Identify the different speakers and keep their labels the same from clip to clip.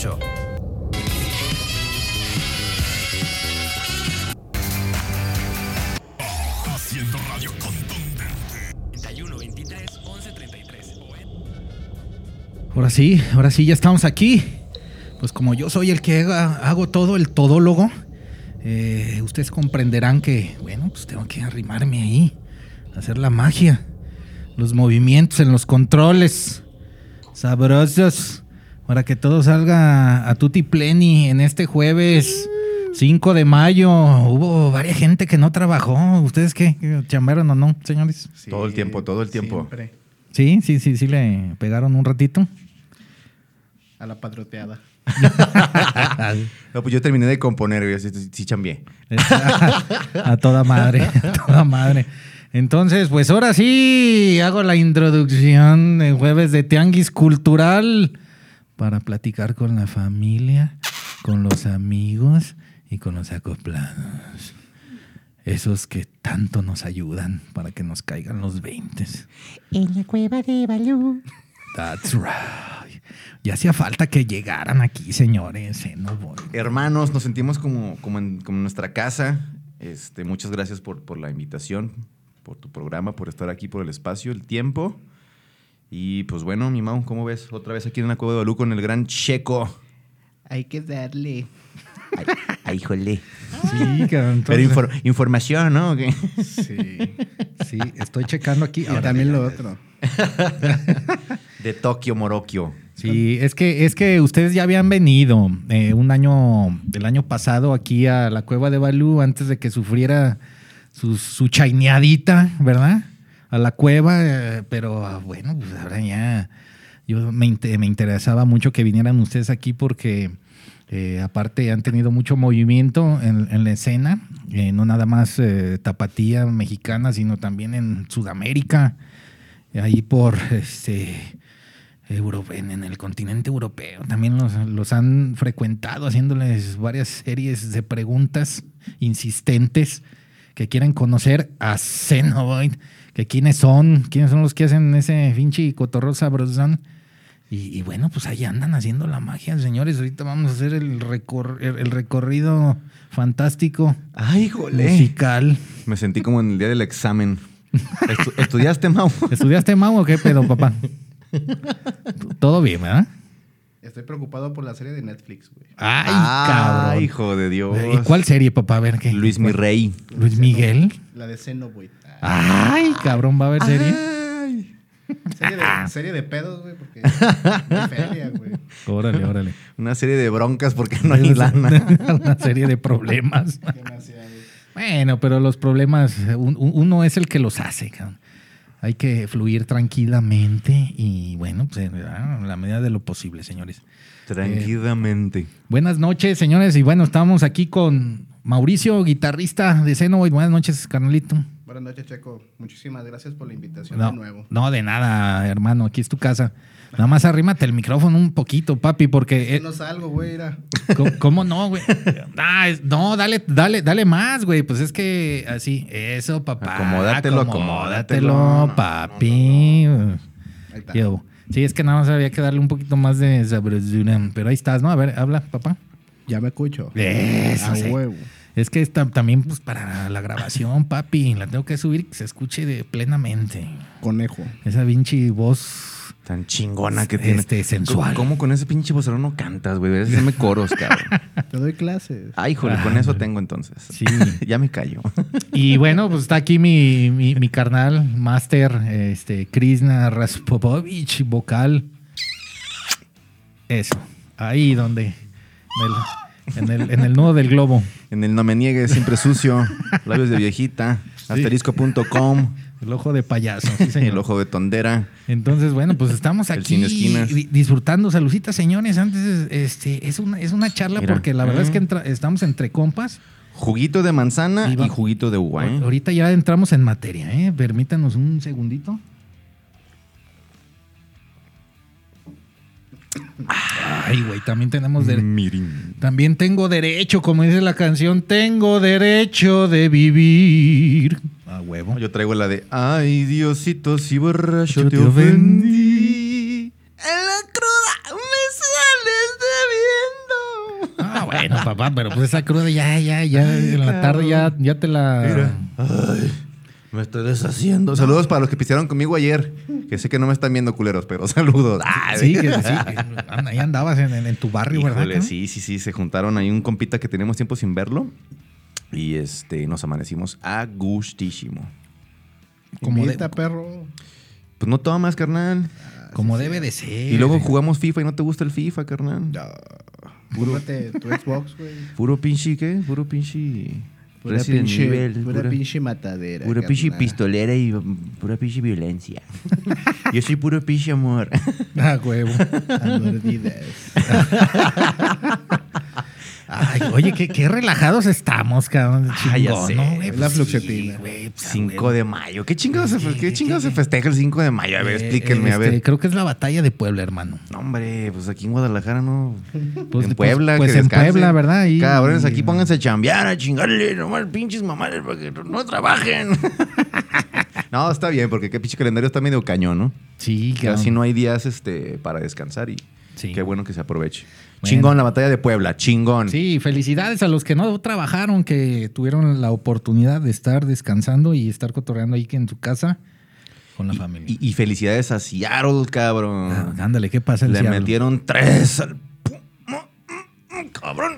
Speaker 1: 8.
Speaker 2: Haciendo radio contundente.
Speaker 3: 31 23 11 33 o en
Speaker 1: Ahora sí, ahora sí, ya estamos aquí. Pues como yo soy el que haga- hago todo, el todólogo, eh, ustedes comprenderán que, bueno, pues tengo que arrimarme ahí, hacer la magia, los movimientos en los controles, sabrosos, para que todo salga a tutti pleni en este jueves 5 de mayo. Hubo varias gente que no trabajó. ¿Ustedes qué? ¿Qué ¿Chambaron o no, señores?
Speaker 4: Todo el tiempo, todo el tiempo.
Speaker 5: Siempre.
Speaker 1: Sí, sí, sí, sí le pegaron un ratito.
Speaker 5: A la padroteada.
Speaker 4: No, pues yo terminé de componer, güey. Sí, sí, sí chambié.
Speaker 1: a toda madre, a toda madre. Entonces, pues ahora sí hago la introducción de jueves de Tianguis Cultural para platicar con la familia, con los amigos y con los acoplados. Esos que tanto nos ayudan para que nos caigan los 20.
Speaker 6: En la cueva de Balú.
Speaker 1: That's right. Ya hacía falta que llegaran aquí, señores. eh, No voy.
Speaker 4: Hermanos, nos sentimos como, como, en, como en nuestra casa. Este, muchas gracias por, por la invitación, por tu programa, por estar aquí, por el espacio, el tiempo. Y pues bueno, mi Mau, ¿cómo ves? Otra vez aquí en la Cueva de Balú con el gran Checo.
Speaker 5: Hay que darle.
Speaker 4: Ay, ay, híjole.
Speaker 1: Sí, cabrón,
Speaker 4: Pero
Speaker 1: entonces-
Speaker 4: infor- información, ¿no? ¿O qué?
Speaker 5: Sí.
Speaker 1: Sí, estoy checando aquí.
Speaker 5: y
Speaker 1: Ahora
Speaker 5: también
Speaker 1: ya,
Speaker 5: lo
Speaker 1: ya.
Speaker 5: otro.
Speaker 4: De Tokio, Morokio.
Speaker 1: Sí, es que, es que ustedes ya habían venido eh, un año, el año pasado aquí a la cueva de Balú antes de que sufriera su, su chaineadita, ¿verdad? A la cueva, eh, pero ah, bueno, pues ahora ya. Yo me, inte- me interesaba mucho que vinieran ustedes aquí porque eh, aparte han tenido mucho movimiento en, en la escena, eh, no nada más eh, tapatía mexicana, sino también en Sudamérica, ahí por este, Euro- en, en el continente europeo. También los, los han frecuentado haciéndoles varias series de preguntas insistentes que quieren conocer a Xenoboid, que quiénes son, quiénes son los que hacen ese finchi cotorro sabrosón. Y, y bueno, pues ahí andan haciendo la magia, señores. Ahorita vamos a hacer el, recor- el- el recorrido fantástico,
Speaker 4: Ay,
Speaker 1: musical.
Speaker 4: Me sentí como en el día del examen. Estu- ¿Estudiaste, Mau?
Speaker 1: ¿Estudiaste mago o qué pedo, papá? Todo bien, ¿verdad?
Speaker 5: Estoy preocupado por la serie de Netflix, güey.
Speaker 1: Ay,
Speaker 4: Ah,
Speaker 1: cabrón.
Speaker 4: hijo de Dios.
Speaker 1: ¿Y cuál serie, papá? A ver qué.
Speaker 4: Luis Mi Rey.
Speaker 1: Luis Miguel.
Speaker 5: La de Xenoboid. Ah,
Speaker 1: Ay, cabrón, va a haber serie.
Speaker 4: Ay.
Speaker 5: serie, de, serie de pedos, güey, porque. de feria, güey.
Speaker 1: Ah. Órale, órale.
Speaker 4: Una serie de broncas porque no hay lana.
Speaker 1: Una serie de problemas.
Speaker 5: Demasiado.
Speaker 1: Bueno, pero los problemas, un- un- uno es el que los hace. cabrón. Hay que fluir tranquilamente y bueno, pues en la en la medida de lo posible, señores.
Speaker 4: Tranquilamente.
Speaker 1: Buenas noches, señores. Y bueno, estamos aquí con Mauricio, guitarrista de Xenoboid. Buenas noches, carnalito.
Speaker 5: Buenas noches, Checo. Muchísimas gracias por la invitación
Speaker 1: No,
Speaker 5: de nuevo.
Speaker 1: no, de nada, hermano. Aquí es tu casa. Nada más arrímate el micrófono un poquito, papi, porque... eh,
Speaker 5: No salgo, güey. Era.
Speaker 1: ¿Cómo, cómo no, güey? Ah, es- no, dale, dale, dale más, güey. Pues es que así, eso, papá.
Speaker 4: Acomódatelo,
Speaker 1: acomódatelo,
Speaker 4: acomódatelo.
Speaker 1: papi.
Speaker 5: Ahí está.
Speaker 1: Yo. Sí, es que nada más había que darle un poquito más de sabrosura. Pero ahí estás, ¿no? A ver, habla, papá.
Speaker 5: Ya me escucho.
Speaker 1: Eso,
Speaker 5: A
Speaker 1: sí.
Speaker 5: huevo.
Speaker 1: Es que esta- también, pues, para la grabación, papi, la tengo que subir que se escuche de- plenamente.
Speaker 5: Conejo.
Speaker 1: Esa vinci voz.
Speaker 4: Tan chingona que
Speaker 1: Este,
Speaker 4: tiene.
Speaker 1: sensual.
Speaker 4: ¿Cómo con ese pinche bozarrón no cantas, güey? Deberías hacerme coros, cabrón.
Speaker 5: Te doy clases.
Speaker 4: Ay, híjole, con eso tengo entonces.
Speaker 1: Sí.
Speaker 4: ya me callo.
Speaker 1: Y bueno, pues está aquí mi, mi, mi carnal, Master, este, Krishna Raspopovich, vocal. Eso, ahí donde, en el, en el, en el nudo del globo.
Speaker 4: En el No Me Niegues, siempre sucio. Labios de viejita. Asterisco.com.
Speaker 1: El ojo de payaso, sí, señor.
Speaker 4: El ojo de tondera.
Speaker 1: Entonces, bueno, pues estamos
Speaker 4: El
Speaker 1: aquí
Speaker 4: sin esquinas.
Speaker 1: di- disfrutando. Salucita, señores. Antes, este, es una, es una charla
Speaker 4: Mira.
Speaker 1: porque la verdad es que
Speaker 4: Mm.
Speaker 1: entra- estamos entre compas.
Speaker 4: Juguito de manzana
Speaker 1: Y va-
Speaker 4: y juguito de uva, ¿eh?
Speaker 1: Ahorita ya entramos en materia, ¿eh? Permítanos un segundito. Ay, güey, también tenemos dere-
Speaker 4: Mm. Mirin.
Speaker 1: también tengo derecho, como dice la canción, tengo derecho de vivir. A huevo.
Speaker 4: Yo traigo la de Ay, Diosito, si borracho
Speaker 1: Yo
Speaker 4: te
Speaker 1: te
Speaker 4: ofendí. En la cruda me sales de bien.
Speaker 1: Ah, bueno, papá, pero pues esa cruda ya, ya, ya, en la tarde ya, ya te la...
Speaker 4: Ay, me estoy deshaciendo. Saludos para los que pistearon conmigo ayer. Que sé que no me están viendo culeros, pero saludos. Ay,
Speaker 1: Ah, Sí, que, sí, que anda- ahí andabas en, en- en tu barrio, ¿verdad?
Speaker 4: Híjole,
Speaker 1: cabrón?
Speaker 4: sí, sí, sí. Se juntaron ahí un compita que teníamos tiempo sin verlo. Y este, nos amanecimos a gustísimo.
Speaker 1: Como, de-
Speaker 5: Invita, perro.
Speaker 4: Pues no tomas, carnal.
Speaker 1: como debe de ser. eh.
Speaker 4: Y luego jugamos FIFA y no te gusta el FIFA, carnal.
Speaker 5: Cúrate tu Xbox, güey.
Speaker 4: Puro pinche, ¿qué? Puro pinche.
Speaker 5: Pura
Speaker 4: Resident
Speaker 5: pinche,
Speaker 4: Evil,
Speaker 5: pura
Speaker 4: pura-
Speaker 5: pinche matadera.
Speaker 4: Pura pinche
Speaker 5: carnal.
Speaker 4: pistolera y mm, pura pinche violencia. Yo soy puro pinche amor.
Speaker 1: Ah, huevo.
Speaker 5: A mordidas.
Speaker 1: Ay, oye, qué, qué relajados estamos, cabrón.
Speaker 4: Ah, ya
Speaker 1: Chingón,
Speaker 4: sé.
Speaker 1: ¿no, güey?
Speaker 5: Es la
Speaker 1: Pues
Speaker 5: fluxetina.
Speaker 1: sí, güey, pues, ah,
Speaker 4: 5 de mayo. ¿Qué chingados, se, fe- qué chingados se festeja el 5 de mayo? A
Speaker 1: eh,
Speaker 4: ver, explíquenme, a
Speaker 1: este,
Speaker 4: ver.
Speaker 1: Creo que es la batalla de Puebla, hermano.
Speaker 4: No, hombre, pues aquí en Guadalajara no.
Speaker 1: Pues-
Speaker 4: en Puebla,
Speaker 1: pues-
Speaker 4: que
Speaker 1: pues en
Speaker 4: descansen.
Speaker 1: Puebla, ¿verdad? Y-
Speaker 4: Cabrones,
Speaker 1: y-
Speaker 4: aquí pónganse a chambear, a chingarle, nomás pinches mamadas para que no trabajen. no, está bien, porque qué pinche calendario está medio cañón, ¿no?
Speaker 1: Sí, cabrón.
Speaker 4: Casi no hay días este, para descansar y
Speaker 1: Sí.
Speaker 4: qué bueno que se aproveche.
Speaker 1: Bueno.
Speaker 4: Chingón, la batalla de Puebla, chingón.
Speaker 1: Sí, felicidades a los que no trabajaron, que tuvieron la oportunidad de estar descansando y estar cotorreando ahí que en tu casa con la familia.
Speaker 4: Y, y felicidades a Seattle, cabrón.
Speaker 1: Ah, ándale, ¿qué pasa? el
Speaker 4: Le
Speaker 1: diablo?
Speaker 4: metieron tres al... pu- mo- mm, mm, Cabrón.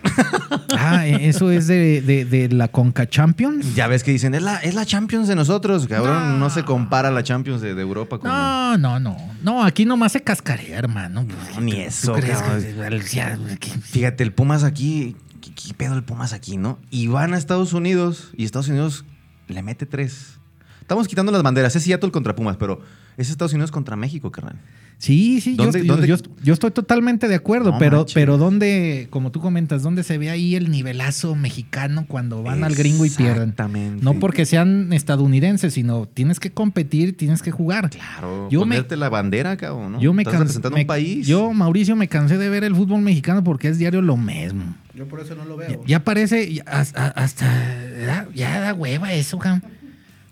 Speaker 1: Ah, eh, eso es de, de- de la Conca Champions.
Speaker 4: ya ves que dicen, es la, es la Champions de nosotros, cabrón. No, se compara la Champions de, de Europa con...
Speaker 1: No, no, no. No, aquí nomás se cascarea, hermano.
Speaker 4: No, ni eso,
Speaker 1: ¿Tú crees
Speaker 4: cabrón.
Speaker 1: que- ya, que-
Speaker 4: Fíjate, el Pumas aquí, ¿qué, qué pedo el Pumas aquí, no? Y van a Estados Unidos y Estados Unidos le mete tres. Estamos quitando las banderas, es Seattle contra Pumas, pero es Estados Unidos contra México, carnal.
Speaker 1: Sí, sí, yo-
Speaker 4: ¿Dónde-
Speaker 1: yo,
Speaker 4: dónde-
Speaker 1: yo- yo estoy totalmente de acuerdo,
Speaker 4: No
Speaker 1: pero,
Speaker 4: manches.
Speaker 1: pero dónde, como tú comentas, dónde se ve ahí el nivelazo mexicano cuando van al gringo y pierden.
Speaker 4: Exactamente.
Speaker 1: No porque sean estadounidenses, sino tienes que competir, tienes que jugar.
Speaker 4: Claro,
Speaker 1: Yo me-
Speaker 4: ponerte la bandera, cabrón, ¿no?
Speaker 1: Yo me
Speaker 4: Estás
Speaker 1: cansé.
Speaker 4: representando
Speaker 1: me-
Speaker 4: un país.
Speaker 1: Yo, Mauricio, me cansé de ver el fútbol mexicano porque es diario lo mismo.
Speaker 5: Yo por eso no lo
Speaker 1: Ya,
Speaker 5: veo.
Speaker 1: ya parece, ya- hasta, hasta- ya, ya da hueva eso, cabrón.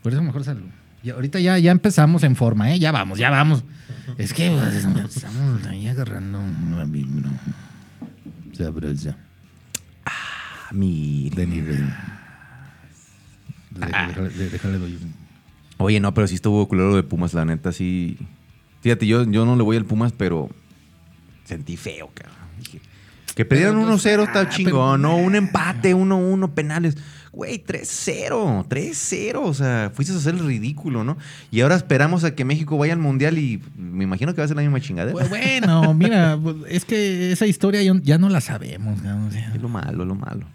Speaker 1: Por eso mejor salud. Ya, ahorita ya, ya empezamos en forma, ¿eh? Ya vamos, ya vamos. Es que pues, estamos ahí agarrando una vibra sabrosa
Speaker 4: Ah, mi-
Speaker 1: de nivel. De- déjale- de- déjale doy un-
Speaker 4: Oye, no, pero sí estuvo culero de Pumas, la neta, sí. Fíjate, yo, yo no le voy al Pumas, pero sentí feo, cabrón. Dije, que perdieran 1-0
Speaker 1: ah,
Speaker 4: está chingón, no, un empate, 1-1, penales. Güey, 3-0, 3-0, o sea, fuiste a hacer el ridículo, ¿no? Y ahora esperamos a que México vaya al Mundial y me imagino que va a ser la misma chingadera.
Speaker 1: Pues, Bueno, mira, pues, es que esa historia yo- ya no la sabemos. ¿no? O sea,
Speaker 4: Es lo malo, es lo malo.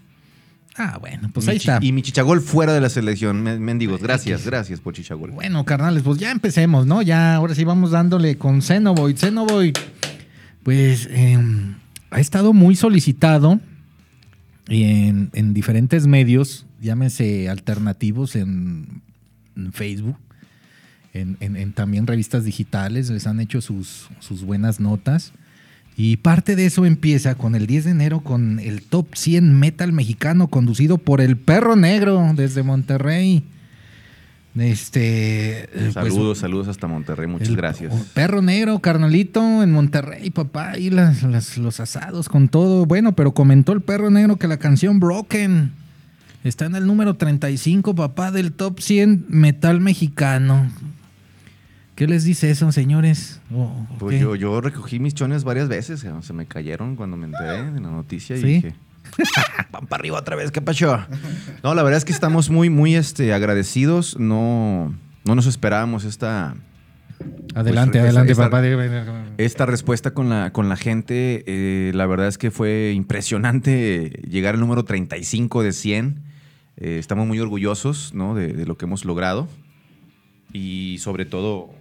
Speaker 1: ah, bueno, pues
Speaker 4: Mi
Speaker 1: ahí
Speaker 4: chi-
Speaker 1: está.
Speaker 4: Y mi chichagol fuera de la selección, men- mendigos. Gracias, gracias por chichagol.
Speaker 1: Bueno, carnales, pues ya empecemos, ¿no? Ya, ahora sí vamos dándole con Xenoboid. Xenoboid, pues eh, ha estado muy solicitado en, en diferentes medios, llámese alternativos en, en Facebook, en, en- en también revistas digitales, les han hecho sus, sus buenas notas. Y parte de eso empieza con el 10 de enero con el Top 100 Metal Mexicano conducido por el Perro Negro desde Monterrey. Este, eh, pues,
Speaker 4: Saludos, saludos hasta Monterrey, muchas
Speaker 1: el
Speaker 4: gracias.
Speaker 1: p- Perro negro, carnalito, en Monterrey, papá, y las, las- los asados con todo. Bueno, pero comentó el perro negro que la canción Broken está en el número 35, papá, del top 100 metal mexicano. ¿Qué les dice eso, señores? Oh, O- o
Speaker 4: Pues
Speaker 1: qué?
Speaker 4: yo, yo recogí mis chones varias veces, cabrón. se me cayeron cuando me enteré de la noticia y
Speaker 1: ¿Sí?
Speaker 4: dije, "Ah, van para arriba otra vez, ¿qué pasó? No, la verdad es que estamos muy, muy este, agradecidos, no, no nos esperábamos esta,
Speaker 1: adelante,
Speaker 4: esa-
Speaker 1: adelante,
Speaker 4: esa-
Speaker 1: papá.
Speaker 4: esta respuesta con la, con la gente. Eh, la verdad es que fue impresionante llegar al número 35 de 100. Eh, estamos muy orgullosos ¿no? de, de lo que hemos logrado y sobre todo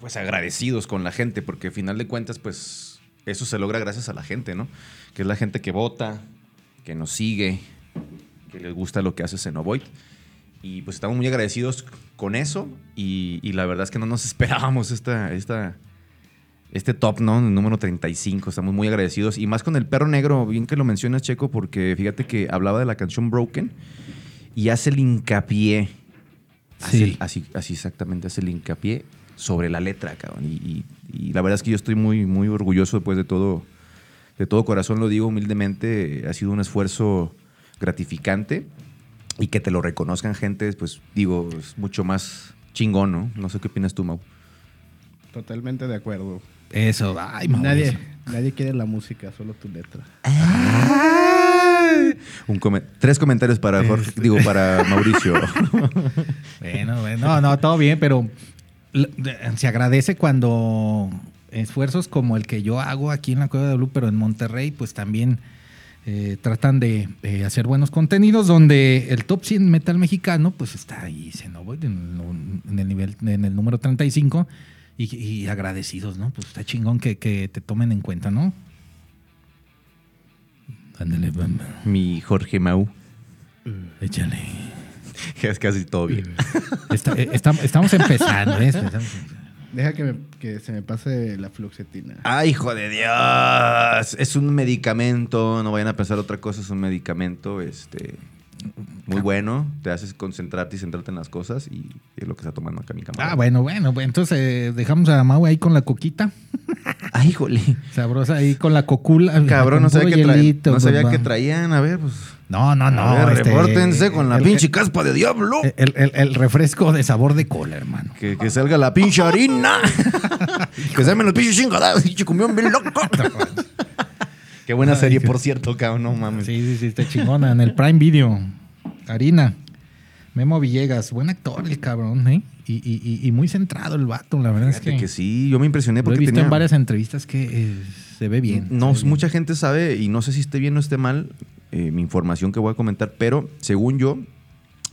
Speaker 4: pues agradecidos con la gente porque al final de cuentas pues eso se logra gracias a la gente, ¿no? Que es la gente que vota, que nos sigue, que les gusta lo que hace Xenovoid. Y pues estamos muy agradecidos con eso y, y la verdad es que no nos esperábamos esta, esta, este top, ¿no? El número 35. Estamos muy agradecidos. Y más con el perro negro, bien que lo mencionas, Checo, porque fíjate que hablaba de la canción Broken y hace el hincapié. Hace
Speaker 1: Sí.
Speaker 4: el- así, así exactamente, hace el hincapié sobre la letra, cabrón. Y, y- y la verdad es que yo estoy muy, muy orgulloso después de pues, todo, de todo corazón lo digo humildemente, ha sido un esfuerzo gratificante y que te lo reconozcan gente, pues digo, es mucho más chingón, ¿no? No sé qué opinas tú, Mau.
Speaker 5: Totalmente de acuerdo.
Speaker 1: Eso, ay,
Speaker 5: nadie,
Speaker 1: Nadie.
Speaker 5: nadie quiere la música, solo tu letra.
Speaker 4: Un come- tres comentarios para Jorge,
Speaker 1: Este.
Speaker 4: digo, para Mauricio.
Speaker 1: Bueno, bueno, no, no, todo bien, pero l- se agradece cuando esfuerzos como el que yo hago aquí en la Cueva de Blue, pero en Monterrey, pues también eh, tratan de eh, hacer buenos contenidos donde el top 100 metal mexicano, pues está ahí, se no voy en, lo- en el nivel, en el número 35 y, y agradecidos, ¿no? Pues está chingón que, que te tomen en cuenta, ¿no? Ándale, bamba,
Speaker 4: Mi Jorge Mau.
Speaker 1: échale.
Speaker 4: Es casi todo bien.
Speaker 1: Está- eh, está- estamos empezando, ¿eh? Estamos-
Speaker 5: Deja que, me- que se me pase la fluoxetina.
Speaker 4: ¡Ay, hijo de Dios! Es un medicamento, no vayan a pensar otra cosa, es un medicamento este, muy bueno. Te haces concentrarte y centrarte en las cosas y es lo que está tomando acá mi camarada.
Speaker 1: Ah, bueno, bueno, pues, entonces eh, dejamos a Mau ahí con la coquita,
Speaker 4: ¡Ay, híjole!
Speaker 1: sabrosa ahí con la cocula.
Speaker 4: Cabrón,
Speaker 1: con
Speaker 4: no
Speaker 1: puro
Speaker 4: sabía, que, tra-
Speaker 1: hielito,
Speaker 4: no
Speaker 1: pues,
Speaker 4: sabía
Speaker 1: va.
Speaker 4: que traían. A ver, pues.
Speaker 1: No, no, no.
Speaker 4: a ver,
Speaker 1: este,
Speaker 4: repórtense con la
Speaker 1: el- eh,
Speaker 4: pinche caspa de diablo.
Speaker 1: El, el- el- el refresco de sabor de cola, hermano.
Speaker 4: que, que salga la pinche harina. que se me los pinches chingadas. Y chicumbión bien loco. Qué buena serie, por cierto, cabrón. No mames.
Speaker 1: Sí, sí, sí, está chingona. En el Prime Video. Harina. Memo Villegas. Buen actor el cabrón, ¿eh? Y, y- y- y muy centrado el vato, la verdad
Speaker 4: Fíjate
Speaker 1: es que,
Speaker 4: que sí, yo me impresioné
Speaker 1: lo he
Speaker 4: porque
Speaker 1: visto
Speaker 4: tenía.
Speaker 1: en varias entrevistas que eh, se ve bien.
Speaker 4: No,
Speaker 1: se ve bien.
Speaker 4: mucha gente sabe, y no sé si esté bien o esté mal eh, mi información que voy a comentar, pero según yo,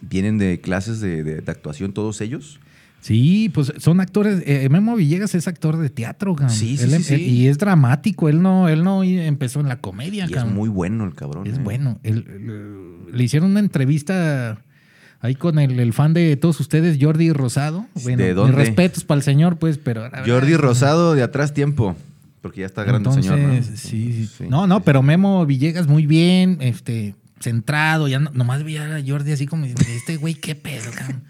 Speaker 4: vienen de clases de, de- de actuación todos ellos.
Speaker 1: Sí, pues son actores. eh, Memo Villegas es actor de teatro, cabrón.
Speaker 4: Sí, sí,
Speaker 1: Él
Speaker 4: sí,
Speaker 1: em-
Speaker 4: sí.
Speaker 1: él- y es dramático. Él no, él no empezó en la comedia,
Speaker 4: Y es
Speaker 1: cabrón.
Speaker 4: muy bueno el cabrón.
Speaker 1: Es
Speaker 4: eh.
Speaker 1: bueno. Él- él- le hicieron una entrevista ahí con el, el fan de todos ustedes, Jordi Rosado. Bueno,
Speaker 4: ¿De
Speaker 1: mis
Speaker 4: dónde?
Speaker 1: respetos para el señor, pues, pero. la verdad-
Speaker 4: Jordi Rosado de atrás tiempo. Porque ya está grande el señor. ¿no?
Speaker 1: Entonces, Sí, sí. No, no, pero Memo Villegas muy bien, este, centrado. Ya no- nomás veía a Jordi así como diciendo, este güey, qué pedo, cabrón.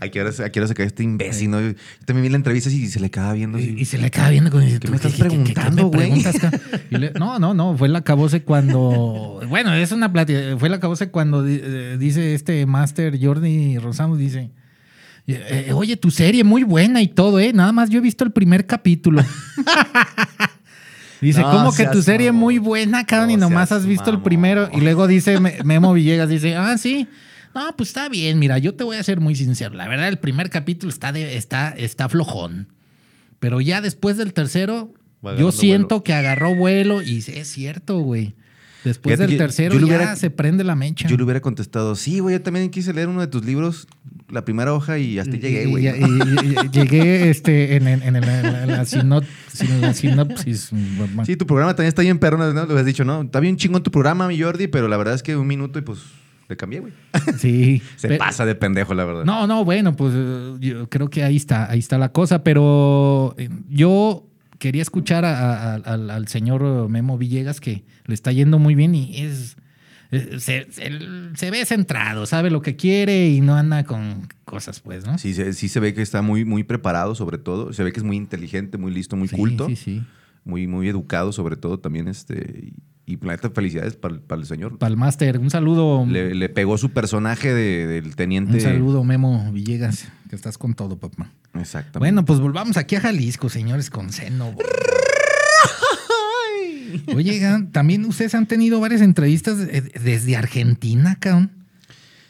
Speaker 4: ¿A qué hora se, a qué hora se cayó este imbécil? ¿no? Yo también vi la entrevista y se le quedaba viendo. así.
Speaker 1: Y, y se le acaba viendo como diciendo,
Speaker 4: ¿Qué me
Speaker 1: "¿Tú
Speaker 4: estás preguntando,
Speaker 1: me
Speaker 4: güey?"
Speaker 1: preguntas, cabrón? Y le- no, no, no, fue la cabose cuando. Bueno, es una plática. Fue la cabose cuando di- eh, dice este Master Jordi Rosamos, dice. eh, eh, oye, tu serie muy buena y todo, ¿eh? Nada más yo he visto el primer capítulo. Dice,
Speaker 4: No
Speaker 1: ¿cómo que
Speaker 4: seas
Speaker 1: tu serie
Speaker 4: mamón.
Speaker 1: muy buena, cabrón? y
Speaker 4: No
Speaker 1: nomás
Speaker 4: seas
Speaker 1: has visto el
Speaker 4: mamón.
Speaker 1: primero. Y luego dice Me- Memo Villegas, dice, ah, sí. No, pues está bien, mira, yo te voy a ser muy sincero. La verdad, el primer capítulo está, de, está, está flojón. Pero ya después del tercero, yo
Speaker 4: Va agarrando
Speaker 1: siento que agarró vuelo y sí, es cierto, güey. Después
Speaker 4: Fíjate
Speaker 1: del
Speaker 4: que
Speaker 1: tercero
Speaker 4: yo
Speaker 1: ya
Speaker 4: le hubiera-
Speaker 1: se prende la mecha.
Speaker 4: Yo le hubiera contestado, sí, güey, yo también quise leer uno de tus libros, la primera hoja, y hasta ahí llegué,
Speaker 1: Y-
Speaker 4: güey.
Speaker 1: y- y- y- llegué este, en, el- en el- en la, la sino- sin- la sinopsis. mamá.
Speaker 4: Sí, tu programa también está bien perrón, ¿no? Lo has dicho, ¿no? Está bien chingón tu programa, mi Jordi, pero la verdad es que un minuto y pues le cambié, güey.
Speaker 1: Sí.
Speaker 4: Se
Speaker 1: Pe-
Speaker 4: pasa de pendejo, la verdad.
Speaker 1: No, no, bueno, pues eh, yo creo que ahí está, ahí está la cosa, pero eh, yo quería escuchar a- a- al, al señor Memo Villegas que le está yendo muy bien y es eh, se, se- se ve centrado, sabe lo que quiere y no anda con cosas, pues, ¿no?
Speaker 4: Sí, se, sí se ve que está muy, muy preparado, sobre todo. Se ve que es muy inteligente, muy listo, muy
Speaker 1: Sí,
Speaker 4: culto,
Speaker 1: Sí, sí.
Speaker 4: muy, muy educado, sobre todo también este. Y, y la neta, felicidades para, el- para el señor.
Speaker 1: Para el máster, un saludo.
Speaker 4: Le, le pegó su personaje de- del teniente.
Speaker 1: un saludo, Memo Villegas, que estás con todo, papá.
Speaker 4: Exactamente.
Speaker 1: Bueno, pues volvamos aquí a Jalisco, señores, con seno. Oye, gan, también ustedes han tenido varias entrevistas eh, desde Argentina, cabrón.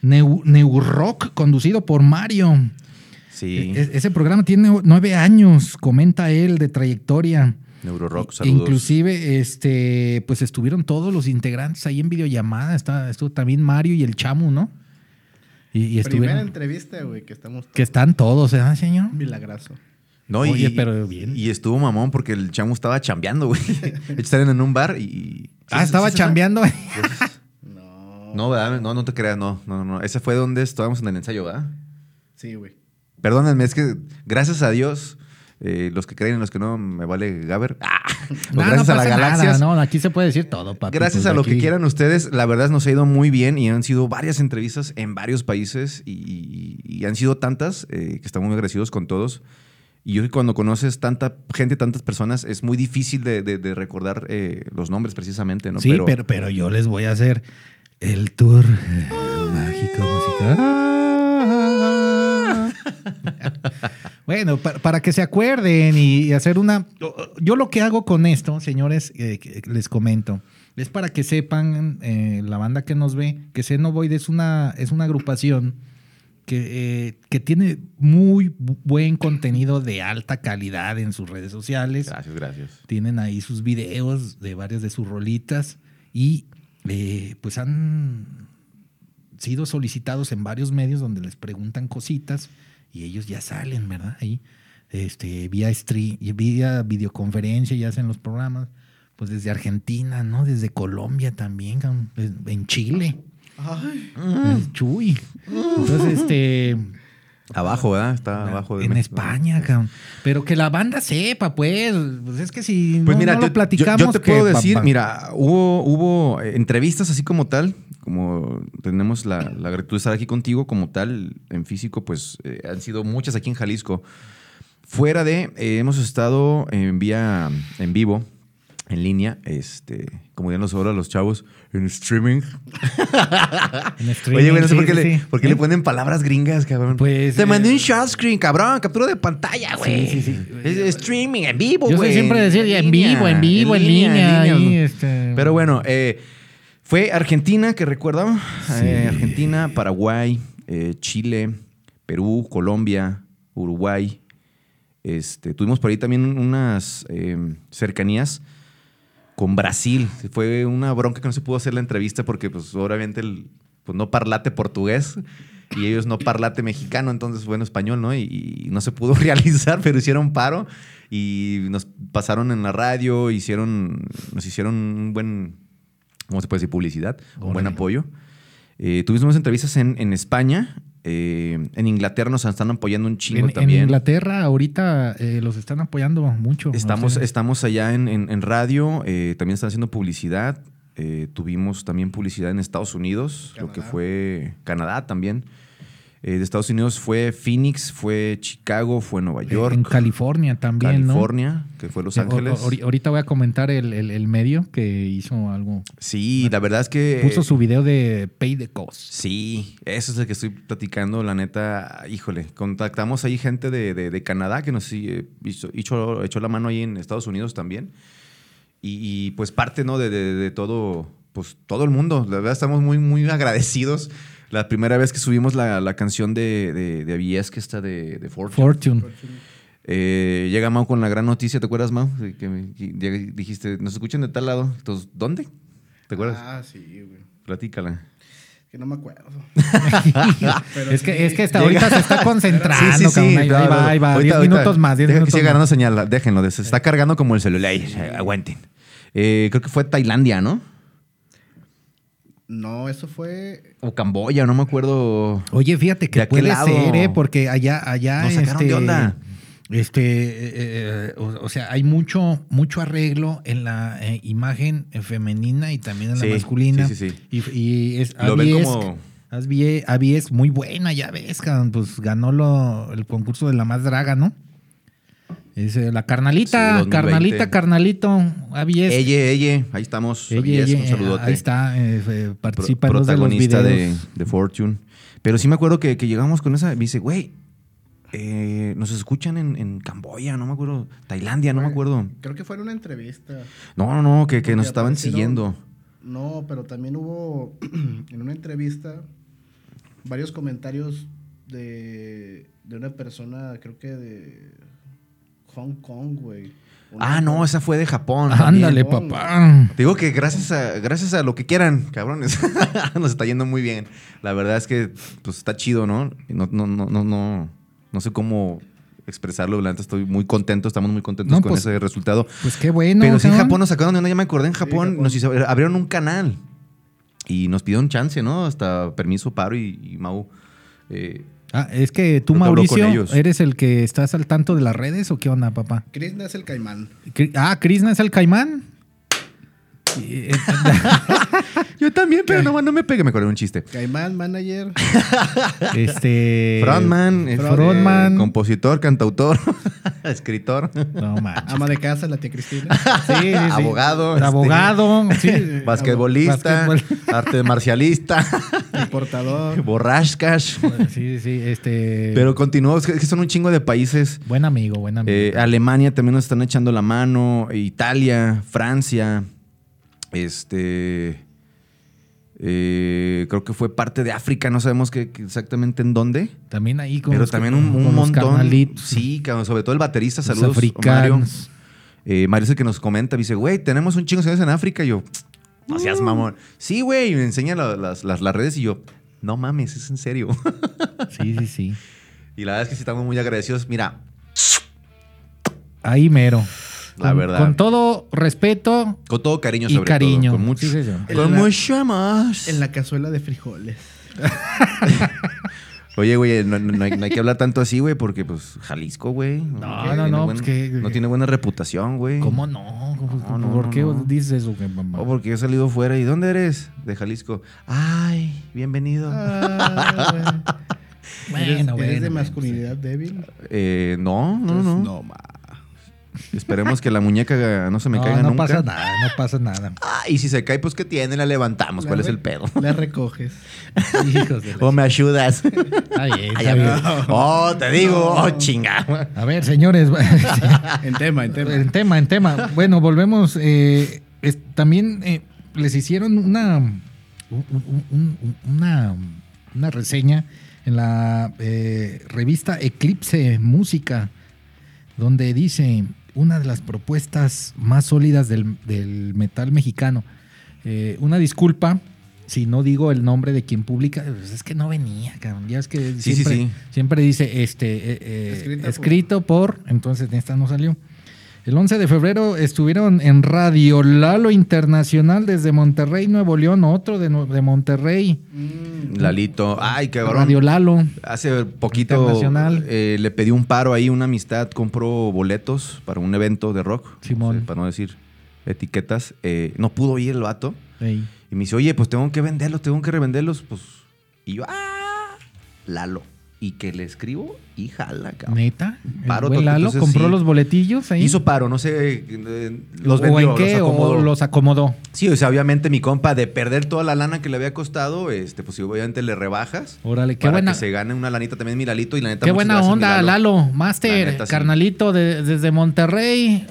Speaker 1: Neu- Neurock, conducido por Mario.
Speaker 4: Sí.
Speaker 1: E- ese programa tiene nueve años, comenta él, de trayectoria.
Speaker 4: Neurorock,
Speaker 1: I-
Speaker 4: saludos.
Speaker 1: Inclusive, este, pues estuvieron todos los integrantes ahí en videollamada. Está, estuvo también Mario y el Chamu, ¿no? Y, y
Speaker 5: Primera
Speaker 1: estuvieron.
Speaker 5: entrevista, güey, que estamos
Speaker 1: Que están todos, ¿eh, señor?
Speaker 5: milagroso.
Speaker 4: No, y-
Speaker 1: Oye, pero bien.
Speaker 4: Y estuvo mamón porque el chamo estaba chambeando, güey. Estaban en un bar y.
Speaker 1: Ah, estaba
Speaker 4: chambeando.
Speaker 1: chambeando.
Speaker 5: No.
Speaker 4: Pues, No, ¿verdad? No, no te creas, no, no, no. Ese fue donde estábamos en el ensayo, ¿verdad?
Speaker 5: Sí, güey.
Speaker 4: Perdónenme, es que gracias a Dios, eh, los que creen en los que no, me vale Gaber. Ah, o
Speaker 1: No,
Speaker 4: gracias
Speaker 1: no
Speaker 4: a las
Speaker 1: pasa nada,
Speaker 4: galaxias.
Speaker 1: no, aquí se puede decir todo, papi.
Speaker 4: Gracias
Speaker 1: pues,
Speaker 4: a lo que
Speaker 1: aquí-
Speaker 4: quieran ustedes, la verdad nos ha ido muy bien y han sido varias entrevistas en varios países y, y- y han sido tantas eh, que estamos muy agradecidos con todos. Y yo creo que cuando conoces tanta gente, tantas personas, es muy difícil de, de- de recordar eh, los nombres precisamente, ¿no?
Speaker 1: sí, pero, pero, yo les voy a hacer el tour eh, mágico musical. bueno, pa- para, que se acuerden y, y hacer una... Yo lo que hago con esto, señores, eh, que- que les comento. Es para que sepan, eh, la banda que nos ve, que Xenoboid es una, es una agrupación que, eh, que tiene muy bu- buen contenido de alta calidad en sus redes sociales.
Speaker 4: Gracias, gracias.
Speaker 1: Tienen ahí sus videos de varias de sus rolitas y eh, pues han sido solicitados en varios medios donde les preguntan cositas y ellos ya salen, ¿verdad? Ahí, este, vía, stre- y vía videoconferencia y hacen los programas, pues desde Argentina, ¿no? Desde Colombia también, cabrón, pues, en Chile. El Chuy. Entonces, este,
Speaker 4: Abajo, ¿verdad? Está abajo. de
Speaker 1: en
Speaker 4: México. Pues,
Speaker 1: España, cabrón. Pero que la banda sepa, pues. Pues es que si
Speaker 4: Pues
Speaker 1: no,
Speaker 4: mira,
Speaker 1: no
Speaker 4: yo,
Speaker 1: lo platicamos.
Speaker 4: yo- yo te
Speaker 1: que
Speaker 4: puedo
Speaker 1: pa-
Speaker 4: decir,
Speaker 1: pa-
Speaker 4: mira, hubo, hubo eh, entrevistas así como tal, como tenemos la, la gratitud de estar aquí contigo como tal, en físico, pues eh, han sido muchas aquí en Jalisco. Fuera de, eh, hemos estado en vía, en vivo, en línea, este, como dirían los ahora los chavos, en streaming.
Speaker 1: en streaming,
Speaker 4: Oye, güey, no sé
Speaker 1: sí,
Speaker 4: por qué,
Speaker 1: sí,
Speaker 4: le,
Speaker 1: sí. ¿Eh?
Speaker 4: por qué le ponen palabras gringas, cabrón.
Speaker 1: Pues,
Speaker 4: Te
Speaker 1: eh,
Speaker 4: mandé un short screen, cabrón, captura de pantalla, güey.
Speaker 1: Sí, sí, sí.
Speaker 4: Es streaming, en vivo,
Speaker 1: Yo
Speaker 4: güey.
Speaker 1: sé siempre decir en
Speaker 4: línea,
Speaker 1: vivo, en vivo, en línea.
Speaker 4: en
Speaker 1: ahí,
Speaker 4: línea.
Speaker 1: este,
Speaker 4: Pero bueno, eh, fue Argentina, que recuerdo. Eh, Argentina, Paraguay, eh, Chile, Perú, Colombia, Uruguay. Este, tuvimos por ahí también unas eh, cercanías con Brasil. Fue una bronca que no se pudo hacer la entrevista porque, pues, obviamente, el- pues, no parlate portugués y ellos no parlate mexicano, entonces, bueno, español, ¿no? Y, y no se pudo realizar, pero hicieron paro y nos pasaron en la radio, hicieron, nos hicieron un buen, ¿cómo se puede decir? Publicidad, un buen
Speaker 1: Órale.
Speaker 4: apoyo. Eh, tuvimos unas entrevistas en, en España. eh, en Inglaterra nos están apoyando un
Speaker 1: en,
Speaker 4: chingo
Speaker 1: en
Speaker 4: también.
Speaker 1: Inglaterra ahorita eh, los están apoyando mucho.
Speaker 4: Estamos,
Speaker 1: o sea,
Speaker 4: estamos allá en, en- en radio, eh, también están haciendo publicidad. eh, tuvimos también publicidad en Estados Unidos, lo que
Speaker 5: Canadá.
Speaker 4: fue Canadá también. Eh, de Estados Unidos fue Phoenix, fue Chicago, fue Nueva York,
Speaker 1: Eh, en California también,
Speaker 4: California, que fue Los
Speaker 1: ¿no?
Speaker 4: Ángeles.
Speaker 1: O- o- ahorita voy a comentar el, el- el medio que hizo algo.
Speaker 4: sí, la verdad es que...
Speaker 1: Puso su video de Pay the Cost.
Speaker 4: Eh, Sí, eso es el que estoy platicando, la neta, híjole, contactamos ahí gente de, de- de Canadá que nos eh, hizo, hizo- echó la mano ahí en Estados Unidos también. Y, y, pues parte, ¿no? De, de- de todo, pues todo el mundo, la verdad estamos muy, muy agradecidos. La primera vez que subimos la, la canción de, de, de Avilés, que está de, de Fortune,
Speaker 1: Fortune.
Speaker 4: eh, llega Mau con la gran noticia, ¿te acuerdas, Mau? De Que me- que llega- dijiste, nos escuchan de tal lado. Entonces, ¿dónde? ¿Te acuerdas?
Speaker 5: Ah, sí, güey.
Speaker 4: Platícala.
Speaker 5: Que no me acuerdo. Pero
Speaker 1: es, que,
Speaker 5: sí.
Speaker 1: es que hasta
Speaker 4: Llega-
Speaker 1: ahorita se está concentrando.
Speaker 4: Sí, sí, sí.
Speaker 1: cabrón. Ahí,
Speaker 4: No,
Speaker 1: ahí
Speaker 4: no,
Speaker 1: va,
Speaker 4: no.
Speaker 1: ahí va.
Speaker 4: Ahorita,
Speaker 1: Diez
Speaker 4: ahorita.
Speaker 1: minutos más. diez
Speaker 4: Deja que
Speaker 1: minutos
Speaker 4: siga
Speaker 1: más.
Speaker 4: ganando señal, déjenlo. Se está cargando como el celular. Ey, Aguanten. Eh, creo que fue Tailandia, ¿no?
Speaker 5: No, eso fue.
Speaker 4: O Camboya, no me acuerdo.
Speaker 1: Oye, fíjate
Speaker 4: ¿De
Speaker 1: que
Speaker 4: aquel
Speaker 1: puede
Speaker 4: lado?
Speaker 1: ser, ¿eh? Porque allá, allá.
Speaker 4: Nos sacaron de onda.
Speaker 1: Este, eh, eh, o, o sea, hay mucho, mucho arreglo en la eh, imagen eh, femenina y también en
Speaker 4: Sí,
Speaker 1: la masculina.
Speaker 4: sí, sí, sí.
Speaker 1: Y, y es
Speaker 4: Lo ven
Speaker 1: Abby es-
Speaker 4: como-
Speaker 1: Abby es- Abby es muy buena, ya ves, cabrón, pues ganó lo- el concurso de la más draga, ¿no? Es eh, la
Speaker 4: Sí,
Speaker 1: carnalita,
Speaker 4: 2020.
Speaker 1: carnalita, carnalito, Abby es.
Speaker 4: Ella, ella. Ahí estamos.
Speaker 1: Ella,
Speaker 4: Yes,
Speaker 1: ella,
Speaker 4: un saludote.
Speaker 1: ahí está, eh, eh,
Speaker 4: Pro-
Speaker 1: participa en dos de los
Speaker 4: protagonista
Speaker 1: videos.
Speaker 4: de, de Fortune. Pero sí me acuerdo que, que llegamos con esa. Me dice, güey, eh, nos escuchan en, en Camboya, no me acuerdo. Tailandia, no me acuerdo.
Speaker 5: Creo que fue en una entrevista.
Speaker 4: No, no, no, que, que nos
Speaker 5: Porque
Speaker 4: estaban
Speaker 5: aparecieron-
Speaker 4: siguiendo.
Speaker 5: No, pero también hubo en una entrevista varios comentarios de, de una persona, creo que de Hong Kong, güey. Una-
Speaker 4: Ah, no, esa fue de Japón. también.
Speaker 1: Ándale, pues,
Speaker 5: También.
Speaker 1: papá.
Speaker 4: Te digo que gracias a, gracias a lo que quieran, cabrones, nos está yendo muy bien. La verdad es que pues está chido, ¿no? No, no, no, no, no, no sé cómo expresarlo, la neta estoy muy contento, estamos muy contentos
Speaker 1: No,
Speaker 4: con
Speaker 1: pues,
Speaker 4: ese resultado.
Speaker 1: Pues qué bueno.
Speaker 4: Pero sí en
Speaker 1: cabrón.
Speaker 4: Japón nos sacaron de una, ya me acordé, en Japón,
Speaker 5: Japón.
Speaker 4: nos hizo- abrieron un canal y nos pidieron chance, ¿no? Hasta permiso, paro y, y Mau. eh,
Speaker 1: Ah, es que tú,
Speaker 4: Creo que habló con
Speaker 1: Mauricio,
Speaker 4: ellos.
Speaker 1: ¿eres el que estás al tanto de las redes o qué onda, papá?
Speaker 5: Krishna es el caimán.
Speaker 1: Cri- Ah, Krishna es el caimán. Eh, eh,
Speaker 4: Yo también, pero nomás no me pegue. Me acordé de un chiste.
Speaker 5: Caimán, manager.
Speaker 1: Este.
Speaker 4: Frontman, este,
Speaker 1: Frontman.
Speaker 4: compositor, cantautor, escritor,
Speaker 1: No manches.
Speaker 5: Ama de casa, la tía Cristina.
Speaker 1: Ah, Sí, sí, sí.
Speaker 4: Abogado, este,
Speaker 1: Abogado. Sí.
Speaker 4: basquetbolista,
Speaker 1: Basquetbol-
Speaker 4: arte marcialista,
Speaker 5: Importador.
Speaker 4: borrascas.
Speaker 1: Sí, sí, este.
Speaker 4: Pero continuó, es que es que son un chingo de países.
Speaker 1: Buen amigo, buen amigo.
Speaker 4: Eh, Alemania también nos están echando la mano, Italia, Francia, este... eh, creo que fue parte de África, no sabemos qué- qué exactamente en dónde.
Speaker 1: también ahí con
Speaker 4: Pero
Speaker 1: los-
Speaker 4: también un,
Speaker 1: con
Speaker 4: un
Speaker 1: los
Speaker 4: montón.
Speaker 1: carnalitos,
Speaker 4: Sí, cabrón, sobre todo el baterista.
Speaker 1: los
Speaker 4: Saludos, Mario.
Speaker 1: africanos.
Speaker 4: Eh, Mario es el que nos comenta. Me dice, güey, tenemos un chingo de señores en África. Y yo, no seas mamón. Sí, güey. Y me enseña la- las, las- las redes y yo, no mames, es en serio.
Speaker 1: Sí, sí, sí.
Speaker 4: y la verdad es que sí estamos muy agradecidos. Mira,
Speaker 1: Ahí mero.
Speaker 4: la
Speaker 1: Con-
Speaker 4: verdad.
Speaker 1: Con todo respeto
Speaker 4: Con todo cariño,
Speaker 1: y
Speaker 4: sobre
Speaker 1: cariño.
Speaker 4: todo. Con mucho,
Speaker 1: Sí, sí, sí.
Speaker 4: con
Speaker 5: En la-
Speaker 4: mucho amor.
Speaker 5: En la cazuela de frijoles.
Speaker 4: Oye, güey, no, no- no hay, no hay que hablar tanto así, güey, porque, pues, Jalisco, güey.
Speaker 1: No,
Speaker 4: tiene
Speaker 1: no, no,
Speaker 4: buena-
Speaker 1: pues, que-
Speaker 4: no tiene buena reputación, güey.
Speaker 1: ¿Cómo no? Pues,
Speaker 4: No, no,
Speaker 1: ¿Por
Speaker 4: no, Oh, pues,
Speaker 1: qué
Speaker 4: no.
Speaker 1: dices eso? que, mamá?
Speaker 4: O porque yo he salido fuera. ¿Y dónde eres? De Jalisco. Ay, bienvenido.
Speaker 5: Ah,
Speaker 1: Bueno,
Speaker 5: eres,
Speaker 1: bueno,
Speaker 5: eres de
Speaker 1: bueno,
Speaker 5: masculinidad débil.
Speaker 4: Eh, no, no, no.
Speaker 5: No, ma.
Speaker 4: Esperemos que la muñeca no se me
Speaker 1: no,
Speaker 4: caiga
Speaker 1: no
Speaker 4: nunca.
Speaker 1: pasa nada, no pasa nada.
Speaker 4: Ah, y si se cae, pues ¿qué tiene? La levantamos. ¿Cuál
Speaker 5: La
Speaker 4: es el
Speaker 5: re-
Speaker 4: pedo?
Speaker 5: La recoges.
Speaker 1: Hijos de la
Speaker 4: O me ayudas.
Speaker 1: Está bien,
Speaker 4: Oh, Ay,
Speaker 1: está
Speaker 4: amigo.
Speaker 1: bien.
Speaker 4: Oh, te digo, oh, chinga.
Speaker 1: A ver, señores,
Speaker 5: En tema, en tema.
Speaker 1: en tema, en tema. Bueno, volvemos. eh, es- también eh, les hicieron una, un- un- un- una, una reseña en la eh, revista Eclipse Música, donde dice una de las propuestas más sólidas del, del metal mexicano. Eh, una disculpa. Si no digo el nombre de quien publica, pues es que no venía, cabrón. Ya es que
Speaker 4: Sí, sí,
Speaker 1: siempre,
Speaker 4: sí.
Speaker 1: siempre dice este eh, eh,
Speaker 5: Escrita por-
Speaker 1: escrito por. Entonces, en esta no salió. El 11 de febrero estuvieron en Radio Lalo Internacional desde Monterrey, Nuevo León, otro de, Nue- de Monterrey.
Speaker 5: Mm,
Speaker 4: Lalito. Ay, cabrón.
Speaker 1: Radio Lalo.
Speaker 4: Hace poquito
Speaker 1: Internacional.
Speaker 4: eh, le pedí un paro ahí, una amistad, compró boletos para un evento de rock.
Speaker 1: Simón.
Speaker 4: No sé, para no decir etiquetas. Eh, no pudo ir el vato. Y me dice, oye, pues tengo que venderlos, tengo que revenderlos. Pues, y yo, ah, Lalo. Y que le escribo y jala, cabrón.
Speaker 1: Neta. El
Speaker 4: Paro
Speaker 1: güey
Speaker 4: total,
Speaker 1: Lalo
Speaker 4: entonces,
Speaker 1: compró
Speaker 4: sí.
Speaker 1: los boletillos ahí.
Speaker 4: Hizo paro, no sé, eh, los
Speaker 1: ¿O
Speaker 4: vendió,
Speaker 1: en qué?
Speaker 4: los acomodó.
Speaker 1: o los acomodó.
Speaker 4: Sí, o sea, obviamente mi compa de perder toda la lana que le había costado, este, pues obviamente le rebajas.
Speaker 1: Órale, qué
Speaker 4: para
Speaker 1: buena,
Speaker 4: que se gane una lanita también mi Lalito y la neta
Speaker 1: qué
Speaker 4: muchas
Speaker 1: buena
Speaker 4: gracias, mi
Speaker 1: onda, Lalo. Master,
Speaker 4: La neta, sí.
Speaker 1: carnalito, de- desde Monterrey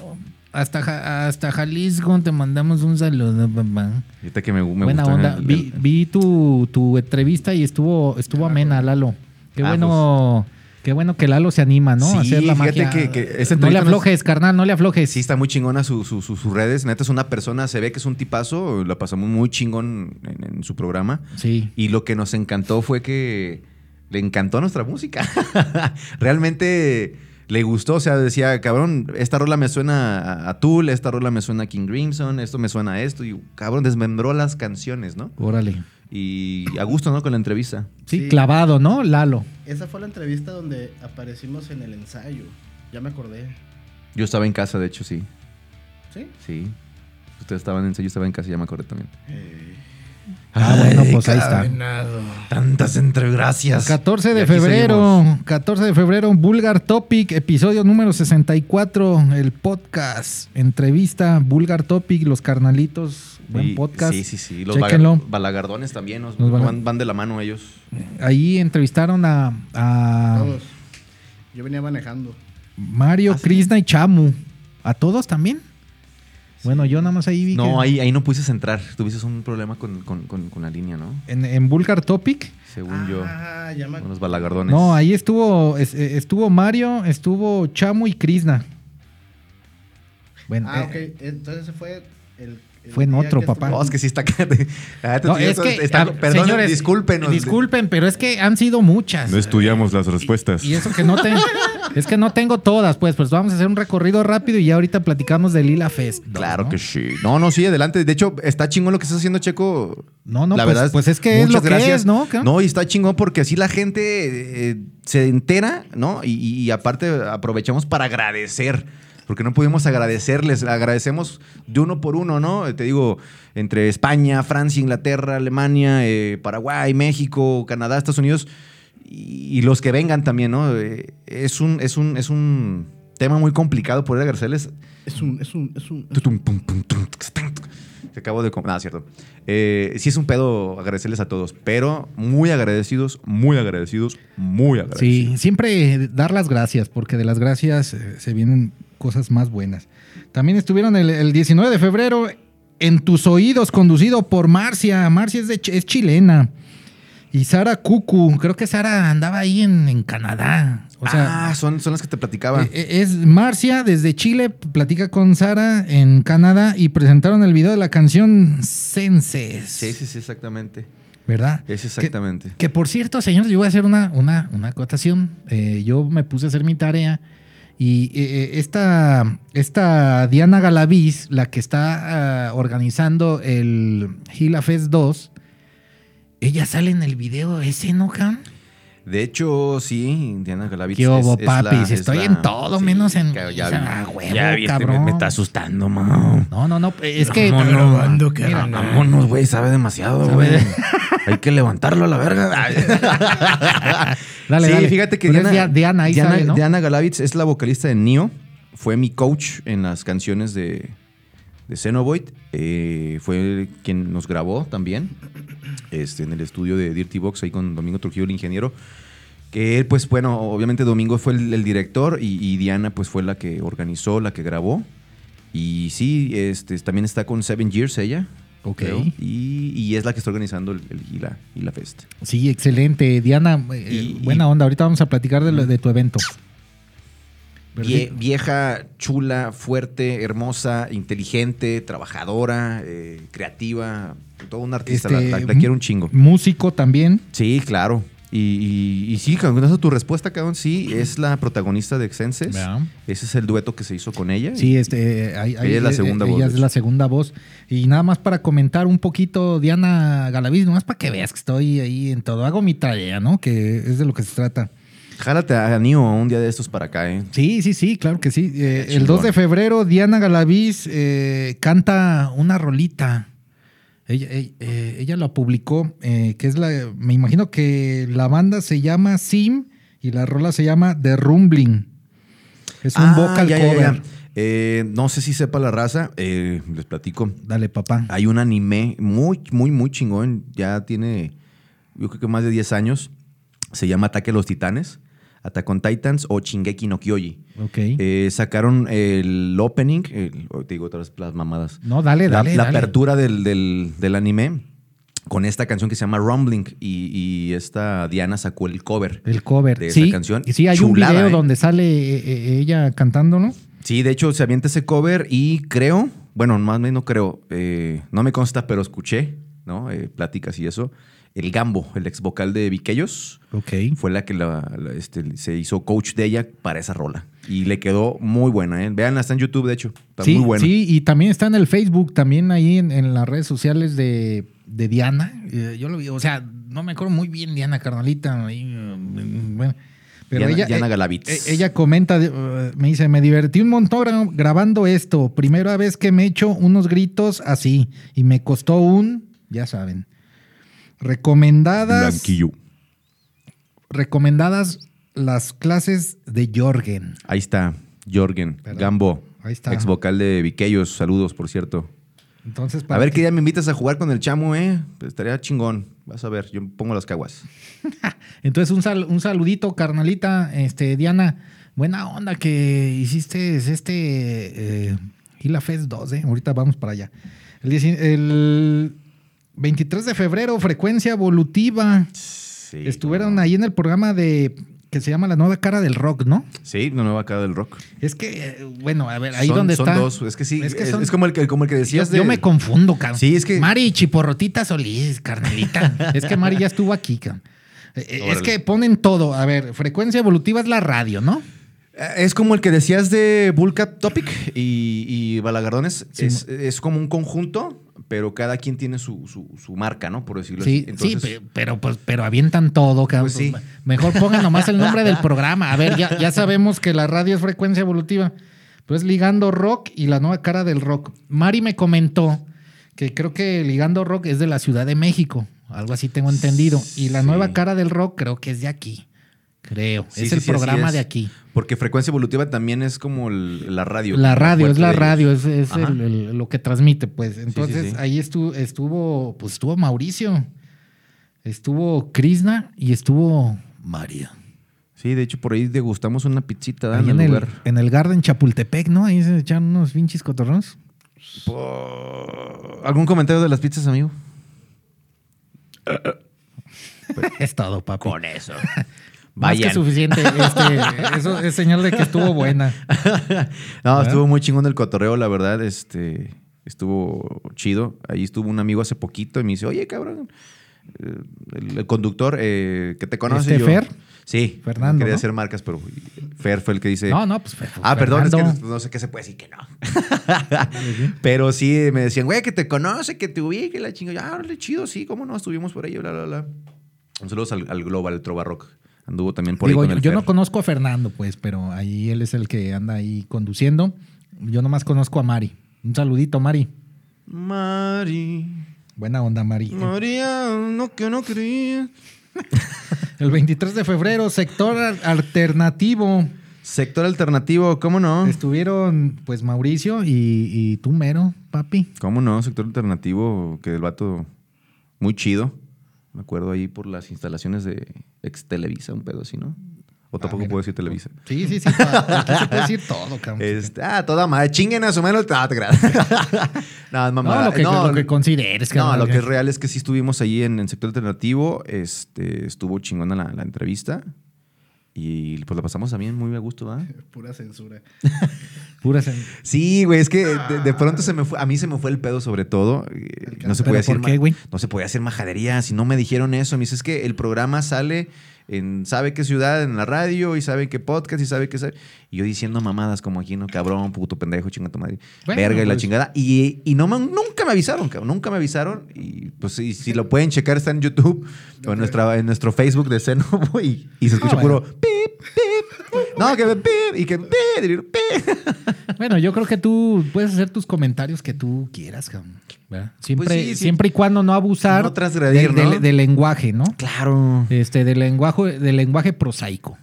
Speaker 1: hasta, Ja- hasta Jalisco, te mandamos un saludo, papá.
Speaker 4: Ahorita que me, me
Speaker 1: buena
Speaker 4: gustó eh,
Speaker 1: onda.
Speaker 4: el- el-
Speaker 1: vi vi tu, tu entrevista y estuvo, estuvo amena, Lalo. Qué
Speaker 4: Ah,
Speaker 1: bueno. Qué bueno que Lalo se anima, ¿no?
Speaker 4: Sí,
Speaker 1: a hacer la
Speaker 4: fíjate
Speaker 1: magia.
Speaker 4: que- que
Speaker 1: no
Speaker 4: esa
Speaker 1: le
Speaker 4: entrevista nos-
Speaker 1: aflojes, carnal, no le aflojes.
Speaker 4: Sí, está muy chingona su- su- su- sus redes. Neta, es una persona, se ve que es un tipazo. La pasamos muy chingón en, en su programa.
Speaker 1: Sí.
Speaker 4: Y lo que nos encantó fue que le encantó nuestra música. Realmente le gustó. O sea, decía, cabrón, esta rola me suena a, a Tool, esta rola me suena a King Crimson, esto me suena a esto. Y, cabrón, desmembró las canciones, ¿no?
Speaker 1: Órale.
Speaker 4: Y a gusto, ¿no? Con la entrevista.
Speaker 1: Sí,
Speaker 5: Sí.
Speaker 1: clavado, ¿no? Lalo.
Speaker 5: Esa fue la entrevista donde aparecimos en el ensayo. Ya me acordé.
Speaker 4: Yo estaba en casa, de hecho, sí.
Speaker 5: ¿Sí?
Speaker 4: Sí. Ustedes estaban en yo estaba en casa, ya me acordé también. Eh,
Speaker 1: Ah, bueno, pues ahí está.
Speaker 4: Tantas entregracias.
Speaker 1: 14
Speaker 4: Y
Speaker 1: de
Speaker 4: aquí
Speaker 1: febrero,
Speaker 4: seguimos.
Speaker 1: 14 de febrero, Vulgar Topic, episodio número 64, el podcast, entrevista, Vulgar Topic, los carnalitos, buen
Speaker 4: Y-
Speaker 1: podcast.
Speaker 4: Sí, sí, sí. Los
Speaker 1: Chéquenlo.
Speaker 4: baga- balagardones también nos-
Speaker 1: Los bala-
Speaker 4: van, van de la mano ellos.
Speaker 1: Ahí entrevistaron a, a
Speaker 4: ah.
Speaker 5: Todos. Ah. Yo venía manejando. Ah,
Speaker 1: Mario, Krishna y Chamu. ¿A todos también? Bueno, yo nada más ahí vi
Speaker 4: No,
Speaker 1: que
Speaker 4: ahí, ahí no pudiste entrar. Tuviste un problema con, con- con- con la línea, ¿no?
Speaker 1: en, en Vulgar Topic.
Speaker 4: Según yo.
Speaker 5: Ah, ya me
Speaker 4: Con
Speaker 5: acordé.
Speaker 4: los balagardones.
Speaker 1: No, ahí estuvo, es- eh, estuvo Mario, estuvo Chamu y Krishna. Bueno,
Speaker 5: Ah,
Speaker 1: eh,
Speaker 5: ok. Entonces ese fue el. el
Speaker 1: Fue en
Speaker 5: día
Speaker 1: otro,
Speaker 5: que
Speaker 1: papá.
Speaker 4: No,
Speaker 5: estuvo-
Speaker 4: es que sí está. Ah, te
Speaker 1: no,
Speaker 4: digo,
Speaker 1: es que,
Speaker 4: está-
Speaker 1: a ver,
Speaker 4: perdón,
Speaker 1: señores,
Speaker 4: discúlpenos.
Speaker 1: Disculpen, pero es que han sido muchas.
Speaker 2: No estudiamos las respuestas.
Speaker 1: Y eso que no tengo, es que no tengo todas, pues, pues vamos a hacer un recorrido rápido y ya ahorita platicamos de Lila Fest. dos,
Speaker 4: Claro
Speaker 1: ¿no?
Speaker 4: que sí. No, no, sí, adelante. De hecho, está chingón lo que estás haciendo, Checo.
Speaker 1: No, no, pues- pues es que es
Speaker 4: muchas
Speaker 1: lo que es, ¿no? ¿Qué?
Speaker 4: No, y está chingón porque así la gente eh, se entera, ¿no? Y, y- y aparte aprovechamos para agradecer. porque no pudimos agradecerles. Agradecemos de uno por uno, ¿no? Te digo, entre España, Francia, Inglaterra, Alemania, eh, Paraguay, México, Canadá, Estados Unidos y, y los que vengan también, ¿no? Eh, es, un, es, un, es un tema muy complicado poder agradecerles.
Speaker 5: Es un, es un, es un.
Speaker 4: Tutum, pum, pum, tum, tx, tum, tx. Se acabo de... com- Nada, cierto. Eh, sí es un pedo agradecerles a todos, pero muy agradecidos, muy agradecidos, muy agradecidos.
Speaker 1: Sí, siempre dar las gracias, porque de las gracias eh, se vienen cosas más buenas. También estuvieron el, el 19 de febrero en tus oídos, conducido por Marcia. Marcia es, de, Ch- es chilena. Y Sara Cucu, creo que Sara andaba ahí en, en Canadá. O sea,
Speaker 4: ah, son, son las que te platicaba.
Speaker 1: eh, eh, es Marcia desde Chile, platica con Sara en Canadá y presentaron el video de la canción Senses.
Speaker 4: sí, sí, sí, exactamente.
Speaker 1: ¿Verdad?
Speaker 4: Es
Speaker 1: Que-
Speaker 4: exactamente.
Speaker 1: Que por cierto, señores, yo voy a hacer una, una, una acotación. Eh, yo me puse a hacer mi tarea y eh, eh, esta, esta Diana Galaviz, la que está ah, organizando el Gila Fest 2, ella sale en el video ese, ¿no, Cam?
Speaker 4: De hecho, sí, Indiana Galavitz.
Speaker 1: ¿Qué hubo, papis? Estoy en todo menos en-
Speaker 4: Ya,
Speaker 1: o sea,
Speaker 4: ya,
Speaker 1: a huevo,
Speaker 4: ya viste, me-
Speaker 1: cabrón.
Speaker 4: me, está asustando, mao.
Speaker 1: No, no, no, es que...
Speaker 4: Vámonos.
Speaker 1: Robando,
Speaker 4: Mira, Vámonos, güey, sabe demasiado,
Speaker 1: Sabe
Speaker 4: güey.
Speaker 1: de-
Speaker 4: Hay que levantarlo a la verga.
Speaker 1: Dale,
Speaker 4: sí,
Speaker 1: dale.
Speaker 4: fíjate que
Speaker 1: Pero es
Speaker 4: Diana,
Speaker 1: Dia- Diana ahí sale, ¿no?
Speaker 4: Diana Galavitz es la vocalista de Nio. Fue mi coach en las canciones de, de Xenoboid. Eh, fue quien nos grabó también este, en el estudio de Dirty Box, ahí con Domingo Trujillo, el ingeniero. Que él, pues bueno, obviamente Domingo fue el, el director y, y Diana pues fue la que organizó, la que grabó. Y sí, este, también está con Seven Years ella.
Speaker 1: Ok.
Speaker 4: Y, y es la que está organizando el, el Gila, Gila Fest.
Speaker 1: Sí, excelente. Diana, eh,
Speaker 4: Y-
Speaker 1: buena
Speaker 4: y-
Speaker 1: onda. Ahorita vamos a platicar de, lo- de tu evento.
Speaker 4: Vie- vieja, chula, fuerte, hermosa, inteligente, trabajadora, eh, creativa, toda una artista.
Speaker 1: Este,
Speaker 4: la, la- la quiero un chingo.
Speaker 1: Músico también.
Speaker 4: Sí, claro. Y, y, y sí, cabrón, esa es tu respuesta, cabrón. Sí, es la protagonista de Exenses.
Speaker 1: ¿Verdad?
Speaker 4: Ese es el dueto que se hizo con ella.
Speaker 1: Sí, este, eh, hay- hay-
Speaker 4: es la
Speaker 1: eh,
Speaker 4: segunda voz,
Speaker 1: ella
Speaker 4: de
Speaker 1: es
Speaker 4: hecho.
Speaker 1: la segunda voz. Y nada más para comentar un poquito, Diana Galaviz, nomás para que veas que estoy ahí en todo. Hago mi tarea, ¿no? Que es de lo que se trata.
Speaker 4: Jálate a Nio un día de estos para acá, ¿eh?
Speaker 1: Sí, sí, sí, claro que sí. Eh,
Speaker 4: Qué
Speaker 1: el 2
Speaker 4: chingón.
Speaker 1: de febrero, Diana Galaviz eh, canta una rolita. Ella, eh, eh, ella la publicó, eh, que es la. Me imagino que la banda se llama Sim y la rola se llama The Rumbling. Es un
Speaker 4: Ah,
Speaker 1: vocal
Speaker 4: ya, ya,
Speaker 1: cover.
Speaker 4: ya. Eh, no sé si sepa la raza, eh, les platico.
Speaker 1: Dale, papá.
Speaker 4: Hay un anime muy, muy, muy chingón. Ya tiene, yo creo que más de 10 años. Se llama Ataque a los Titanes, Attack on Titans o Chingeki no Kyoji.
Speaker 1: Ok.
Speaker 4: Eh, sacaron el opening, el- oh, te digo otra vez las mamadas.
Speaker 1: no, dale,
Speaker 4: la,
Speaker 1: dale.
Speaker 4: la
Speaker 1: dale.
Speaker 4: apertura del, del- del anime con esta canción que se llama Rumbling y, y esta Diana sacó el cover.
Speaker 1: El cover.
Speaker 4: de esa
Speaker 1: sí,
Speaker 4: canción.
Speaker 1: y sí, hay
Speaker 4: Chulada,
Speaker 1: un video
Speaker 4: ¿eh?
Speaker 1: donde sale eh, eh, ella cantándolo.
Speaker 4: Sí, de hecho se avienta ese cover y creo, bueno, más o menos no creo, eh, no me consta, pero escuché, ¿no? Eh, pláticas y eso. El Gambo, el ex vocal de Viquellos,
Speaker 1: Ok.
Speaker 4: fue la que la- la- este, se hizo coach de ella para esa rola. Y le quedó muy buena, ¿eh? Veanla, está en YouTube, de hecho. Está
Speaker 1: sí,
Speaker 4: muy buena.
Speaker 1: sí, y también está en el Facebook, también ahí en, en las redes sociales de, de Diana. Eh, yo lo vi, o sea, no me acuerdo muy bien Diana, carnalita. ahí, eh, bueno, pero
Speaker 4: Diana-
Speaker 1: ella,
Speaker 4: Diana
Speaker 1: eh,
Speaker 4: Galavitz.
Speaker 1: eh, ella comenta, de- eh, me dice, me divertí un montón gra- grabando esto. Primera vez que me echo unos gritos así y me costó un, ya saben, recomendadas,
Speaker 4: Blanquillo.
Speaker 1: recomendadas las clases de Jorgen.
Speaker 4: Ahí está, Jorgen,
Speaker 1: Perdón.
Speaker 4: Gambo,
Speaker 1: Ahí está.
Speaker 4: ex vocal de Viquellos. Saludos, por cierto.
Speaker 1: Entonces,
Speaker 4: A
Speaker 1: para
Speaker 4: ver
Speaker 1: que-
Speaker 4: qué día me invitas a jugar con el chamo, ¿eh? Pues, estaría chingón. Vas a ver, yo pongo las caguas.
Speaker 1: Entonces, un, sal- un saludito, carnalita, este, Diana. Buena onda que hiciste este eh, Gila Fest 2, ¿eh? Ahorita vamos para allá. El, dieci- el 23 de febrero, frecuencia evolutiva.
Speaker 4: Sí,
Speaker 1: Estuvieron ahí en el programa de que se llama La Nueva Cara del Rock, ¿no?
Speaker 4: Sí, la nueva cara del rock.
Speaker 1: Es que, eh, bueno, a ver, ahí
Speaker 4: Son-
Speaker 1: donde
Speaker 4: son
Speaker 1: está.
Speaker 4: dos, es que sí, es,
Speaker 1: que son-
Speaker 4: es como, el que, como el que
Speaker 1: yo,
Speaker 4: decías de...
Speaker 1: yo me confundo, cabrón.
Speaker 4: Sí, es que-
Speaker 1: Mari Chiporrotita Solís, carnalita. es que Mari ya estuvo aquí, cabrón. Eh, eh, Es
Speaker 4: Órale.
Speaker 1: que ponen todo. A ver, frecuencia evolutiva es la radio, ¿no?
Speaker 4: Eh, Es como el que decías de Bullcat Topic y, y Balagardones.
Speaker 1: Sí,
Speaker 4: es, es como un conjunto, pero cada quien tiene su, su- su marca, ¿no? Por decirlo
Speaker 1: Sí,
Speaker 4: así. Entonces,
Speaker 1: sí, pe- pero, pues, pero avientan todo, cabrón.
Speaker 4: Pues sí.
Speaker 1: Mejor pongan nomás el nombre del programa. A ver, ya, ya sabemos que la radio es frecuencia evolutiva. Pues Ligando Rock y la nueva cara del rock. Mari me comentó que creo que Ligando Rock es de la Ciudad de México, algo así tengo entendido. Y la
Speaker 4: Sí.
Speaker 1: nueva cara del rock creo que es de aquí, creo.
Speaker 4: Sí,
Speaker 1: es
Speaker 4: sí,
Speaker 1: el
Speaker 4: sí, así
Speaker 1: programa
Speaker 4: es.
Speaker 1: de aquí.
Speaker 4: Porque frecuencia evolutiva también es como el- la radio.
Speaker 1: La
Speaker 4: como
Speaker 1: radio,
Speaker 4: fuerte
Speaker 1: es la
Speaker 4: de ellos.
Speaker 1: radio, es, es
Speaker 4: Ajá.
Speaker 1: el- el- lo que transmite, pues. Entonces
Speaker 4: sí.
Speaker 1: ahí estuvo, estuvo, pues estuvo Mauricio, estuvo Krishna y estuvo María.
Speaker 4: Sí, de hecho, por ahí degustamos una pizzita ¿da?
Speaker 1: Ahí
Speaker 4: en
Speaker 1: en,
Speaker 4: el
Speaker 1: el,
Speaker 4: lugar.
Speaker 1: en el Garden Chapultepec, ¿no? Ahí se echaron unos pinches cotorrones.
Speaker 4: Po- ¿Algún comentario de las pizzas, amigo?
Speaker 1: Es todo, papi.
Speaker 4: eso.
Speaker 1: Más que suficiente. este, eso es señal de que estuvo buena.
Speaker 4: No,
Speaker 1: ¿Ah?
Speaker 4: estuvo muy chingón el cotorreo, la verdad, este estuvo chido. Ahí estuvo un amigo hace poquito y me dice, oye, cabrón, eh, el, el conductor eh, que te conoce.
Speaker 1: ¿Este
Speaker 4: yo-
Speaker 1: Fer?
Speaker 4: Sí.
Speaker 1: Fernando,
Speaker 4: Quería
Speaker 1: ¿no?
Speaker 4: hacer marcas, pero Fer fue el que dice.
Speaker 1: No, no, pues. Fer-
Speaker 4: Ah, perdón, es que
Speaker 1: Fernando.
Speaker 4: no- no sé qué se puede decir que no. Pero sí, me decían, güey, que te conoce, que te ubique, la chingo. Ah, órale, chido, sí, cómo no, estuvimos por ahí, bla, bla, bla. Un saludo al, al Global, el Trova Rock. Anduvo también por
Speaker 1: Digo,
Speaker 4: ahí con el
Speaker 1: yo
Speaker 4: Fer.
Speaker 1: no conozco a Fernando, pues, pero ahí él es el que anda ahí conduciendo. Yo nomás conozco a Mari. Un saludito, Mari.
Speaker 4: Mari,
Speaker 1: Buena onda, Mari.
Speaker 4: María, no que no creía.
Speaker 1: El 23 de febrero, sector al- alternativo.
Speaker 4: Sector alternativo, ¿cómo no?
Speaker 1: Estuvieron, pues, Mauricio y, y tú, Mero, papi.
Speaker 4: ¿Cómo no? Sector alternativo, que el vato muy chido. Me acuerdo ahí por las instalaciones de ex Televisa, un pedo así, ¿no? O tampoco
Speaker 1: mira.
Speaker 4: puedo decir Televisa.
Speaker 1: Sí, sí, sí. pa- Aquí se puede decir todo, cabrón.
Speaker 4: Este, ah, toda madre. Chinguen a su mano. Ah, te creas. no, es
Speaker 1: no,
Speaker 4: mamada.
Speaker 1: lo que,
Speaker 4: No,
Speaker 1: lo que consideres,
Speaker 4: No,
Speaker 1: cabrón.
Speaker 4: lo que es real es que sí estuvimos ahí en el sector alternativo. Este, estuvo chingona la, la entrevista. Y pues la pasamos también muy a gusto, ¿verdad?
Speaker 5: Pura censura.
Speaker 1: Pura sen-
Speaker 4: Sí, güey, es que de, de pronto se me fue, a mí se me fue el pedo sobre todo. Eh, No se
Speaker 1: ¿Pero
Speaker 4: podía hacer,
Speaker 1: por qué,
Speaker 4: ma-
Speaker 1: güey?
Speaker 4: no se podía hacer majadería. Si no me dijeron eso, me dice, es que el programa sale en sabe qué ciudad, en la radio, y sabe qué podcast, y sabe qué... sabe-". Y yo diciendo mamadas como aquí, no, cabrón, puto pendejo, chinga tu madre.
Speaker 1: Bueno,
Speaker 4: Verga y la
Speaker 1: pues.
Speaker 4: chingada. Y, y no me- nunca me avisaron, cabrón, nunca me avisaron. Y pues sí, si lo pueden checar, está en YouTube o en, nuestra, en nuestro Facebook de Seno, y, y se escucha
Speaker 1: Ah, bueno.
Speaker 4: puro... "Pip, pip". No, que pip, y que pip, y pip.
Speaker 1: Bueno, yo creo que tú puedes hacer tus comentarios que tú quieras, cabrón. ¿verdad? Siempre,
Speaker 4: Pues sí, sí.
Speaker 1: siempre y cuando no abusar
Speaker 4: No transgredir,
Speaker 1: del, del-
Speaker 4: ¿no?
Speaker 1: del lenguaje, ¿no?
Speaker 4: Claro.
Speaker 1: Este, del lenguaje, del lenguaje prosaico.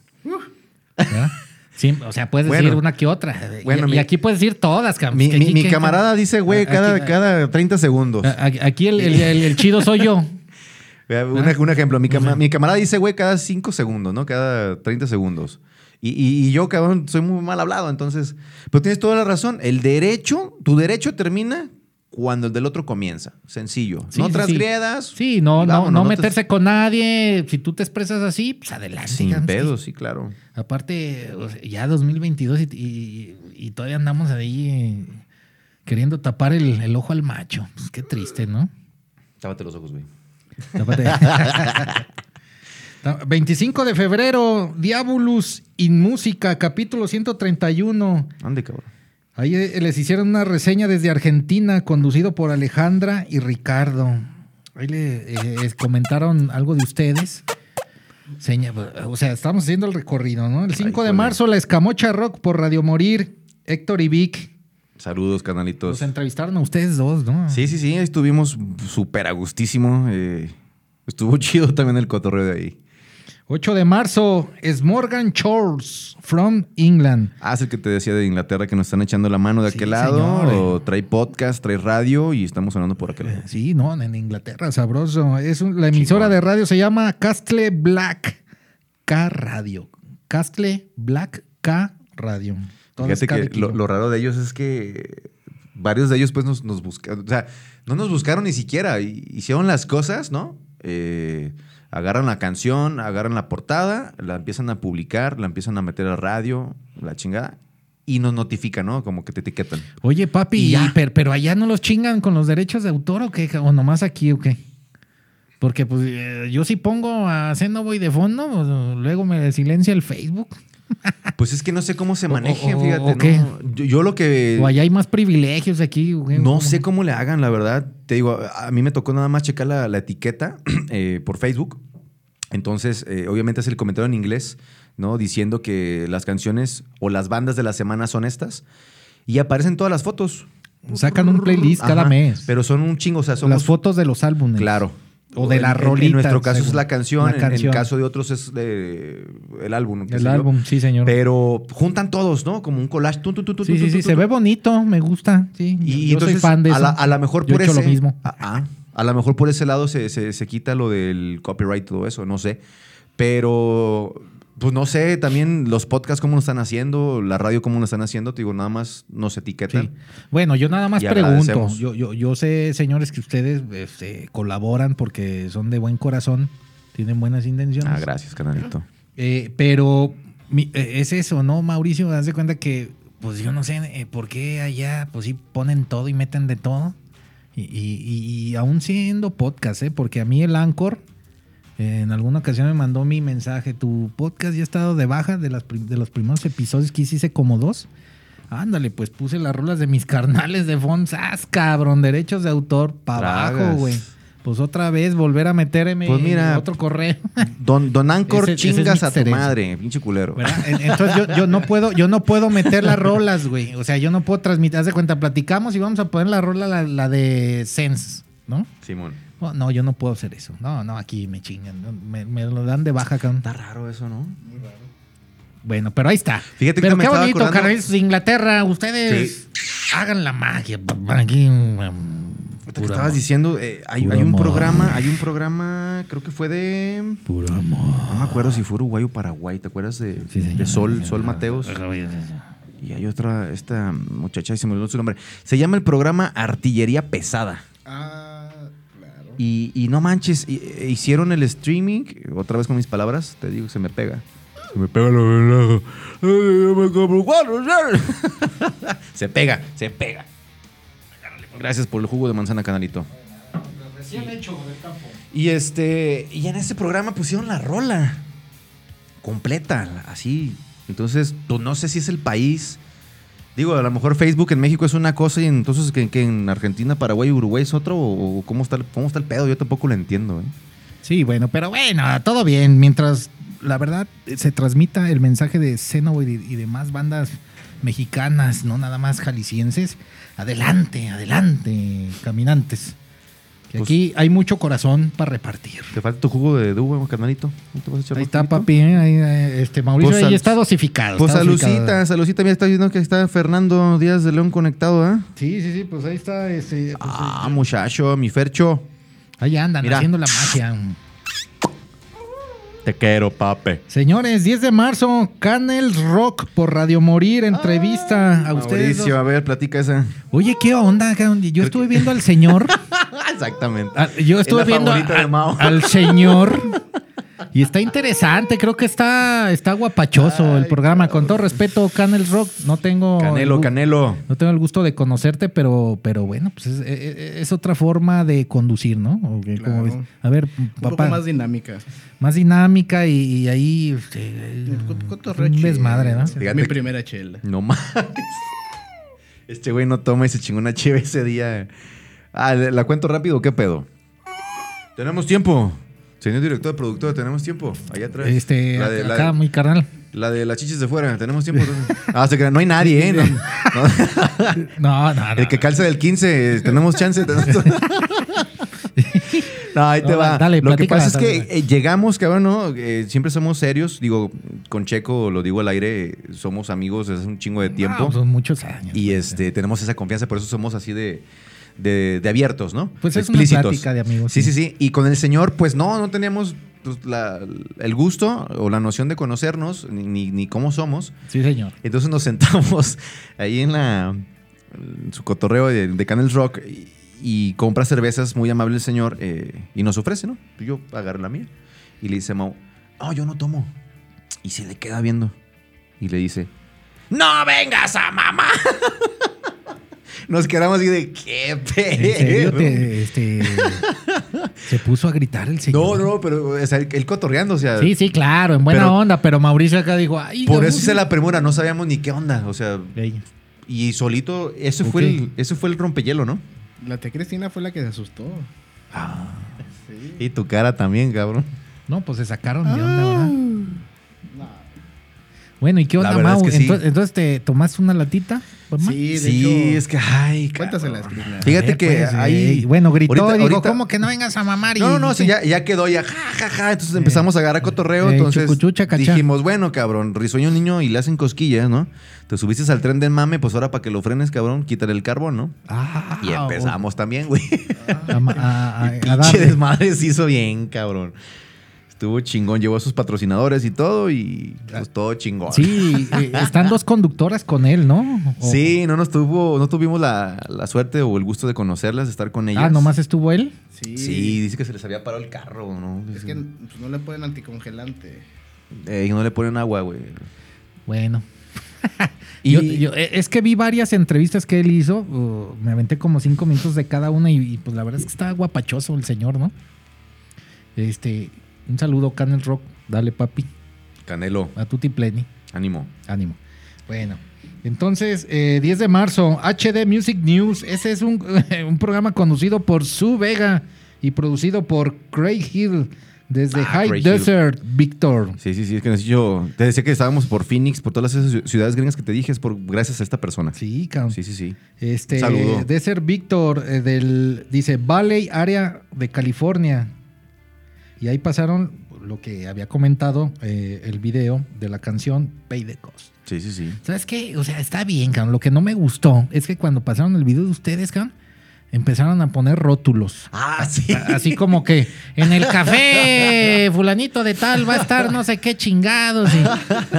Speaker 1: ¿verdad? Sí, o sea, puedes
Speaker 4: Bueno.
Speaker 1: decir una que otra.
Speaker 4: Bueno,
Speaker 1: y, y
Speaker 4: mi-
Speaker 1: aquí puedes decir todas, cabrón.
Speaker 4: Mi,
Speaker 1: Que
Speaker 4: mi-
Speaker 1: aquí-
Speaker 4: mi
Speaker 1: que-
Speaker 4: camarada dice,
Speaker 1: Ah,
Speaker 4: güey,
Speaker 1: Aquí- Ah,
Speaker 4: cada, cada 30 segundos.
Speaker 1: a- a- Aquí el, el- el- el chido soy yo.
Speaker 4: Vea, Un, un ejemplo, mi, cama- mi camarada dice, güey, cada 5 segundos, ¿no? Cada 30 segundos. Y, y- y yo, cabrón, soy muy mal hablado, entonces. Pero tienes toda la razón. El derecho, tu derecho termina cuando el del otro comienza. Sencillo.
Speaker 1: Sí,
Speaker 4: no
Speaker 1: sí, sí.
Speaker 4: transgredas.
Speaker 1: Sí, no,
Speaker 4: y
Speaker 1: no,
Speaker 4: vámonos,
Speaker 1: no
Speaker 4: te- Ah,
Speaker 1: meterse con nadie. Si tú te expresas así, pues adelante.
Speaker 4: Sin
Speaker 1: cabrón.
Speaker 4: pedos, sí, claro.
Speaker 1: Aparte, o sea, ya 2022 y, y- y todavía andamos ahí eh, queriendo tapar el, el ojo al macho. Pues qué triste, ¿no?
Speaker 4: Tápate los ojos, güey.
Speaker 1: Tápate. 25 de febrero, Diabolus in Música, capítulo 131.
Speaker 4: Ande, cabrón.
Speaker 1: Ahí eh, les hicieron una reseña desde Argentina, conducido por Alejandra y Ricardo. Ahí le eh, les comentaron algo de ustedes. Seña- o sea, estamos haciendo el recorrido, ¿no? El 5 de
Speaker 4: híjole.
Speaker 1: marzo, la escamocha rock por Radio Morir, Héctor y Vic.
Speaker 4: Saludos,
Speaker 1: Los
Speaker 4: canalitos.
Speaker 1: entrevistaron a ustedes dos, ¿no?
Speaker 4: Sí, sí, sí, ahí estuvimos súper a gustísimo. eh, estuvo chido también el cotorreo de ahí.
Speaker 1: 8 de marzo, es Morgan Shores from England.
Speaker 4: Ah, es el que te decía de Inglaterra que nos están echando la mano de
Speaker 1: Sí,
Speaker 4: aquel lado.
Speaker 1: señor. eh.
Speaker 4: O trae podcast, trae radio y estamos hablando por aquel lado.
Speaker 1: Sí, no, en Inglaterra, sabroso. Es un- la emisora de radio se llama Castle Black K Radio. Castle Black K Radio. Todas
Speaker 4: Fíjate
Speaker 1: K de
Speaker 4: que lo,
Speaker 1: kilo.
Speaker 4: lo raro de ellos es que varios de ellos pues nos, nos buscaron. O sea, no nos buscaron ni siquiera. hi- Hicieron las cosas, ¿no? Eh, agarran la canción, agarran la portada, la empiezan a publicar, la empiezan a meter a radio, la chingada. Y nos notifican, ¿no? Como que te etiquetan.
Speaker 1: Oye,
Speaker 4: Y
Speaker 1: papi,
Speaker 4: ya.
Speaker 1: pero, pero allá no los chingan con los derechos de autor o qué, o nomás aquí o qué. Porque pues eh, yo si pongo a Zenoboy de fondo, pues, luego me silencia el Facebook.
Speaker 4: Pues es que no sé cómo se
Speaker 1: Ah, O- o-
Speaker 4: manejen,
Speaker 1: o-
Speaker 4: fíjate.
Speaker 1: o
Speaker 4: ¿no?
Speaker 1: qué.
Speaker 4: Yo, yo lo que...
Speaker 1: O allá hay más privilegios aquí. o qué,
Speaker 4: No
Speaker 1: o-
Speaker 4: sé cómo le hagan, la verdad. Te digo, a a mí me tocó nada más checar la, la etiqueta eh, por Facebook. Entonces, eh, obviamente hace el comentario en inglés, ¿no? Diciendo que las canciones o las bandas de la semana son estas. Y aparecen todas las fotos.
Speaker 1: Sacan un playlist cada
Speaker 4: Ajá,
Speaker 1: mes.
Speaker 4: Pero son un chingo, o sea, somos
Speaker 1: Las fotos de los álbumes.
Speaker 4: Claro.
Speaker 1: O de la
Speaker 4: En- en-
Speaker 1: rolita.
Speaker 4: En nuestro caso es
Speaker 1: según.
Speaker 4: la canción,
Speaker 1: La
Speaker 4: en- en
Speaker 1: canción.
Speaker 4: el caso de otros es eh, el álbum. qué sé
Speaker 1: El
Speaker 4: yo.
Speaker 1: álbum, sí, señor.
Speaker 4: Pero juntan todos, ¿no? Como un collage. Tun, tun, tun, tun,
Speaker 1: sí,
Speaker 4: tun,
Speaker 1: sí,
Speaker 4: tun,
Speaker 1: sí,
Speaker 4: tun,
Speaker 1: se
Speaker 4: tun.
Speaker 1: ve bonito, me gusta. Sí,
Speaker 4: Y
Speaker 1: yo
Speaker 4: entonces,
Speaker 1: soy fan de
Speaker 4: a
Speaker 1: eso.
Speaker 4: la- A lo mejor
Speaker 1: Yo
Speaker 4: por
Speaker 1: he hecho
Speaker 4: ese,
Speaker 1: lo mismo.
Speaker 4: Ah, ah. a lo mejor por ese lado se, se- se quita lo del copyright y todo eso, no sé. Pero, pues no sé, también los podcasts cómo lo están haciendo, la radio cómo lo están haciendo, te digo, nada más nos
Speaker 1: Sí.
Speaker 4: etiquetan.
Speaker 1: Bueno, yo nada más
Speaker 4: Y
Speaker 1: pregunto.
Speaker 4: agradecemos.
Speaker 1: Yo, yo, yo sé, señores, que ustedes este, colaboran porque son de buen corazón, tienen buenas intenciones.
Speaker 4: Ah, gracias, canalito.
Speaker 1: Eh, pero mi- eh, es eso, ¿no, Mauricio? Haz de cuenta que, pues yo no sé eh, por qué allá, pues sí ponen todo y meten de todo. Y, y- y- y aún siendo podcast, ¿eh? Porque a mí el Anchor eh, en alguna ocasión me mandó mi mensaje. Tu podcast ya ha estado de baja de, las prim- de los primeros episodios que hice, hice como dos. Ándale, pues puse las rolas de mis carnales de Fonsas, cabrón. Derechos de autor para abajo,
Speaker 4: Tragas.
Speaker 1: güey. Pues otra vez volver a meterme
Speaker 4: Pues mira,
Speaker 1: otro correo.
Speaker 4: Don, don Ancor,
Speaker 1: Ese- ese es
Speaker 4: chingas a
Speaker 1: Mixer,
Speaker 4: tu
Speaker 1: ese.
Speaker 4: madre, pinche culero.
Speaker 1: ¿verdad? En- Entonces yo, yo no puedo, yo no puedo meter las rolas, güey. O sea, yo no puedo transmitir. Haz de cuenta, platicamos y vamos a poner la rola, la, la de Sense, ¿no?
Speaker 4: Simón.
Speaker 1: Oh, no, yo no puedo hacer eso. No, no, aquí me chingan. No, Me, me lo dan de baja, cabrón.
Speaker 4: Está raro eso, ¿no?
Speaker 1: Bueno, pero ahí está.
Speaker 4: Fíjate que
Speaker 1: pero
Speaker 4: me
Speaker 1: qué
Speaker 4: estaba
Speaker 1: bonito,
Speaker 4: acordando-
Speaker 1: carnalitos de Inglaterra. Ustedes hagan la magia. pa- pa- Aquí. mm,
Speaker 4: Ahorita que
Speaker 1: puro
Speaker 4: estabas
Speaker 1: amor,
Speaker 4: diciendo, eh, hay,
Speaker 1: Puro
Speaker 4: hay un
Speaker 1: amor.
Speaker 4: programa, hay un programa, creo que fue de.
Speaker 1: Puro amor.
Speaker 4: No me acuerdo si fue Uruguay o Paraguay, ¿te acuerdas de,
Speaker 1: Sí,
Speaker 4: de
Speaker 1: señor.
Speaker 4: Sol, Sol Mateos? Y hay otra, esta muchacha, y se me olvidó su nombre. Se llama el programa Artillería Pesada.
Speaker 5: Ah, claro.
Speaker 4: Y, y no manches, y- e- hicieron el streaming, otra vez con mis palabras, te digo, se me pega. Se me pega lo Se pega, se pega. Gracias por el jugo de manzana, canalito. Y este, y en este programa pusieron la rola completa, la- así. Entonces, pues, no sé si es el país. Digo, a lo mejor Facebook en México es una cosa y entonces que, que en Argentina, Paraguay y Uruguay es otro. O, o cómo, está el, ¿Cómo está el pedo? Yo tampoco lo entiendo. ¿eh?
Speaker 1: Sí, bueno, pero bueno, todo bien. Mientras, la verdad, se transmita el mensaje de Xenoboid y, y demás bandas mexicanas, no nada más jaliscienses, adelante, adelante, caminantes. Que
Speaker 4: Pues-
Speaker 1: aquí hay mucho corazón para repartir.
Speaker 4: ¿Te falta tu jugo de, de uva, canalito? ¿No te vas a echar
Speaker 1: Ahí
Speaker 4: más
Speaker 1: está,
Speaker 4: juguito?
Speaker 1: papi. ¿eh? Ahí, eh, este, Mauricio
Speaker 4: Pues,
Speaker 1: ahí
Speaker 4: sal-
Speaker 1: está dosificado.
Speaker 4: Pues
Speaker 1: está
Speaker 4: saludcita,
Speaker 1: dosificado.
Speaker 4: saludcita. Mira, está diciendo que está Fernando Díaz de León conectado, ¿ah?
Speaker 1: Sí, sí, sí, pues ahí está. Este, pues,
Speaker 4: Ah, muchacho, mi Fercho.
Speaker 1: ahí andan
Speaker 4: mira.
Speaker 1: haciendo la magia.
Speaker 4: Te quiero, pape.
Speaker 1: Señores, 10 de marzo, Canel Rock por Radio Morir, entrevista a ustedes. dos.
Speaker 4: Mauricio, a ver, platica esa.
Speaker 1: Oye, ¿qué onda? cabrón? Yo estuve viendo al señor.
Speaker 4: Exactamente.
Speaker 1: a- Ah, yo estuve
Speaker 4: Es la
Speaker 1: viendo
Speaker 4: favorita
Speaker 1: a-
Speaker 4: de Mao.
Speaker 1: al señor. Y está interesante, creo que está, está guapachoso el programa. Con todo respeto, Canel Rock, no tengo. el
Speaker 4: Canelo,
Speaker 1: gu-
Speaker 4: Canelo.
Speaker 1: No tengo el gusto de conocerte, pero, pero bueno, pues es, es- es otra forma de conducir, ¿no? ¿O qué? ¿Cómo
Speaker 5: Claro.
Speaker 1: ves? A ver,
Speaker 5: Un
Speaker 1: papá,
Speaker 5: poco
Speaker 1: más,
Speaker 5: más dinámica.
Speaker 1: dinámica y, y ahí este,
Speaker 5: co- cotorreo
Speaker 1: un desmadre, ¿no?
Speaker 5: chido.
Speaker 4: Fíjate
Speaker 5: Mi
Speaker 4: que-
Speaker 5: primera chela.
Speaker 4: No más. Este güey no toma y se chingó una cheve ese día. Ah, ¿le- ¿la cuento rápido? o ¿Qué pedo? Tenemos tiempo. Señor director, productor, tenemos tiempo. Allá atrás.
Speaker 1: Este,
Speaker 4: la de,
Speaker 1: acá,
Speaker 4: la-
Speaker 1: mi carnal.
Speaker 4: la de las chichis de fuera, tenemos tiempo. Ah, se crean, no hay nadie, ¿eh? No-
Speaker 1: No,
Speaker 4: no.
Speaker 1: no, no.
Speaker 4: El que calce del 15, eh, tenemos chance. tenemos- no, ahí te
Speaker 1: No,
Speaker 4: va.
Speaker 1: dale,
Speaker 4: lo que
Speaker 1: platícala,
Speaker 4: pasa es que
Speaker 1: dale.
Speaker 4: eh, llegamos, cabrón, ¿no? Eh, siempre somos serios. Digo, con Checo, lo digo al aire, eh, somos amigos desde hace un chingo de tiempo.
Speaker 1: No, son muchos años.
Speaker 4: Y este, tenemos esa confianza, por eso somos así de, de- de abiertos, ¿no?
Speaker 1: Pues es una plática de amigos,
Speaker 4: Sí,
Speaker 1: sí.
Speaker 4: sí, sí. Y con el señor, pues no, no teníamos pues, la- el gusto o la noción de conocernos, ni, ni, ni cómo somos.
Speaker 1: Sí, señor.
Speaker 4: Entonces nos sentamos ahí en la en su cotorreo de, de Canel Rock y, y compra cervezas, muy amable el señor, eh, y nos ofrece, ¿no? Pues Yo agarro la mía. Y le dice a Mau, no, yo no tomo. Y se le queda viendo. Y le dice, no vengas a mamá. Nos quedamos así de, ¿qué
Speaker 1: ¿En serio
Speaker 4: pedo?
Speaker 1: te- este, se puso a gritar el
Speaker 4: No,
Speaker 1: señor?
Speaker 4: no, pero o sea, él cotorreando, o sea...
Speaker 1: Sí, sí, claro, en buena
Speaker 4: Pero-
Speaker 1: onda, pero Mauricio acá dijo, ay,
Speaker 4: Por
Speaker 1: no,
Speaker 4: eso
Speaker 1: no.
Speaker 4: hice la premura, no sabíamos ni qué onda, o sea...
Speaker 1: Ey,
Speaker 4: Y solito, ese fue
Speaker 1: Ok.
Speaker 4: el, ese fue el rompehielo, ¿no?
Speaker 5: La tía Cristina fue la que se asustó.
Speaker 1: Ah.
Speaker 4: Y tu cara también, cabrón.
Speaker 1: No, pues se sacaron de onda, ¿verdad? Bueno, ¿y qué
Speaker 4: Ah. La
Speaker 1: onda,
Speaker 4: verdad es
Speaker 1: Mau?
Speaker 4: que sí.
Speaker 1: entonces, entonces te tomas una latita, pues, Mamá?
Speaker 5: Sí, de
Speaker 4: sí,
Speaker 5: hecho,
Speaker 4: es que, ay, cabrón.
Speaker 5: Cuéntasela, Escribna.
Speaker 4: Fíjate
Speaker 1: Eh,
Speaker 4: que
Speaker 1: pues, eh,
Speaker 4: ahí.
Speaker 1: bueno, gritó
Speaker 4: ahorita-
Speaker 1: y dijo,
Speaker 4: ahorita-
Speaker 1: ¿cómo que no vengas a mamar? Y-
Speaker 4: No, no, sí, ya, ya quedó, ya, ja, ja, ja. Entonces empezamos a agarrar cotorreo.
Speaker 1: eh,
Speaker 4: entonces
Speaker 1: chucuchú, chacachá.
Speaker 4: dijimos, bueno, cabrón, risueño niño y le hacen cosquillas, ¿no? Te subiste al tren del mame, pues ahora para que lo frenes, cabrón, quítale el carbón, ¿no?
Speaker 1: Ah,
Speaker 4: Y empezamos también, güey.
Speaker 1: A, ma- a- a- a
Speaker 4: Pinche
Speaker 1: darle.
Speaker 4: desmadre se hizo bien, cabrón. Estuvo chingón, llevó a sus patrocinadores y todo, y pues todo chingón.
Speaker 1: Ah. Sí, eh, están dos conductoras con él, ¿no? O-
Speaker 4: Sí, no nos tuvo, no tuvimos la, la suerte o el gusto de conocerlas, de estar con ellas.
Speaker 1: Ah, nomás estuvo él.
Speaker 5: sí.
Speaker 4: Sí, dice que se les había parado el carro, ¿no?
Speaker 5: Es que pues, no le ponen anticongelante.
Speaker 4: Eh, y no le ponen agua, güey.
Speaker 1: Bueno.
Speaker 4: Y-
Speaker 1: Yo- yo- eh, es que vi varias entrevistas que él hizo. uh, me aventé como cinco minutos de cada una y, y, pues la verdad es que está guapachoso el señor, ¿no? Este, un saludo, Canel Rock. Dale, papi.
Speaker 4: Canelo,
Speaker 1: A Tutti Pleni.
Speaker 4: ánimo.
Speaker 1: Ánimo. Bueno. Entonces, eh, 10 de marzo, HD Music News. Ese es un, un programa conducido por Sue Vega y producido por Craig Hill desde
Speaker 4: Ah,
Speaker 1: High
Speaker 4: Craig Hill.
Speaker 1: Desert, Victor.
Speaker 4: Sí, sí, sí, es que necesito. Te decía que estábamos por Phoenix, por todas esas ci- ciudades gringas que te dije, es por gracias a esta persona. Sí,
Speaker 1: Sí, cabrón.
Speaker 4: sí, sí.
Speaker 1: Este,
Speaker 4: Saludo.
Speaker 1: Desert Victor eh, del, dice, Valley, área de California. Y ahí pasaron lo que había comentado eh, el video de la canción Pay the Cost.
Speaker 4: Sí, sí, sí.
Speaker 1: ¿Sabes qué? O sea, está bien, cabrón. Lo que no me gustó es que cuando pasaron el video de ustedes, cabrón, empezaron a poner rótulos.
Speaker 4: Ah, sí.
Speaker 1: Así como que en el café fulanito de tal va a estar no sé qué chingados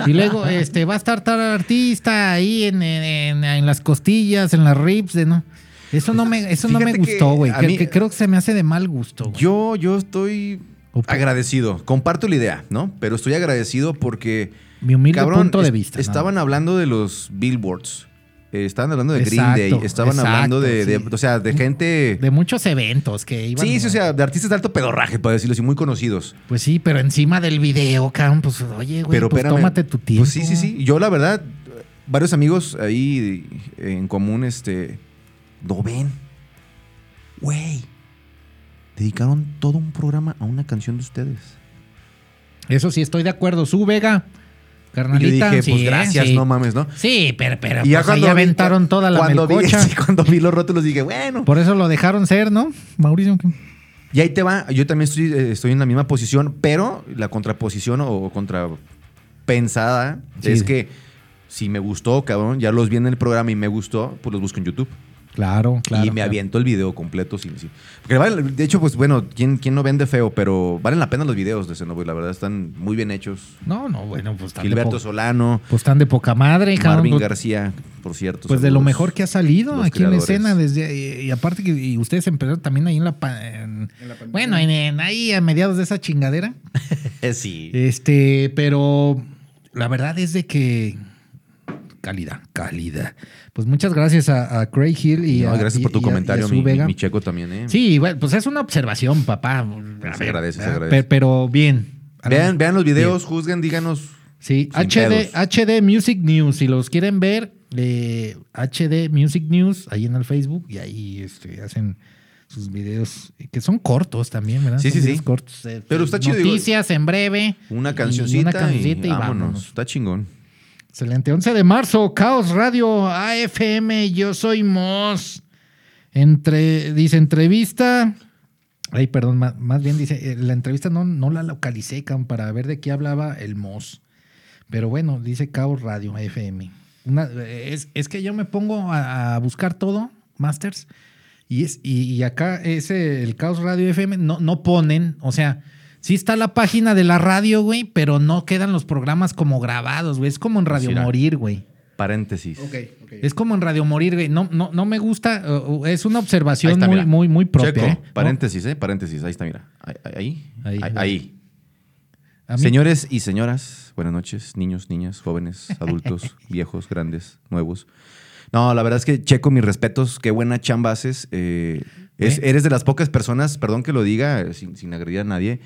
Speaker 1: y, y luego este va a estar tal artista ahí en, en- en las costillas, en las ribs, de no. Eso no me eso no me
Speaker 4: Fíjate que
Speaker 1: gustó, güey.
Speaker 4: a
Speaker 1: Que-
Speaker 4: mí-
Speaker 1: que creo que se me hace de mal gusto. güey.
Speaker 4: Yo, yo estoy
Speaker 1: Opa.
Speaker 4: agradecido. Comparto la idea, ¿no? Pero estoy agradecido porque.
Speaker 1: Mi humilde
Speaker 4: cabrón,
Speaker 1: punto de
Speaker 4: es-
Speaker 1: vista. nada
Speaker 4: Estaban
Speaker 1: más.
Speaker 4: hablando de los billboards. eh, estaban hablando de Green
Speaker 1: Exacto,
Speaker 4: Day. Estaban
Speaker 1: exacto,
Speaker 4: hablando de, de-
Speaker 1: sí.
Speaker 4: O sea, de gente.
Speaker 1: de muchos eventos que iban
Speaker 4: sí, sí, o
Speaker 1: a-
Speaker 4: sea, de artistas de alto pedorraje, para decirlo así, muy conocidos.
Speaker 1: Pues sí, pero encima del video, cabrón, pues oye, güey,
Speaker 4: pero
Speaker 1: pues,
Speaker 4: espérame.
Speaker 1: tómate tu tiempo.
Speaker 4: Pues sí, sí, sí. Yo, la verdad, varios amigos ahí en común, este. No ven. Güey. Dedicaron todo un programa a una canción de ustedes.
Speaker 1: Eso sí, estoy de acuerdo. Su Vega,
Speaker 4: Y yo
Speaker 1: carnalita.
Speaker 4: dije, pues
Speaker 1: sí, ¿eh?
Speaker 4: gracias,
Speaker 1: sí.
Speaker 4: no mames, ¿no?
Speaker 1: Sí, pero, pero
Speaker 4: Y ya
Speaker 1: pues, ahí
Speaker 4: vi-
Speaker 1: aventaron toda la
Speaker 4: cuando vi,
Speaker 1: melcocha.
Speaker 4: sí, cuando vi los rótulos dije, bueno.
Speaker 1: Por eso lo dejaron ser, ¿no? Mauricio.
Speaker 4: Y ahí te va. Yo también estoy, eh, estoy en la misma posición, pero la contraposición o contrapensada
Speaker 1: Sí.
Speaker 4: es que si me gustó, cabrón, ya los vi en el programa y me gustó, pues los busco en YouTube.
Speaker 1: Claro, claro.
Speaker 4: y me
Speaker 1: claro.
Speaker 4: aviento el video completo sin, sin- Porque vale- de hecho, pues bueno, ¿quién, quién no vende feo? Pero valen la pena los videos de Xenoboy, la verdad, están muy bien hechos.
Speaker 1: No, no, bueno, pues están, de,
Speaker 4: Gilberto
Speaker 1: po-
Speaker 4: Solano,
Speaker 1: pues, están de poca madre, cabrón.
Speaker 4: Marvin
Speaker 1: Pues,
Speaker 4: García, por cierto.
Speaker 1: pues de lo
Speaker 4: saludos.
Speaker 1: mejor que ha salido
Speaker 4: los
Speaker 1: aquí
Speaker 4: creadores.
Speaker 1: en la escena. desde Y, y aparte que y ustedes empezaron también ahí en la... pa- en-
Speaker 5: En la pandemia.
Speaker 1: bueno, en- en ahí a mediados de esa chingadera.
Speaker 4: Eh, sí.
Speaker 1: Este, pero la verdad es de que calidad, calidad. Pues muchas gracias a, a Craig Hill y
Speaker 4: No,
Speaker 1: a,
Speaker 4: gracias
Speaker 1: y-
Speaker 4: por
Speaker 1: y
Speaker 4: tu
Speaker 1: a- y a
Speaker 4: comentario,
Speaker 1: Su
Speaker 4: mi,
Speaker 1: Vega.
Speaker 4: mi- mi checo también, ¿eh?
Speaker 1: Sí, bueno, pues es una observación, papá. A
Speaker 4: Se agradece, se
Speaker 1: ¿verdad?
Speaker 4: agradece.
Speaker 1: Pe- Pero, bien.
Speaker 4: Vean, vean los videos, juzguen, díganos.
Speaker 1: Sí,
Speaker 4: Sin
Speaker 1: HD,
Speaker 4: pedos.
Speaker 1: HD Music News. Si los quieren ver, eh, HD Music News, ahí en el Facebook, y ahí este, hacen sus videos, eh, que son cortos también, ¿verdad?
Speaker 4: Sí,
Speaker 1: Son
Speaker 4: sí, sí.
Speaker 1: videos cortos. eh,
Speaker 4: Pero
Speaker 1: eh,
Speaker 4: está chido, digo,
Speaker 1: Noticias en breve. y-
Speaker 4: Una
Speaker 1: y
Speaker 4: cancioncita.
Speaker 1: Una cancioncita y,
Speaker 4: vámonos.
Speaker 1: vámonos.
Speaker 4: Está chingón.
Speaker 1: Excelente. 11 de marzo, Caos Radio AFM, yo soy Moss. Entre, dice entrevista. Ay, perdón, ma- más, bien dice, eh, la entrevista no, no la localicé, Cam, para ver de qué hablaba el Moss. Pero bueno, dice Caos Radio AFM. Una- eh, es, es que yo me pongo a, a buscar todo, Masters, y, es, y, y acá ese, el Caos Radio FM, no, no ponen, o sea, sí está la página de la radio, güey, pero no quedan los programas como grabados, güey. Es como en Radio
Speaker 4: Mira.
Speaker 1: Morir, güey.
Speaker 4: Paréntesis.
Speaker 5: Ok, ok.
Speaker 1: Es como en Radio Morir, güey. No, no, no me gusta, uh, uh, es una observación
Speaker 4: Ahí está,
Speaker 1: muy,
Speaker 4: mira.
Speaker 1: muy, muy propia.
Speaker 4: Checo,
Speaker 1: ¿eh? ¿No?
Speaker 4: paréntesis, ¿eh? Paréntesis. Ahí está, mira. Ahí. Ahí.
Speaker 1: Ahí,
Speaker 4: ahí,
Speaker 1: ahí.
Speaker 4: ahí.
Speaker 1: A mí-
Speaker 4: Señores y señoras, buenas noches, niños, niñas, jóvenes, adultos, viejos, grandes, nuevos. No, la verdad es que Checo, mis respetos, qué buena chamba haces. eh, es-
Speaker 1: ¿Eh?
Speaker 4: eres de las pocas personas, perdón que lo diga, eh, sin, sin agredir a nadie.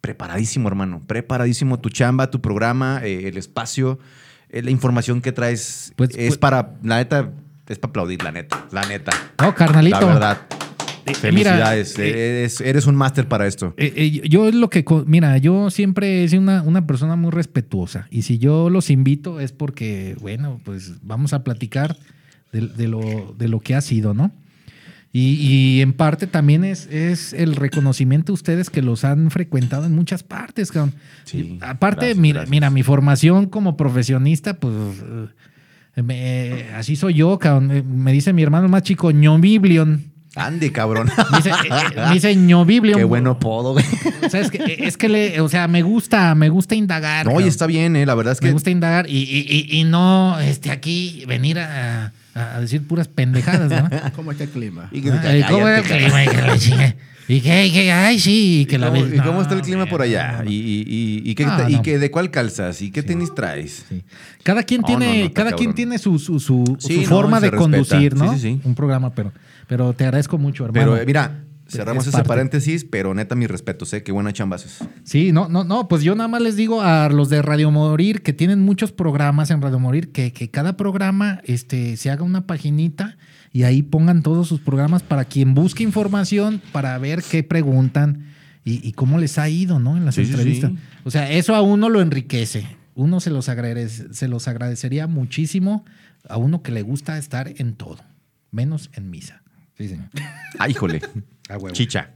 Speaker 4: Preparadísimo, hermano. Preparadísimo tu chamba, tu programa, eh, el espacio, eh, la información que traes.
Speaker 1: Pues,
Speaker 4: es
Speaker 1: pues-
Speaker 4: para, la neta, es para aplaudir, la neta, la neta.
Speaker 1: No, carnalito.
Speaker 4: La verdad.
Speaker 1: eh,
Speaker 4: Felicidades.
Speaker 1: mira, eh,
Speaker 4: eres, eres un máster para esto.
Speaker 1: eh, eh, yo es lo que, co- mira, yo siempre he sido una, una persona muy respetuosa y si yo los invito es porque, bueno, pues vamos a platicar de, de lo, de lo que ha sido, ¿no? Y, y en parte también es, es el reconocimiento a ustedes que los han frecuentado en muchas partes, cabrón.
Speaker 4: Sí,
Speaker 1: Y Aparte,
Speaker 4: gracias,
Speaker 1: mira,
Speaker 4: gracias.
Speaker 1: mira, mi formación como profesionista, pues eh, me- así soy yo, cabrón. Eh, Me dice mi hermano más chico, ño Biblion.
Speaker 4: Ande, cabrón.
Speaker 1: Me dice, eh, eh, me dice ño Biblion.
Speaker 4: Qué bueno podo, güey.
Speaker 1: O sea, es que, E, es que le, o sea, me gusta, me gusta indagar.
Speaker 4: No, y
Speaker 1: cabrón.
Speaker 4: está bien, ¿eh? La verdad es
Speaker 1: Me
Speaker 4: que
Speaker 1: gusta indagar y, y- y- y no este, aquí venir a, a- a decir puras pendejadas, ¿no?
Speaker 5: ¿Cómo está el clima?
Speaker 4: Y que-
Speaker 1: Ah, ¿y ¿Cómo era el
Speaker 4: cállate,
Speaker 1: clima? Y que la chinga. Y que, y que, ay, sí, y que
Speaker 4: ¿Y
Speaker 1: la
Speaker 4: cómo,
Speaker 1: vez-
Speaker 4: y cómo está el
Speaker 1: no,
Speaker 4: clima por
Speaker 1: güey,
Speaker 4: allá?
Speaker 1: no, no.
Speaker 4: ¿Y, y, y- y qué,
Speaker 1: Ah,
Speaker 4: ta- y
Speaker 1: no.
Speaker 4: qué- de cuál calzas? ¿Y qué tenis traes?
Speaker 1: Sí. Cada quien
Speaker 4: No,
Speaker 1: tiene,
Speaker 4: no, no, está
Speaker 1: cada
Speaker 4: cabrón.
Speaker 1: quien tiene su, su, su-
Speaker 4: Sí,
Speaker 1: su
Speaker 4: no,
Speaker 1: forma
Speaker 4: y se
Speaker 1: de conducir,
Speaker 4: respeta.
Speaker 1: ¿no?
Speaker 4: Sí, sí, sí.
Speaker 1: Un programa, pero, pero te agradezco mucho, hermano.
Speaker 4: Pero eh, mira, cerramos
Speaker 1: es
Speaker 4: ese
Speaker 1: parte.
Speaker 4: paréntesis, pero neta, mis respetos, ¿eh? Qué buena chamba haces.
Speaker 1: Sí, no, no, no, pues yo nada más les digo a los de Radio Morir, que tienen muchos programas en Radio Morir, que, que cada programa este, se haga una paginita y ahí pongan todos sus programas para quien busque información, para ver qué preguntan y, y cómo les ha ido, ¿no? En las
Speaker 4: Sí, sí,
Speaker 1: entrevistas.
Speaker 4: sí.
Speaker 1: O sea, eso a uno lo enriquece. Uno se los, agradece- se los agradecería muchísimo a uno que le gusta estar en todo, menos en misa. Sí, señor.
Speaker 4: Ah, híjole.
Speaker 1: A huevo.
Speaker 4: Chicha.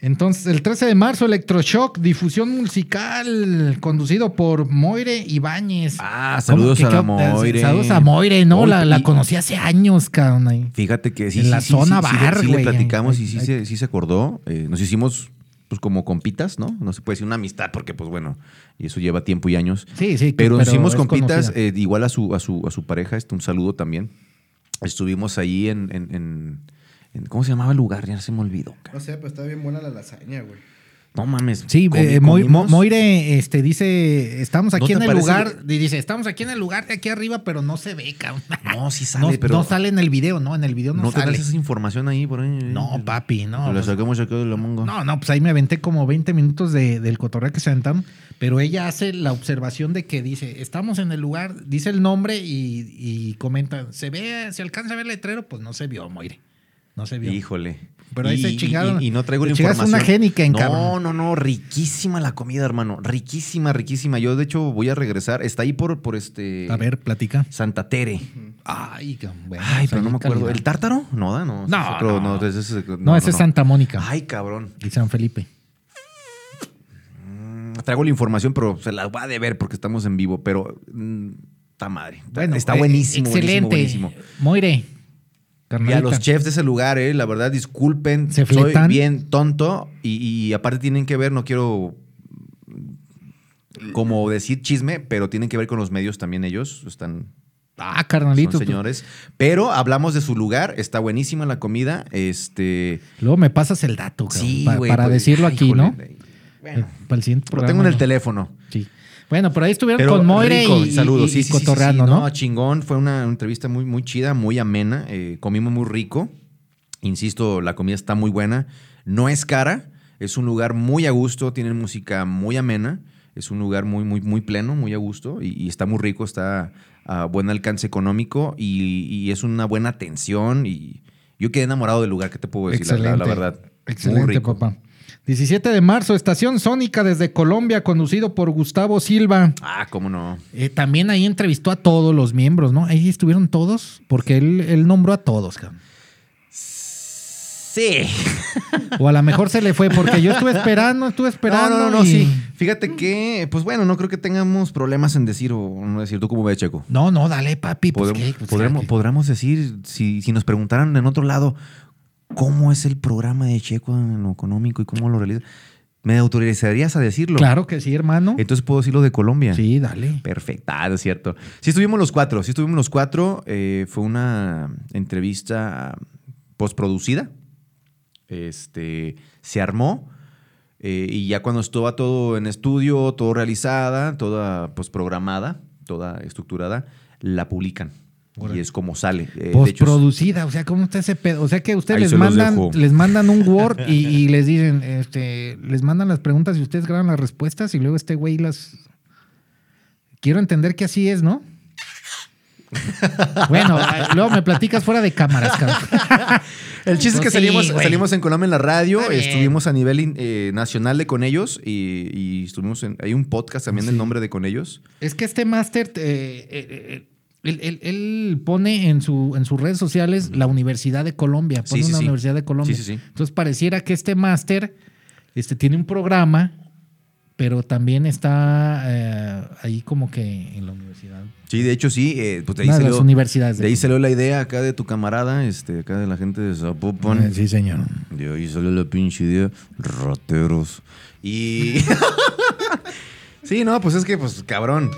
Speaker 1: Entonces, el 13 de marzo, Electroshock, difusión musical, conducido por Moire Ibáñez.
Speaker 4: Ah,
Speaker 1: ¿Cómo?
Speaker 4: saludos
Speaker 1: ¿Qué-
Speaker 4: a
Speaker 1: qué
Speaker 4: la
Speaker 1: onda?
Speaker 4: Moire.
Speaker 1: Saludos a Moire, ¿no?
Speaker 4: Oye,
Speaker 1: La, la
Speaker 4: y-
Speaker 1: conocí hace años, cabrón. ahí.
Speaker 4: Fíjate que sí,
Speaker 1: En
Speaker 4: sí,
Speaker 1: la
Speaker 4: sí,
Speaker 1: zona
Speaker 4: sí, sí,
Speaker 1: bar,
Speaker 4: sí, le
Speaker 1: güey.
Speaker 4: platicamos
Speaker 1: Ay,
Speaker 4: y sí,
Speaker 1: ay.
Speaker 4: se- sí se acordó. Eh, nos hicimos pues como compitas, ¿no? No se puede decir una amistad porque pues bueno, y eso lleva tiempo y años.
Speaker 1: Sí, sí.
Speaker 4: Pero,
Speaker 1: nos
Speaker 4: hicimos compitas, eh, igual a su, a su, a su pareja, este, un saludo también. Estuvimos ahí en, en- en- en- ¿cómo se llamaba el lugar? Ya se me olvidó. ca-
Speaker 5: No sé, pero está bien buena la lasaña, güey.
Speaker 4: No mames.
Speaker 1: Sí,
Speaker 4: comi-
Speaker 1: eh, Mo- Mo-
Speaker 4: comimos.
Speaker 1: Moire este, dice, estamos
Speaker 4: ¿No
Speaker 1: aquí
Speaker 4: te
Speaker 1: en el
Speaker 4: parece
Speaker 1: lugar, y dice, estamos aquí en el lugar de aquí arriba, pero no se ve, cabrón.
Speaker 4: No, sí sale,
Speaker 1: No,
Speaker 4: pero
Speaker 1: no sale en el video, ¿no? En el video no,
Speaker 4: ¿no te
Speaker 1: sale.
Speaker 4: traes esa información ahí por ahí.
Speaker 1: No, papi, no.
Speaker 4: Lo
Speaker 1: pues,
Speaker 4: sacamos acá de la monga.
Speaker 1: No, no, pues ahí me aventé como 20 minutos de- del cotorreo que se aventaron, pero ella hace la observación de que dice, estamos en el lugar, dice el nombre y, y comenta, ¿se ve, se alcanza a ver el letrero? Pues no se vio, Moire. No se vio.
Speaker 4: Híjole.
Speaker 1: Pero ahí se chingaron.
Speaker 4: Y, y no traigo
Speaker 1: Se
Speaker 4: la
Speaker 1: chingaste
Speaker 4: información.
Speaker 1: una génica en
Speaker 4: No,
Speaker 1: cabrón.
Speaker 4: no, no. Riquísima la comida, hermano. Riquísima, riquísima. Yo, de hecho, voy a regresar. Está ahí por, por este.
Speaker 1: A ver, platica.
Speaker 4: Santa Tere.
Speaker 1: Ay, cabrón, bueno,
Speaker 4: Ay,
Speaker 1: pues
Speaker 4: pero no
Speaker 1: ahí
Speaker 4: me acuerdo.
Speaker 1: calidad.
Speaker 4: ¿El tártaro? No, da, no. ese
Speaker 1: No,
Speaker 4: es otro-
Speaker 1: no.
Speaker 4: ese es, no,
Speaker 1: No, ese es Santa Mónica
Speaker 4: Ay, cabrón.
Speaker 1: y San Felipe.
Speaker 4: Mm, Traigo la información, pero se la va a deber porque estamos en vivo. Pero mm, está madre. Está- está
Speaker 1: eh,
Speaker 4: buenísimo,
Speaker 1: excelente.
Speaker 4: buenísimo, buenísimo.
Speaker 1: Moire.
Speaker 4: Y
Speaker 1: carnalita.
Speaker 4: a los chefs de ese lugar, eh, la verdad, disculpen.
Speaker 1: ¿Se
Speaker 4: soy
Speaker 1: fletan?
Speaker 4: bien tonto. Y, y aparte tienen que ver, no quiero mm, como decir chisme, pero tienen que ver con los medios también ellos. Están
Speaker 1: Ah,
Speaker 4: son
Speaker 1: carnalito. pues,
Speaker 4: señores. Pero hablamos de su lugar, está buenísima la comida. Este.
Speaker 1: Luego me pasas el dato, cabrón, pa-
Speaker 4: güey,
Speaker 1: para
Speaker 4: pues,
Speaker 1: decirlo aquí,
Speaker 4: híjole,
Speaker 1: ¿no?
Speaker 4: eh,
Speaker 1: Eh, Para el siguiente
Speaker 4: Lo
Speaker 1: programa.
Speaker 4: tengo en el
Speaker 1: ¿no?
Speaker 4: teléfono.
Speaker 1: Sí. Bueno, por ahí estuvieron
Speaker 4: Pero
Speaker 1: con Moire
Speaker 4: rico,
Speaker 1: y,
Speaker 4: saludos,
Speaker 1: y-
Speaker 4: sí,
Speaker 1: y
Speaker 4: sí, sí, sí,
Speaker 1: cotorreando,
Speaker 4: sí,
Speaker 1: ¿no?
Speaker 4: chingón, fue una entrevista muy, muy chida, muy amena, eh, comimos muy rico. Insisto, la comida está muy buena, no es cara, es un lugar muy a gusto, tienen música muy amena, es un lugar muy, muy, muy pleno, muy a gusto y, y está muy rico, está a buen alcance económico y, y es una buena atención y yo quedé enamorado del lugar, ¿qué te puedo decir? pues, La- la- La, verdad, muy
Speaker 1: Excelente,
Speaker 4: rico.
Speaker 1: papá. 17 de marzo, Estación Sónica desde Colombia, conducido por Gustavo Silva.
Speaker 4: Ah, cómo no.
Speaker 1: Eh, también ahí entrevistó a todos los miembros, ¿no? Ahí estuvieron todos, porque él, él nombró a todos, cabrón.
Speaker 4: Sí.
Speaker 1: O a lo mejor se le fue, porque yo estuve esperando, estuve esperando.
Speaker 4: No, no, no, no,
Speaker 1: y-
Speaker 4: sí. Fíjate que, pues bueno, no creo que tengamos problemas en decir o no decir. ¿Tú cómo ves, Checo?
Speaker 1: No, no, dale, papi. Pues,
Speaker 4: Podremos-
Speaker 1: ¿qué? Pues,
Speaker 4: podremos-
Speaker 1: ¿qué?
Speaker 4: podremos decir, si, si nos preguntaran en otro lado, ¿cómo es el programa de Checo en lo económico y cómo lo realiza? ¿Me autorizarías a decirlo?
Speaker 1: Claro que sí, hermano.
Speaker 4: Entonces puedo decirlo de Colombia.
Speaker 1: Sí, dale.
Speaker 4: Perfecta, ah, no es cierto. Sí estuvimos los cuatro, sí estuvimos los cuatro. eh, fue una entrevista postproducida. Este, se armó. eh, y ya cuando estaba todo en estudio, todo realizada, toda pues, programada, toda estructurada, la publican. Y es como sale. Eh, de hecho, es-
Speaker 1: Postproducida, o sea, ¿cómo está ese pedo? O sea que ustedes
Speaker 4: Ahí
Speaker 1: les
Speaker 4: se los
Speaker 1: mandan,
Speaker 4: dejo.
Speaker 1: les mandan un Word y, y les dicen, este, les mandan las preguntas y ustedes graban las respuestas y luego este güey las. Quiero entender que así es, ¿no? Bueno, ah, luego me platicas fuera de cámaras, cabrón.
Speaker 4: El chiste es que
Speaker 1: Pues sí,
Speaker 4: salimos,
Speaker 1: güey.
Speaker 4: salimos en Colombia en la radio,
Speaker 1: Está bien.
Speaker 4: estuvimos a nivel in- eh, nacional de con ellos y, y estuvimos en. Hay un podcast también del nombre de con ellos.
Speaker 1: Es que este máster, eh, eh, eh, él, él- él pone en, su, en sus redes sociales la Universidad de Colombia,
Speaker 4: Sí,
Speaker 1: pone
Speaker 4: sí,
Speaker 1: una
Speaker 4: sí.
Speaker 1: Universidad de Colombia.
Speaker 4: Sí, sí, sí.
Speaker 1: Entonces pareciera que este máster este, tiene un programa, pero también está eh, ahí como que en la universidad.
Speaker 4: Sí, de hecho sí, eh, pues de ahí,
Speaker 1: Una de las
Speaker 4: salió,
Speaker 1: universidades.
Speaker 4: de ahí salió la idea acá de tu camarada, este, acá de la gente de Zapopan.
Speaker 1: Eh, Sí, señor.
Speaker 4: De ahí salió la pinche idea, rateros. Y. sí, no, pues es que, pues, cabrón.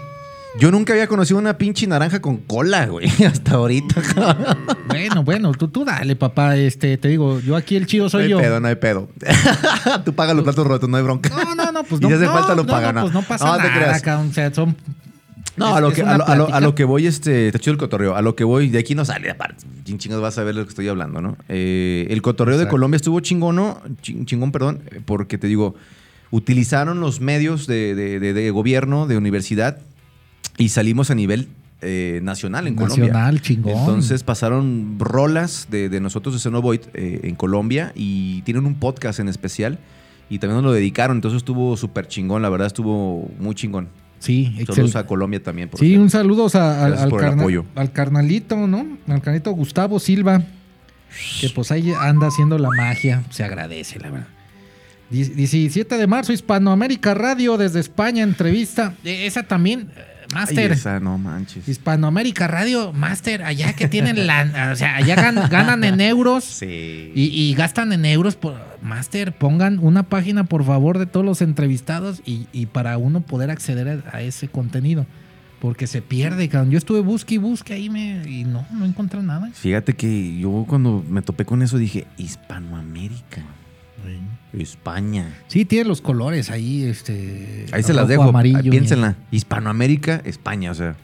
Speaker 4: Yo nunca había conocido una pinche naranja con cola, güey. Hasta ahorita, cabrón.
Speaker 1: Bueno, bueno, tú, tú dale, papá. Este, te digo, yo aquí el chido soy
Speaker 4: no
Speaker 1: yo. Pues,
Speaker 4: hay pedo, no hay pedo. Tú pagas los platos rotos, no hay bronca.
Speaker 1: No, no, no, pues
Speaker 4: Y
Speaker 1: no.
Speaker 4: si hace
Speaker 1: no,
Speaker 4: falta lo
Speaker 1: no,
Speaker 4: pagan,
Speaker 1: No,
Speaker 4: ¿no?
Speaker 1: pues no pasa
Speaker 4: No, te
Speaker 1: nada,
Speaker 4: creas.
Speaker 1: cabrón. O sea, son.
Speaker 4: No, a
Speaker 1: es-
Speaker 4: lo,
Speaker 1: es
Speaker 4: que,
Speaker 1: una
Speaker 4: a, lo, a lo- a lo
Speaker 1: plática.
Speaker 4: que voy, este, está chido el cotorreo. A lo que voy, de aquí no sale, aparte. ¿Quién chingados vas a ver lo que estoy hablando, no? Eh, el cotorreo de
Speaker 1: Exacto.
Speaker 4: Colombia estuvo chingono, chin- chingón, perdón, eh, porque te digo, utilizaron los medios de, de- de- de gobierno, de universidad, y salimos a nivel eh, nacional en Colombia.
Speaker 1: Nacional, chingón.
Speaker 4: Entonces pasaron rolas de, de nosotros de Cenovoid eh, en Colombia y tienen un podcast en especial y también nos lo dedicaron, entonces estuvo súper chingón, la verdad estuvo muy chingón.
Speaker 1: Sí,
Speaker 4: Saludos
Speaker 1: excelente.
Speaker 4: a Colombia también. por
Speaker 1: Sí,
Speaker 4: cierto.
Speaker 1: un saludo a- al,
Speaker 4: Gracias
Speaker 1: al
Speaker 4: por el
Speaker 1: carna-
Speaker 4: apoyo.
Speaker 1: al carnalito, ¿no? Al carnalito Gustavo Silva, que pues ahí anda haciendo la magia. Se agradece, la verdad. Die- 17 de marzo, Hispanoamérica Radio desde España, entrevista. Eh, Esa también, eh,
Speaker 4: Ay,
Speaker 1: Master.
Speaker 4: esa, no manches.
Speaker 1: Hispanoamérica Radio, Master, allá que tienen la... O sea, allá gan- ganan en euros.
Speaker 4: Sí.
Speaker 1: Y, y gastan en euros. Por, Master, pongan una página, por favor, de todos los entrevistados y, y para uno poder acceder a, a ese contenido. Porque se pierde, cabrón. Yo estuve busque y busque ahí me, y no, no encontré nada.
Speaker 4: Fíjate que yo cuando me topé con eso dije, Hispanoamérica. España.
Speaker 1: Sí, tiene los colores ahí, este.
Speaker 4: Ahí se las
Speaker 1: rojo,
Speaker 4: dejo.
Speaker 1: amarillo,
Speaker 4: Ahí Piénsenla. Hispanoamérica, España, o sea,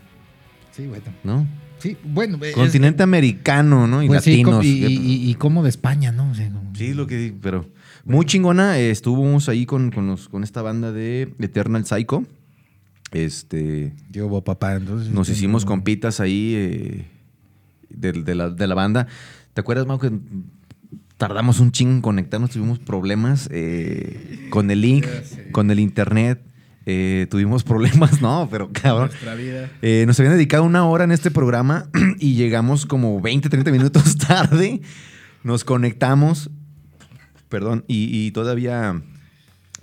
Speaker 1: Sí, bueno.
Speaker 4: ¿no?
Speaker 1: Sí, bueno. es-
Speaker 4: Continente americano, ¿no? Y
Speaker 1: pues sí,
Speaker 4: latinos.
Speaker 1: co- y, y- y- y como de España, ¿no? O sea, como-
Speaker 4: Sí, lo que di- pero muy chingona. eh, estuvimos ahí con, con, los- con esta banda de Eternal Psycho. Este,
Speaker 1: Yo, bo, papá, entonces.
Speaker 4: Nos
Speaker 1: este,
Speaker 4: hicimos
Speaker 1: no-
Speaker 4: compitas ahí eh, de, de la, de la banda. ¿Te acuerdas, Mau, que tardamos un chingo en conectarnos? Tuvimos problemas eh, con el link, con el internet. eh, tuvimos problemas, no, pero cabrón.
Speaker 5: Nuestra vida.
Speaker 4: Eh, nos habían dedicado una hora en este programa y llegamos como 20, 30 minutos tarde. Nos conectamos, perdón, y, y todavía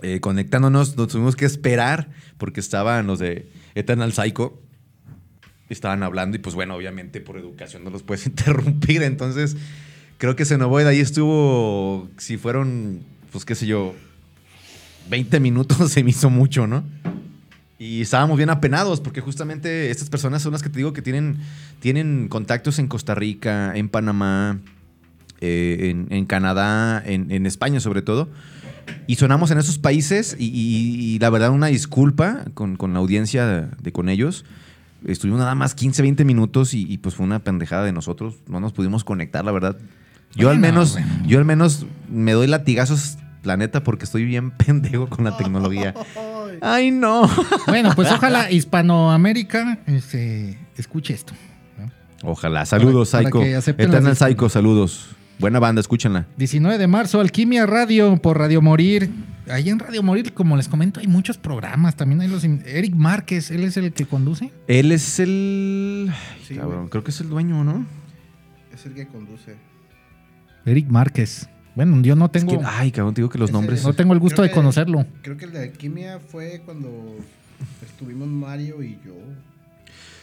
Speaker 4: eh, conectándonos nos tuvimos que esperar porque estaban los de Eternal Psycho. Estaban hablando y pues bueno, obviamente por educación no los puedes interrumpir. Entonces creo que Xenoboid ahí estuvo, si fueron, pues qué sé yo, 20 minutos se me hizo mucho, ¿no? Y estábamos bien apenados porque justamente estas personas son las que te digo que tienen, tienen contactos en Costa Rica, en Panamá, eh, en, en Canadá, en, en España sobre todo. Y sonamos en esos países y, y- y la verdad una disculpa con, con la audiencia de, con ellos. Estuvimos nada más 15, 20 minutos y, y, pues fue una pendejada de nosotros. No nos pudimos conectar, la verdad. Yo al
Speaker 1: Bueno,
Speaker 4: menos,
Speaker 1: bueno.
Speaker 4: yo al menos me doy latigazos, la neta, porque estoy bien pendejo con la tecnología. Ay, no.
Speaker 1: Bueno, pues ojalá Hispanoamérica este, escuche esto. ¿no?
Speaker 4: Ojalá. Saludos,
Speaker 1: Para- para
Speaker 4: Psycho.
Speaker 1: que acepten
Speaker 4: Eternal
Speaker 1: las
Speaker 4: Psycho, saludos. Buena banda, escúchenla.
Speaker 1: 19 de marzo, Alquimia Radio por Radio Morir. Ahí en Radio Morir, como les comento, hay muchos programas. También hay los. in- Eric Márquez, él es el que conduce.
Speaker 4: Él es el.
Speaker 5: Sí,
Speaker 4: Cabrón,
Speaker 5: güey.
Speaker 4: creo que es el dueño, ¿no?
Speaker 5: Es el que conduce.
Speaker 1: Eric Márquez. Bueno, yo no tengo.
Speaker 4: Es que- ay, cabrón, te digo que los
Speaker 5: Ese-
Speaker 4: nombres.
Speaker 1: no tengo el gusto
Speaker 5: Creo
Speaker 1: de
Speaker 5: que-
Speaker 1: conocerlo.
Speaker 5: Creo que el de alquimia fue cuando estuvimos Mario y yo.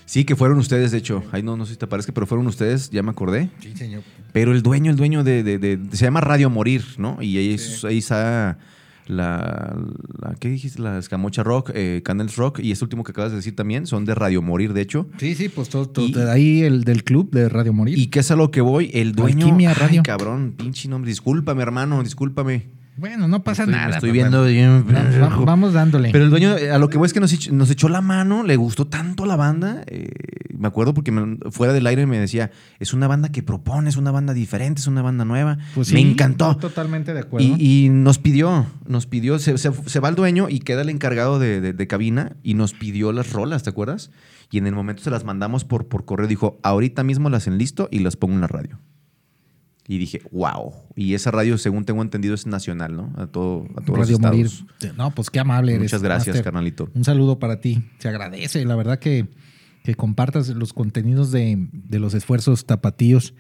Speaker 4: Sí, que fueron ustedes, de hecho. Ay, no, no sé si te parece, pero fueron ustedes, ya me acordé.
Speaker 1: Sí, señor.
Speaker 4: Pero el dueño, el dueño de. de- de- se llama Radio Morir, ¿no? Y ahí, es- ahí está. La, la- ¿Qué dijiste? La escamocha rock, eh, Candles rock y este último que acabas de decir también son de Radio Morir, de hecho.
Speaker 1: Sí, sí, pues todo,
Speaker 4: Y-
Speaker 1: de ahí el del club de Radio Morir.
Speaker 4: ¿Y qué es a lo que voy? El dueño.
Speaker 1: Alquimia
Speaker 4: ay,
Speaker 1: Radio.
Speaker 4: cabrón, pinche nombre. Discúlpame, hermano, discúlpame.
Speaker 1: bueno, no pasa
Speaker 4: estoy,
Speaker 1: nada.
Speaker 4: me estoy
Speaker 1: papá.
Speaker 4: viendo bien.
Speaker 1: Va- va-
Speaker 4: pendejo.
Speaker 1: vamos dándole.
Speaker 4: Pero el dueño, eh, a lo que voy es que nos, ech- nos echó la mano, le gustó tanto la banda. eh, me acuerdo porque me- fuera del aire me decía, es una banda que propone, es una banda diferente, es una banda nueva.
Speaker 1: Pues
Speaker 4: me
Speaker 1: sí,
Speaker 4: encantó.
Speaker 1: Totalmente de acuerdo.
Speaker 4: Y, y nos pidió, nos pidió, se, se- se va el dueño y queda el encargado de, de- de cabina y nos pidió las rolas, ¿te acuerdas? Y en el momento se las mandamos por, por correo. Dijo, ahorita mismo las enlisto y las pongo en la radio. Y dije, wow. Y esa radio, según tengo entendido, es nacional, ¿no? A, todo, a todos los
Speaker 1: Radio
Speaker 4: estados.
Speaker 1: Morir. No, pues qué amable eres.
Speaker 4: Muchas gracias,
Speaker 1: Master.
Speaker 4: carnalito.
Speaker 1: Un saludo para ti. Se agradece, la verdad que, que compartas los contenidos de, de los esfuerzos tapatíos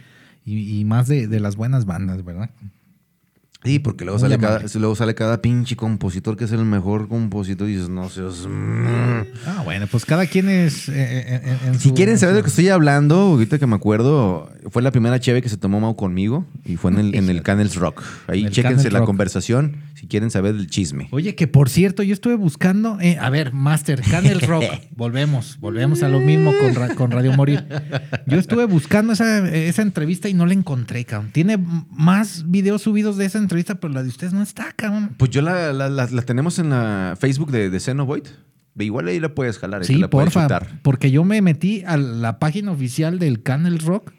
Speaker 1: y, y más de, de las buenas bandas, ¿verdad?
Speaker 4: Sí, porque luego
Speaker 1: Muy
Speaker 4: sale, cada,
Speaker 1: amable.
Speaker 4: luego sale cada pinche compositor que es el mejor compositor y dices, no seas... mm".
Speaker 1: Ah, bueno, pues cada quien es... eh, eh, eh, en
Speaker 4: Si
Speaker 1: su-
Speaker 4: quieren saber de lo que estoy hablando, ahorita que me acuerdo, fue la primera cheve que se tomó Mau conmigo y fue en el, en el Canels Rock. Ahí
Speaker 1: En el
Speaker 4: chéquense
Speaker 1: Canels
Speaker 4: la
Speaker 1: Rock.
Speaker 4: conversación si quieren saber del chisme.
Speaker 1: Oye, que por cierto, yo estuve buscando... eh, a ver, Master, Canel Rock. volvemos, volvemos a lo mismo con, Ra- con Radio Morir. Yo estuve buscando esa, esa entrevista y no la encontré, cabrón. Tiene m- más videos subidos de esa entrevista, pero la de ustedes no está, cabrón.
Speaker 4: Pues yo la, la- la- la tenemos en la Facebook de, de Xenovoid. Ve, Igual ahí la puedes jalar, ahí te
Speaker 1: Sí,
Speaker 4: la puedes
Speaker 1: porfa,
Speaker 4: chutar.
Speaker 1: porque yo me metí a la página oficial del Canel Rock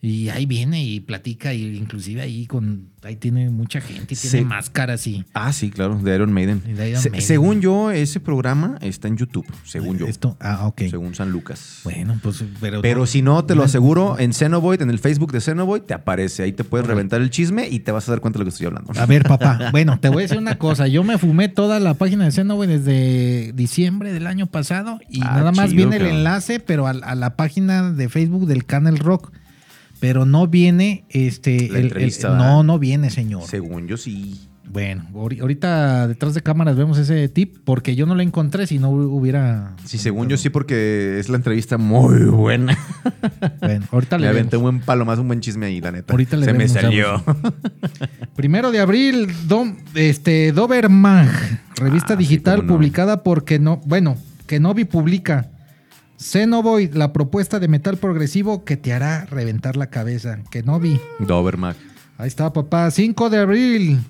Speaker 1: y ahí viene y platica y inclusive ahí con ahí tiene mucha gente, y tiene
Speaker 4: Sí.
Speaker 1: máscaras y
Speaker 4: Ah, sí, claro, de Iron Maiden.
Speaker 1: De Iron
Speaker 4: Se-
Speaker 1: Maiden.
Speaker 4: Según yo, ese programa está en YouTube, según yo.
Speaker 1: esto. Ah, ok.
Speaker 4: Según San Lucas.
Speaker 1: Bueno, pues pero
Speaker 4: Pero si no, te lo aseguro, en Xenovoid, en el Facebook de Xenovoid, te aparece. Ahí te puedes reventar el chisme y te vas a dar cuenta de lo que estoy hablando.
Speaker 1: A ver, papá. Bueno, te voy a decir una cosa. Yo me fumé toda la página de Xenoboy desde diciembre del año pasado y
Speaker 4: Ah,
Speaker 1: nada más
Speaker 4: chido,
Speaker 1: viene el
Speaker 4: cabrón.
Speaker 1: enlace, pero a, a la página de Facebook del Canel Rock. Pero no viene este.
Speaker 4: La
Speaker 1: el- el-
Speaker 4: entrevista,
Speaker 1: no,
Speaker 4: ¿verdad?
Speaker 1: no viene, señor.
Speaker 4: Según yo, sí.
Speaker 1: Bueno, ahori- ahorita detrás de cámaras vemos ese tip porque yo no lo encontré si no hu- hubiera.
Speaker 4: Sí, según yo sí, porque es la entrevista muy buena.
Speaker 1: Bueno, ahorita
Speaker 4: Le
Speaker 1: le
Speaker 4: aventé un
Speaker 1: vemos.
Speaker 4: buen palomazo, un buen chisme ahí, la neta.
Speaker 1: Ahorita le
Speaker 4: Se me
Speaker 1: vemos,
Speaker 4: salió.
Speaker 1: Primero de abril, Dom- este, Doberman, revista
Speaker 4: Ah, sí,
Speaker 1: digital
Speaker 4: cómo no.
Speaker 1: publicada por Keno- bueno, Kenobi publica. Xenoboy, la propuesta de metal progresivo que te hará reventar la cabeza. Kenobi.
Speaker 4: Dobermac.
Speaker 1: Ahí está, papá. 5 de abril.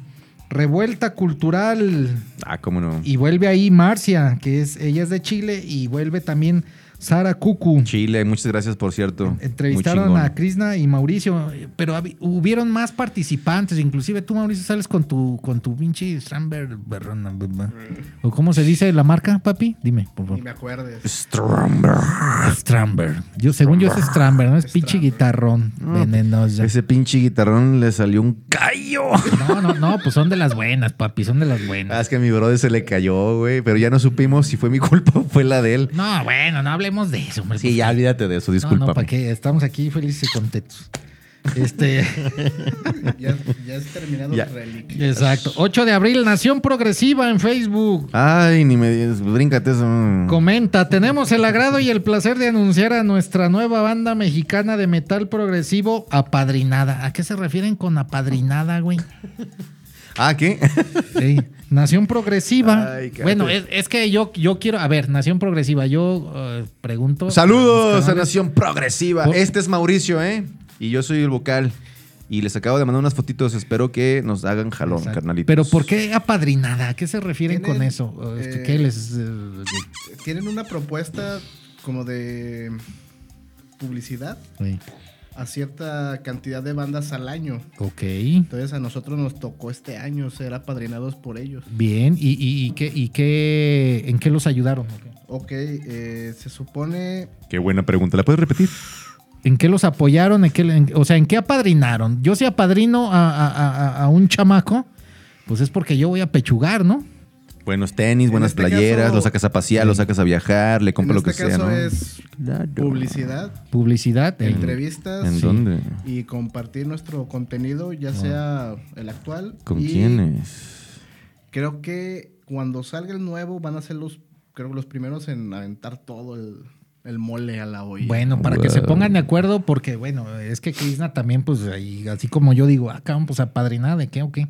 Speaker 1: Revuelta cultural.
Speaker 4: Ah, cómo no.
Speaker 1: Y vuelve ahí Marcia, que es, ella es de Chile, y vuelve también Sara Cucu.
Speaker 4: Chile, muchas gracias, por cierto.
Speaker 1: Entrevistaron
Speaker 4: Muy chingón.
Speaker 1: a Krishna y Mauricio, pero hab- hubieron más participantes. Inclusive tú, Mauricio, sales con tu con tu pinche Stramber. berrona, bu- bu- ¿O cómo se dice la marca, papi? Dime, por
Speaker 5: Ni
Speaker 1: favor. Ah,
Speaker 5: me acuerdes.
Speaker 1: Stramber. Yo, según yo, es Stramber, ¿no? Es pinche guitarrón
Speaker 4: pues,
Speaker 1: venenosa.
Speaker 4: Ese pinche guitarrón le salió un callo.
Speaker 1: No, no, no, pues son de las buenas, papi, son de las
Speaker 4: Ah,
Speaker 1: buenas.
Speaker 4: es que a mi brother se le cayó, güey. Pero ya no supimos si fue mi culpa o fue la de él.
Speaker 1: No, bueno, no hablemos de eso, hombre. pues.
Speaker 4: Sí, ya olvídate de eso,
Speaker 1: No,
Speaker 4: discúlpame.
Speaker 1: no, ¿para qué? Estamos aquí felices y contentos. Este.
Speaker 5: Ya, ya has terminado
Speaker 4: Ya.
Speaker 5: reliquias.
Speaker 1: Exacto. 8 de abril, Nación Progresiva en Facebook.
Speaker 4: Ay, ni me digas, bríncate eso.
Speaker 1: Comenta, tenemos el agrado y el placer de anunciar a nuestra nueva banda mexicana de metal progresivo Apadrinada. ¿A qué se refieren con Apadrinada, güey?
Speaker 4: Ah, ¿qué?
Speaker 1: Sí. Nación Progresiva.
Speaker 4: Ay, cállate.
Speaker 1: bueno, es, es que yo, yo quiero, a ver, Nación Progresiva, yo eh,
Speaker 5: Oh,
Speaker 1: pregunto.
Speaker 4: Saludos a
Speaker 1: Canales.
Speaker 4: Nación Progresiva.
Speaker 1: Por-
Speaker 4: Este es Mauricio, ¿eh? Y yo soy el vocal. Y les acabo de mandar unas fotitos. Espero que nos hagan jalón,
Speaker 1: Exacto.
Speaker 4: carnalitos.
Speaker 1: Pero ¿por qué apadrinada? ¿A qué se refieren
Speaker 5: Tienen,
Speaker 1: con eso? Este,
Speaker 5: eh,
Speaker 1: ¿Qué les...? eh,
Speaker 5: Tienen una propuesta como de publicidad
Speaker 1: güey?
Speaker 5: a cierta cantidad de bandas al año.
Speaker 1: ok.
Speaker 5: Entonces a nosotros nos tocó este año ser apadrinados por ellos.
Speaker 1: Bien. ¿Y, y- y qué, y qué- en qué los ayudaron?
Speaker 5: Ok, eh, se supone
Speaker 4: Qué buena pregunta. ¿La puedes repetir?
Speaker 1: ¿En qué los apoyaron? ¿En qué le- en- o sea, ¿en qué apadrinaron? Yo si apadrino a, a- a- a- a un chamaco, pues es porque yo voy a pechugar, ¿no?
Speaker 4: Buenos tenis,
Speaker 5: En
Speaker 4: buenas
Speaker 5: este
Speaker 4: playeras.
Speaker 5: caso-
Speaker 4: lo sacas a pasear, lo sacas a viajar, le
Speaker 5: en
Speaker 4: compras
Speaker 5: este
Speaker 4: lo que sea,
Speaker 5: caso
Speaker 4: ¿no?
Speaker 5: es
Speaker 4: Claro.
Speaker 5: publicidad,
Speaker 1: Publicidad. el-
Speaker 5: entrevistas
Speaker 4: ¿En
Speaker 5: sí,
Speaker 4: dónde? Ah.
Speaker 5: y compartir nuestro contenido, ya sea el actual.
Speaker 4: ¿Con
Speaker 5: y
Speaker 4: quiénes?
Speaker 5: Creo que cuando salga el nuevo van a ser los, creo que los primeros en aventar todo el, el mole a la olla.
Speaker 1: bueno, para que se pongan de acuerdo, porque bueno, es que Krishna también, pues ahí, así como yo digo, ah, cabrón, pues apadrinada, ¿de qué o qué?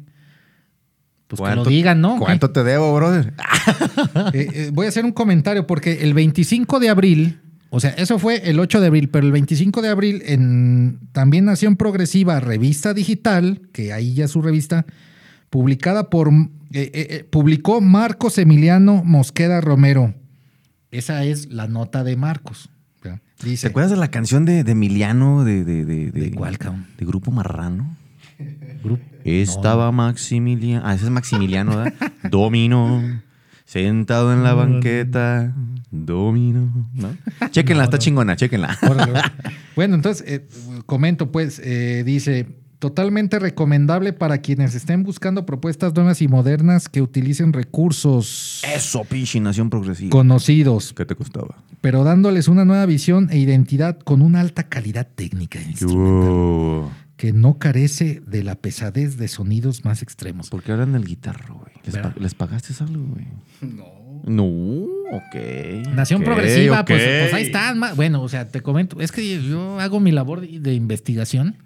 Speaker 1: Pues que lo
Speaker 4: ¿Cuánto-
Speaker 1: digan, ¿no? ¿Qué?
Speaker 4: ¿Cuánto te debo, brother? Ah,
Speaker 1: Eh, eh, voy a hacer un comentario porque el 25 de abril, o sea, eso fue el 8 de abril, pero el 25 de abril en también Nación Progresiva, revista digital, que ahí ya es su revista, publicada por, eh, eh, eh, publicó Marcos Emiliano Mosqueda Romero. Esa es la nota de Marcos. ¿verdad? Dice,
Speaker 4: ¿Te acuerdas de la canción de, de Emiliano? ¿De, de, de,
Speaker 1: ¿De cuál, cabrón?
Speaker 4: De Grupo Marrano.
Speaker 1: Grupo.
Speaker 4: Estaba Maximiliano. Ah, ese es Maximiliano, ¿verdad? Domino. Sentado en la banqueta. Domino. ¿No? Chéquenla, está chingona, chéquenla.
Speaker 1: Órale, órale. bueno, entonces, eh, comento pues, eh, dice, totalmente recomendable para quienes estén buscando propuestas nuevas y modernas que utilicen recursos
Speaker 4: Eso, pinche nación progresiva.
Speaker 1: conocidos,
Speaker 4: ¿Qué te costaba?
Speaker 1: pero dándoles una nueva visión e identidad con una alta calidad técnica e instrumental, que no carece de la pesadez de sonidos más extremos.
Speaker 4: ¿Por qué hablan del guitarro, güey? ¿Les,
Speaker 1: ¿Verdad?
Speaker 4: pa- les pagaste algo, güey?
Speaker 5: No.
Speaker 4: No, ok.
Speaker 1: Nación
Speaker 4: ok,
Speaker 1: progresiva,
Speaker 4: ok.
Speaker 1: Pues, pues ahí están. ma- Bueno, o sea, te comento, es que yo hago mi labor de, de investigación.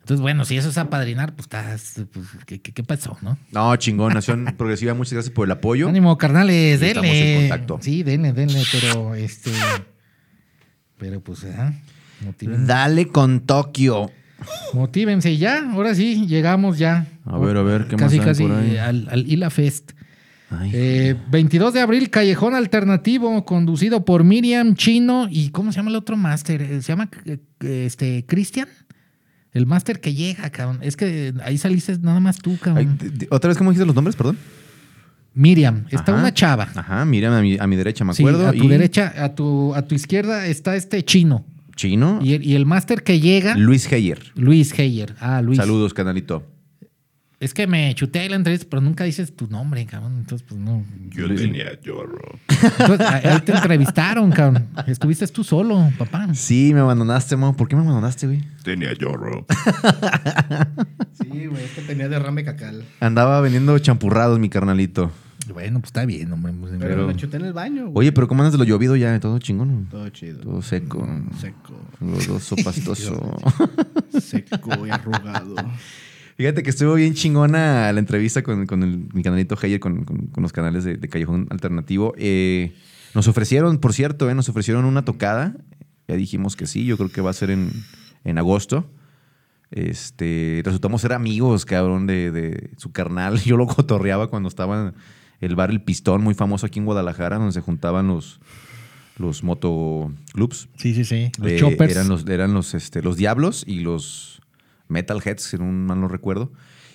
Speaker 1: Entonces, bueno, si eso es apadrinar, pues estás, pues, ¿qué, qué, qué pasó, no?
Speaker 4: No, chingón, Nación Progresiva, muchas gracias por el apoyo.
Speaker 1: Ánimo, carnales,
Speaker 4: Estamos
Speaker 1: denle.
Speaker 4: en contacto.
Speaker 1: Sí, denle, denle, pero este. Pero pues, ajá, motiven-
Speaker 4: Dale con Tokio.
Speaker 1: motívense y ya, ahora sí, llegamos ya.
Speaker 4: A ver, a ver, ¿qué
Speaker 1: casi,
Speaker 4: más hay
Speaker 1: casi
Speaker 4: por ahí?
Speaker 1: al, al Ila Fest.
Speaker 4: Ay,
Speaker 1: Eh, 22 de abril, Callejón Alternativo, conducido por Miriam Chino y ¿cómo se llama el otro máster? Eh, ¿Se llama eh, este Cristian? El máster que llega, cabrón. Es que eh, ahí saliste nada más tú,
Speaker 4: Ay,
Speaker 1: cabrón.
Speaker 4: d- d- ¿Otra vez cómo dijiste los nombres? Perdón.
Speaker 1: Miriam, está
Speaker 4: Ajá.
Speaker 1: una chava.
Speaker 4: Ajá, mírame a mi, a mi derecha, me
Speaker 1: Sí,
Speaker 4: acuerdo.
Speaker 1: a tu
Speaker 4: y
Speaker 1: derecha, a tu, a tu izquierda está este chino.
Speaker 4: Chino.
Speaker 1: Y el, y el máster que llega,
Speaker 4: Luis Heyer.
Speaker 1: Luis Heyer. Ah, Luis.
Speaker 4: Saludos, canalito.
Speaker 1: Es que me chuté ahí la entrevista, pero nunca dices tu nombre, cabrón. Entonces, pues no.
Speaker 2: Yo tenía lloro.
Speaker 1: Entonces, a- ahí te entrevistaron, cabrón. Estuviste tú solo, papá.
Speaker 4: Sí, me abandonaste, mamo. ¿Por qué me abandonaste, güey?
Speaker 2: Tenía lloro.
Speaker 5: Sí, güey, es que tenía derrame cacal.
Speaker 4: Andaba vendiendo champurrados, mi carnalito.
Speaker 1: Bueno, pues está bien, hombre. pues,
Speaker 5: Pero,
Speaker 1: pero-
Speaker 5: me chuté en el baño. güey.
Speaker 4: Oye, pero ¿cómo andas de lo llovido ya? Todo chingón.
Speaker 5: Todo chido.
Speaker 4: Todo seco.
Speaker 5: Seco.
Speaker 4: Lodoso, pastoso.
Speaker 5: Seco y arrugado.
Speaker 4: Fíjate que estuvo bien chingona la entrevista con, con el- mi canalito Heyer, con, con- con los canales de, de Callejón Alternativo. Eh, nos ofrecieron, por cierto, eh, nos ofrecieron una tocada. Ya dijimos que sí, yo creo que va a ser en, en agosto. Este, resultamos ser amigos, cabrón, de, de su carnal. Yo lo cotorreaba cuando estaba en el bar El Pistón, muy famoso aquí en Guadalajara, donde se juntaban los, los motoclubs.
Speaker 1: Sí, sí, sí. Los
Speaker 4: Eh,
Speaker 1: choppers.
Speaker 4: Eran los, eran los, este, los diablos y los metalheads, si no mal no recuerdo.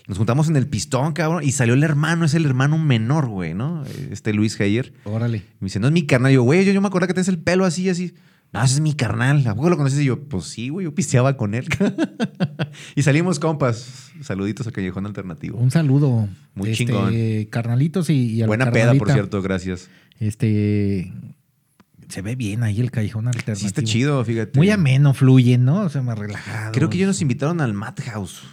Speaker 4: Nos juntamos en el pistón, cabrón, y salió el hermano, es el hermano menor, güey, ¿no? Este Luis Heyer.
Speaker 1: Órale.
Speaker 4: Me dice, no es mi carnal. Y yo, güey, yo, yo me acordaba que tienes el pelo así, así. No, ese es mi carnal. ¿A poco lo conoces? Y yo, pues sí, güey, yo pisteaba con él. y salimos compas. Saluditos a Callejón Alternativo.
Speaker 1: Un saludo.
Speaker 4: Muy
Speaker 1: este,
Speaker 4: chingón.
Speaker 1: Carnalitos y, y a la
Speaker 4: Buena peda, por
Speaker 1: carnalita.
Speaker 4: cierto, gracias.
Speaker 1: Este. Se ve bien ahí el callejón alternativo.
Speaker 4: Sí, está chido, fíjate.
Speaker 1: Muy ameno, fluye, ¿no? O sea, más relajado.
Speaker 4: Creo que ellos nos invitaron al Madhouse.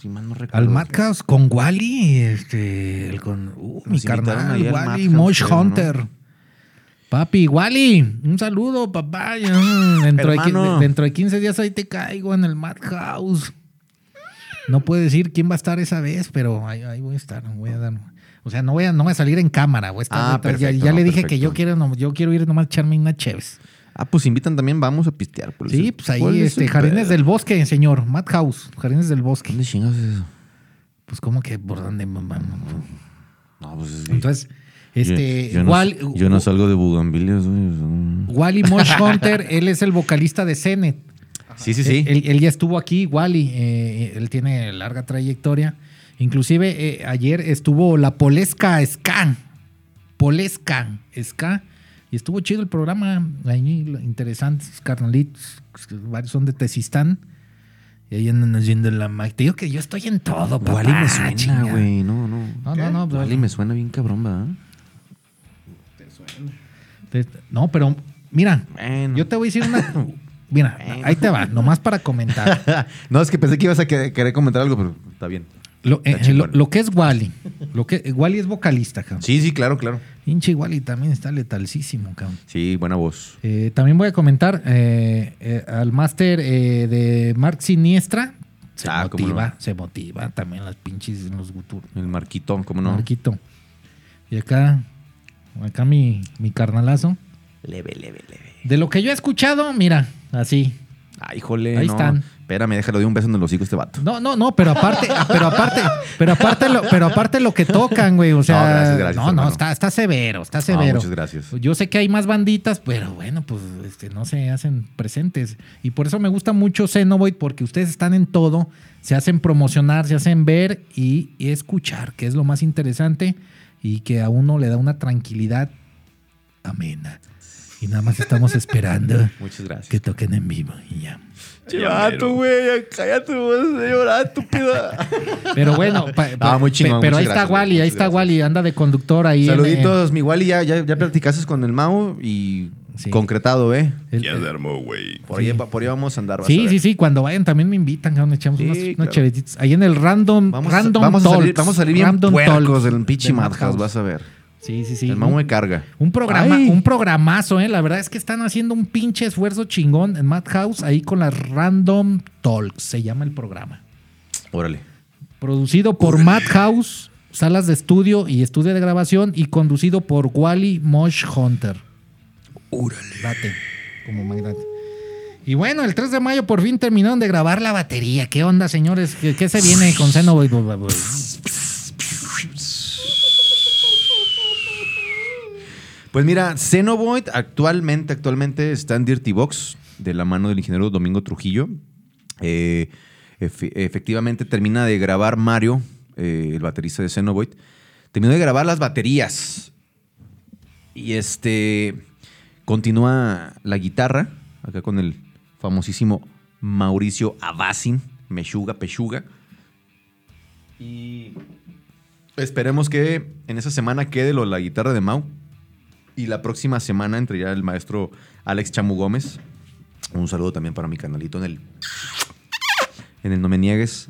Speaker 4: Si mal no recuerdo.
Speaker 1: Al Madhouse con Wally, este, el con uh, mi
Speaker 4: Nos invitaron
Speaker 1: carnal,
Speaker 4: ahí al
Speaker 1: Wally
Speaker 4: Madhouse,
Speaker 1: Mosh
Speaker 4: creo, ¿no?
Speaker 1: Hunter. Papi, Wally, un saludo, papá. Ya, mm, Dentro de,
Speaker 4: Hermano.
Speaker 1: qui- dentro de 15 días ahí te caigo en el Madhouse. No puedo decir quién va a estar esa vez, pero ahí, ahí voy a estar. Voy a dar, o sea, no voy a, no voy a salir en cámara. Voy a estar
Speaker 4: Ah,
Speaker 1: detrás. Ya-
Speaker 4: perfecto,
Speaker 1: ya
Speaker 4: no,
Speaker 1: le dije que
Speaker 4: perfecto.
Speaker 1: yo quiero, no- yo quiero ir nomás a echarme una chéves.
Speaker 4: Ah, pues invitan también, vamos a pistear. ¿cuál es
Speaker 1: Sí,
Speaker 4: el-
Speaker 1: pues ahí,
Speaker 4: cuál es
Speaker 1: este,
Speaker 4: el
Speaker 1: Jardines
Speaker 4: pedo?
Speaker 1: del Bosque, señor. Madhouse, Jardines del Bosque.
Speaker 4: ¿Dónde chingados es eso?
Speaker 1: Pues como que por dónde, mamá.
Speaker 4: No, pues es que-
Speaker 1: Entonces, este,
Speaker 4: yo, yo no,
Speaker 1: Wal-
Speaker 4: yo no salgo de bugambilias, güey. o sea, no.
Speaker 1: Wally Mosh Hunter, él es el vocalista de Zenet.
Speaker 4: Sí, sí, sí.
Speaker 1: Él, él ya estuvo aquí, Wally. eh, él tiene larga trayectoria. Inclusive eh, ayer estuvo la Polesca Ska. Polesca Ska. Y estuvo chido el programa. Ahí lo- interesantes carnalitos. Varios son de Tezistán. Y ahí andan haciendo la magia. Te digo que yo estoy en todo, papá.
Speaker 4: Wally me suena,
Speaker 1: chinga.
Speaker 4: güey. No, no.
Speaker 1: No, no, pues, no.
Speaker 4: Wally me suena bien cabrón, ¿verdad?
Speaker 1: Te- No, pero mira,
Speaker 4: Bueno.
Speaker 1: yo te voy a decir una. Mira, ahí te va, nomás para comentar.
Speaker 4: no, es que pensé que ibas a que- querer comentar algo, pero está bien.
Speaker 1: Lo, eh,
Speaker 4: Está
Speaker 1: lo-
Speaker 4: chingón.
Speaker 1: lo que es Wally, lo que eh, Wally es vocalista, cabrón.
Speaker 4: Sí, sí, claro, claro.
Speaker 1: Pinche Wally también está letalcísimo, cabrón.
Speaker 4: Sí, buena voz.
Speaker 1: Eh, también voy a comentar eh, eh, al máster eh, de Mark Siniestra. Se
Speaker 4: Ah, cómo
Speaker 1: motiva,
Speaker 4: no.
Speaker 1: se motiva también las pinches en los guturos.
Speaker 4: El marquito, ¿cómo no?
Speaker 1: Marquito. Y acá, acá mi, mi carnalazo.
Speaker 4: Leve, leve, leve.
Speaker 1: De lo que yo he escuchado, mira, así.
Speaker 4: Ay, híjole.
Speaker 1: Ahí
Speaker 4: no.
Speaker 1: están.
Speaker 4: Espérame, déjalo de un beso en el hocico a este vato.
Speaker 1: No, no, no, pero aparte, pero aparte, pero aparte lo, pero aparte lo que tocan, güey. O sea, no,
Speaker 4: gracias, gracias,
Speaker 1: no,
Speaker 4: hermano.
Speaker 1: está, está severo, está severo.
Speaker 4: Ah, muchas gracias.
Speaker 1: Yo sé que hay más banditas, pero bueno, pues este, no se hacen presentes. Y por eso me gusta mucho Xenoboid, porque ustedes están en todo, se hacen promocionar, se hacen ver y, y escuchar, que es lo más interesante y que a uno le da una tranquilidad amena. Y nada más estamos esperando
Speaker 4: Muchas
Speaker 1: que
Speaker 4: gracias.
Speaker 1: toquen en vivo y ya.
Speaker 2: Llamero.
Speaker 4: güey, cállate, vas a llorar, estúpida.
Speaker 1: Pero bueno, pa- pa-
Speaker 4: muy chingón,
Speaker 1: pe- pero
Speaker 4: muchas
Speaker 1: ahí está
Speaker 4: gracias,
Speaker 1: Wally, ahí
Speaker 4: muchas
Speaker 1: está
Speaker 4: gracias.
Speaker 1: Wally, anda de conductor ahí. en-
Speaker 4: Saluditos, mi Wally, ya, ya, ya platicaste con el Mau y
Speaker 1: eh. Sí.
Speaker 4: concretado, ¿eh?
Speaker 1: en- el-
Speaker 2: Ya se armó, güey.
Speaker 4: Por,
Speaker 1: Sí.
Speaker 4: ahí, va- por ahí vamos a andar. vas a
Speaker 1: sí,
Speaker 4: ver.
Speaker 1: sí, sí, cuando vayan también me invitan, cabrón, echamos
Speaker 4: Sí,
Speaker 1: unos, unos
Speaker 4: claro.
Speaker 1: cheletitos. Ahí en el Random
Speaker 4: Vamos, a-
Speaker 1: Random
Speaker 4: vamos, a salir,
Speaker 1: Talks,
Speaker 4: vamos a salir bien
Speaker 1: Random
Speaker 4: puercos
Speaker 1: Talks
Speaker 4: del pinche
Speaker 1: de
Speaker 4: Madhouse,
Speaker 1: Madhouse.
Speaker 4: vas a ver.
Speaker 1: Sí, sí, sí.
Speaker 4: El Mau
Speaker 1: Un-
Speaker 4: me carga.
Speaker 1: Un programa,
Speaker 4: Ay.
Speaker 1: un programazo, ¿eh? La verdad es que están haciendo un pinche esfuerzo chingón en Madhouse ahí con las Random Talks, se llama el programa.
Speaker 4: Órale.
Speaker 1: Producido por Madhouse, salas de estudio y estudio de grabación y conducido por Wally Mosh Hunter. Órale. Date, como magnate. Y bueno, el 3 de mayo por fin terminaron de grabar la batería. ¿Qué onda, señores? ¿Qué, qué se viene con Xenoboid?
Speaker 4: Pues mira, Xenoboid actualmente, actualmente está en Dirty Box, de la mano del ingeniero Domingo Trujillo. Eh, efe- efectivamente termina de grabar Mario, eh, el baterista de Xenoboid. Terminó de grabar las baterías. Y este. Continúa la guitarra, acá con el famosísimo Mauricio Abacin, Meshuga, Peshuga. Y esperemos que en esa semana quede lo de la guitarra de Mau. Y la próxima semana entre ya el maestro Alex Chamu Gómez. Un saludo también para mi canalito en el. En el No Me Niegues.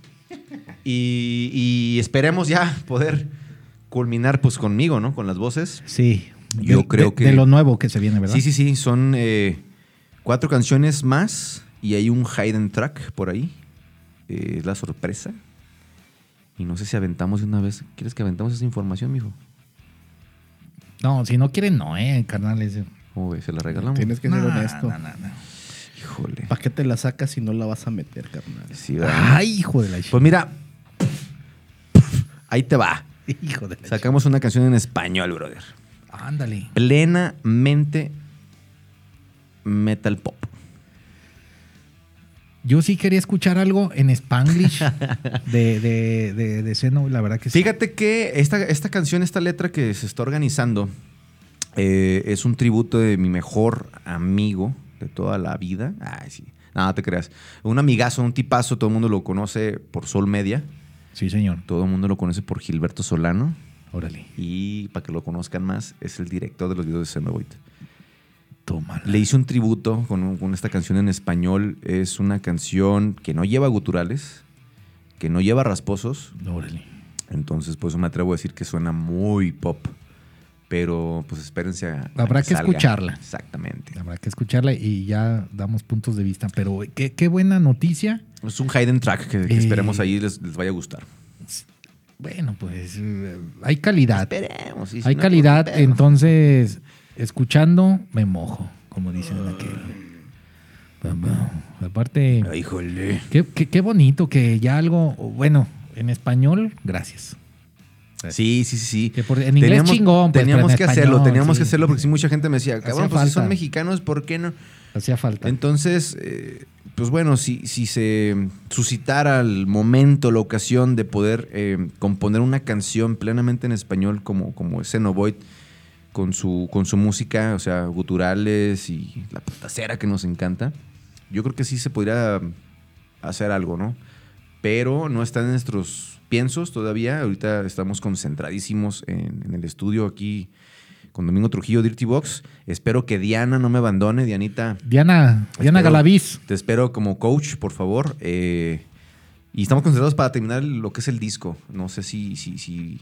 Speaker 4: Y, y esperemos ya poder culminar pues conmigo, ¿no? Con las voces.
Speaker 1: Sí.
Speaker 4: Yo
Speaker 1: Del-
Speaker 4: creo
Speaker 1: de-
Speaker 4: que-
Speaker 1: De lo nuevo que se viene, ¿verdad?
Speaker 4: Sí, sí, sí. Son eh, cuatro canciones más y hay un hidden track por ahí. Eh, es la sorpresa. Y no sé si aventamos de una vez. ¿Quieres que aventamos esa información, mijo?
Speaker 1: No, si no quieren, no, ¿eh, carnales?
Speaker 4: ¿Cómo ves? ¿Se la regalamos?
Speaker 5: Tienes que ser
Speaker 1: No,
Speaker 5: honesto.
Speaker 1: no, no, no.
Speaker 4: Híjole.
Speaker 5: ¿Para qué te la sacas si no la vas a meter, carnal?
Speaker 4: Sí, ¿verdad?
Speaker 1: Ay, hijo de la chi-
Speaker 4: Pues mira. Ahí te va.
Speaker 1: Hijo de la chi-
Speaker 4: Sacamos una canción en español, brother.
Speaker 1: Ándale.
Speaker 4: Plenamente metal pop.
Speaker 1: Yo sí quería escuchar algo en Spanglish de, de, de, de Xenoboid, la verdad que sí.
Speaker 4: Fíjate que esta, esta canción, esta letra que se está organizando, eh, es un tributo de mi mejor amigo de toda la vida. Ay, sí. Nada, te creas. Un amigazo, un tipazo, todo el mundo lo conoce por Sol Media.
Speaker 1: Sí, señor.
Speaker 4: Todo el mundo lo conoce por Gilberto Solano.
Speaker 1: Órale.
Speaker 4: Y para que lo conozcan más, es el director de los videos de Xenoboid.
Speaker 1: Tómala.
Speaker 4: Le hice un tributo con, un- con esta canción en español. Es una canción que no lleva guturales, que no lleva rasposos.
Speaker 1: Órale.
Speaker 4: Entonces, pues me atrevo a decir que suena muy pop. Pero, pues espérense a. a
Speaker 1: Habrá que
Speaker 4: salga.
Speaker 1: escucharla.
Speaker 4: Exactamente.
Speaker 1: Habrá que escucharla y ya damos puntos de vista. Pero qué, qué buena noticia.
Speaker 4: Es un hidden track que, que
Speaker 1: Eh.
Speaker 4: esperemos ahí les, les vaya a gustar.
Speaker 1: Bueno, pues eh, hay calidad.
Speaker 4: Esperemos. sí, sí,
Speaker 1: Hay
Speaker 4: no,
Speaker 1: calidad.
Speaker 4: pero-
Speaker 1: Entonces, escuchando, me mojo, como dicen aquí. Aparte,
Speaker 4: Ay, Híjole.
Speaker 1: qué, qué- qué bonito que ya algo, bueno, en español, gracias.
Speaker 4: Sí, sí, sí, sí.
Speaker 1: Que por- en inglés chingón, pues, pero
Speaker 4: teníamos
Speaker 1: en
Speaker 4: que
Speaker 1: español,
Speaker 4: hacerlo, teníamos
Speaker 1: sí.
Speaker 4: que hacerlo porque sí, mucha gente me decía, cabrón, pues si
Speaker 1: falta.
Speaker 4: son mexicanos, ¿por qué no?
Speaker 1: Hacía falta.
Speaker 4: Entonces, eh, pues bueno, si, si se suscitara el momento, la ocasión de poder eh, componer una canción plenamente en español como, como Xenoboid, con su, con su música, o sea, guturales y la putacera que nos encanta, yo creo que sí se podría hacer algo, ¿no? Pero no está en nuestros piensos todavía. Ahorita estamos concentradísimos en, en el estudio aquí con Domingo Trujillo, Dirty Box. Espero que Diana no me abandone, Dianita.
Speaker 1: Diana, Diana
Speaker 4: Espero-
Speaker 1: Galaviz.
Speaker 4: Te espero como coach, por favor. Eh, y estamos concentrados para terminar lo que es el disco. No sé si, si, si,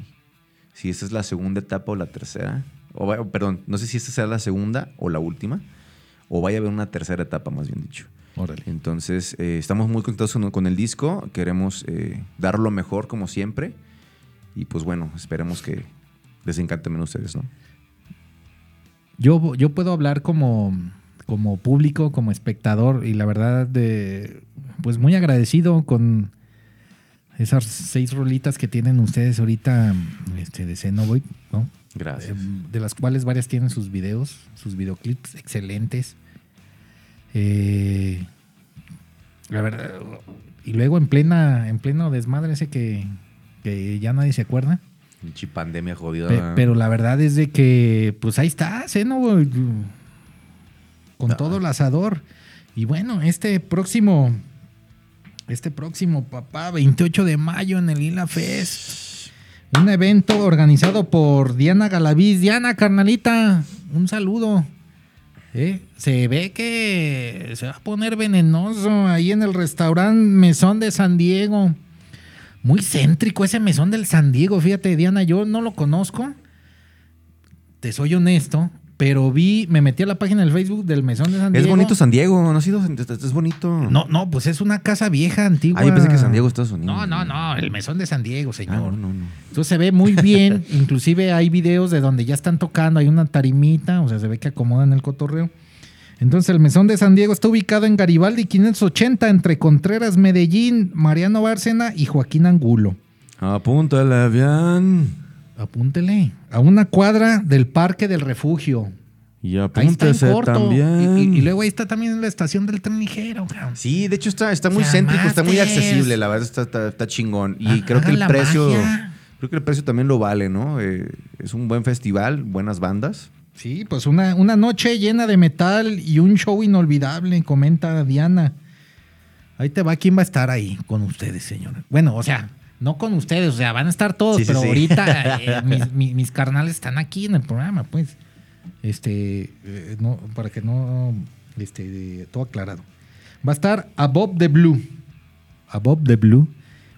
Speaker 4: si esta es la segunda etapa o la tercera. O va- perdón, no sé si esta será la segunda o la última. O vaya a haber una tercera etapa, más bien dicho.
Speaker 1: Órale.
Speaker 4: Entonces, eh, estamos muy contentos con, con el disco. Queremos eh, dar lo mejor, como siempre. Y pues bueno, esperemos que les encante también a ustedes, ¿no?
Speaker 1: Yo, yo puedo hablar como, como público, como espectador, y la verdad, de, pues muy agradecido con esas seis rolitas que tienen ustedes ahorita este, de Xenoboy, ¿no?
Speaker 4: Gracias.
Speaker 1: Eh, de las cuales varias tienen sus videos, sus videoclips excelentes. Eh, la verdad, y luego en plena, en pleno desmadre ese que, que ya nadie se acuerda.
Speaker 4: Pinche pandemia jodida.
Speaker 1: Pe-
Speaker 4: ¿verdad?
Speaker 1: pero la verdad es de que, pues ahí está, Zeno, güey, con todo el asador. Y bueno, este próximo, este próximo, papá, 28 de mayo en el Lila Fest. Un evento organizado por Diana Galaviz. Diana, carnalita, un saludo. ¿Eh? Se ve que se va a poner venenoso ahí en el restaurante Mesón de San Diego. Muy céntrico ese mesón del San Diego, fíjate, Diana, yo no lo conozco. Te soy honesto, pero vi, me metí a la página del Facebook del mesón de San
Speaker 4: Es
Speaker 1: Diego.
Speaker 4: bonito San Diego, ¿no ha sido? Es bonito.
Speaker 1: No, no, pues es una casa vieja, antigua.
Speaker 4: Ah, yo pensé que San Diego, Estados Unidos.
Speaker 1: No, no, no, el mesón de San Diego,
Speaker 4: Ah,
Speaker 1: señor.
Speaker 4: no, no, no.
Speaker 1: Entonces se ve muy bien, inclusive hay videos de donde ya están tocando, hay una tarimita, o sea, se ve que acomodan el cotorreo. Entonces el mesón de San Diego está ubicado en Garibaldi 580 entre Contreras, Medellín, Mariano Bárcena y Joaquín Angulo.
Speaker 4: Apunta el avión.
Speaker 1: Apúntele. A una cuadra del Parque del Refugio.
Speaker 4: Y
Speaker 1: Ahí está en
Speaker 4: apúntese
Speaker 1: corto.
Speaker 4: también.
Speaker 1: Y, y- y luego ahí está también la estación del tren ligero. cabrón.
Speaker 4: Sí, de hecho está, está muy
Speaker 1: Se
Speaker 4: céntrico, está muy
Speaker 1: amaste.
Speaker 4: accesible, la verdad está, está, está chingón. Y
Speaker 1: Ah,
Speaker 4: creo que el
Speaker 1: la
Speaker 4: precio,
Speaker 1: magia.
Speaker 4: creo que el precio también lo vale, ¿no? Eh, es un buen festival, buenas bandas.
Speaker 1: Sí, pues una, una noche llena de metal y un show inolvidable, comenta Diana. Ahí te va, ¿quién va a estar ahí con ustedes, señora? Bueno, o sea, no con ustedes, o sea, van a estar todos,
Speaker 4: Sí, sí,
Speaker 1: pero
Speaker 4: sí.
Speaker 1: ahorita eh, mis, mi- mis carnales están aquí en el programa, pues. Este, eh, no, para que no, este, de- todo aclarado. Va a estar Above the Blue. Above the Blue,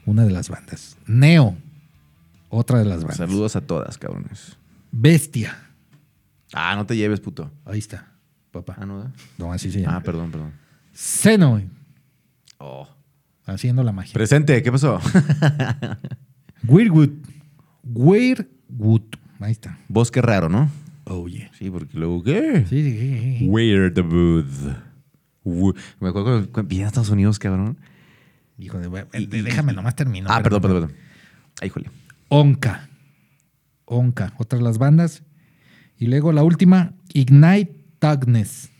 Speaker 1: una de las bandas. Neo, otra de las bandas.
Speaker 4: Saludos a todas, cabrones.
Speaker 1: Bestia,
Speaker 4: Ah, no te lleves, puto.
Speaker 1: ahí está, papá.
Speaker 4: Ah, no, ¿verdad?
Speaker 1: No, así se
Speaker 4: Ah,
Speaker 1: llama.
Speaker 4: perdón, perdón.
Speaker 1: Seno,
Speaker 4: Oh.
Speaker 1: haciendo la magia.
Speaker 4: Presente, ¿qué pasó?
Speaker 1: Weirdwood. Weirdwood. Ahí está.
Speaker 4: Bosque raro, ¿no?
Speaker 1: Oh, yeah.
Speaker 4: Sí, porque luego, ¿qué?
Speaker 1: Sí, sí, sí, sí.
Speaker 4: Weird Booth. Wu- Me acuerdo cuando, cuando vine a Estados Unidos, cabrón.
Speaker 1: Hijo de... we- eh, Déjame, nomás termino.
Speaker 4: ah, perdón,
Speaker 1: Espérame.
Speaker 4: perdón, perdón. Ay, híjole.
Speaker 1: Onca. Onca. Otras las bandas. Y luego la última, Ignite Darkness.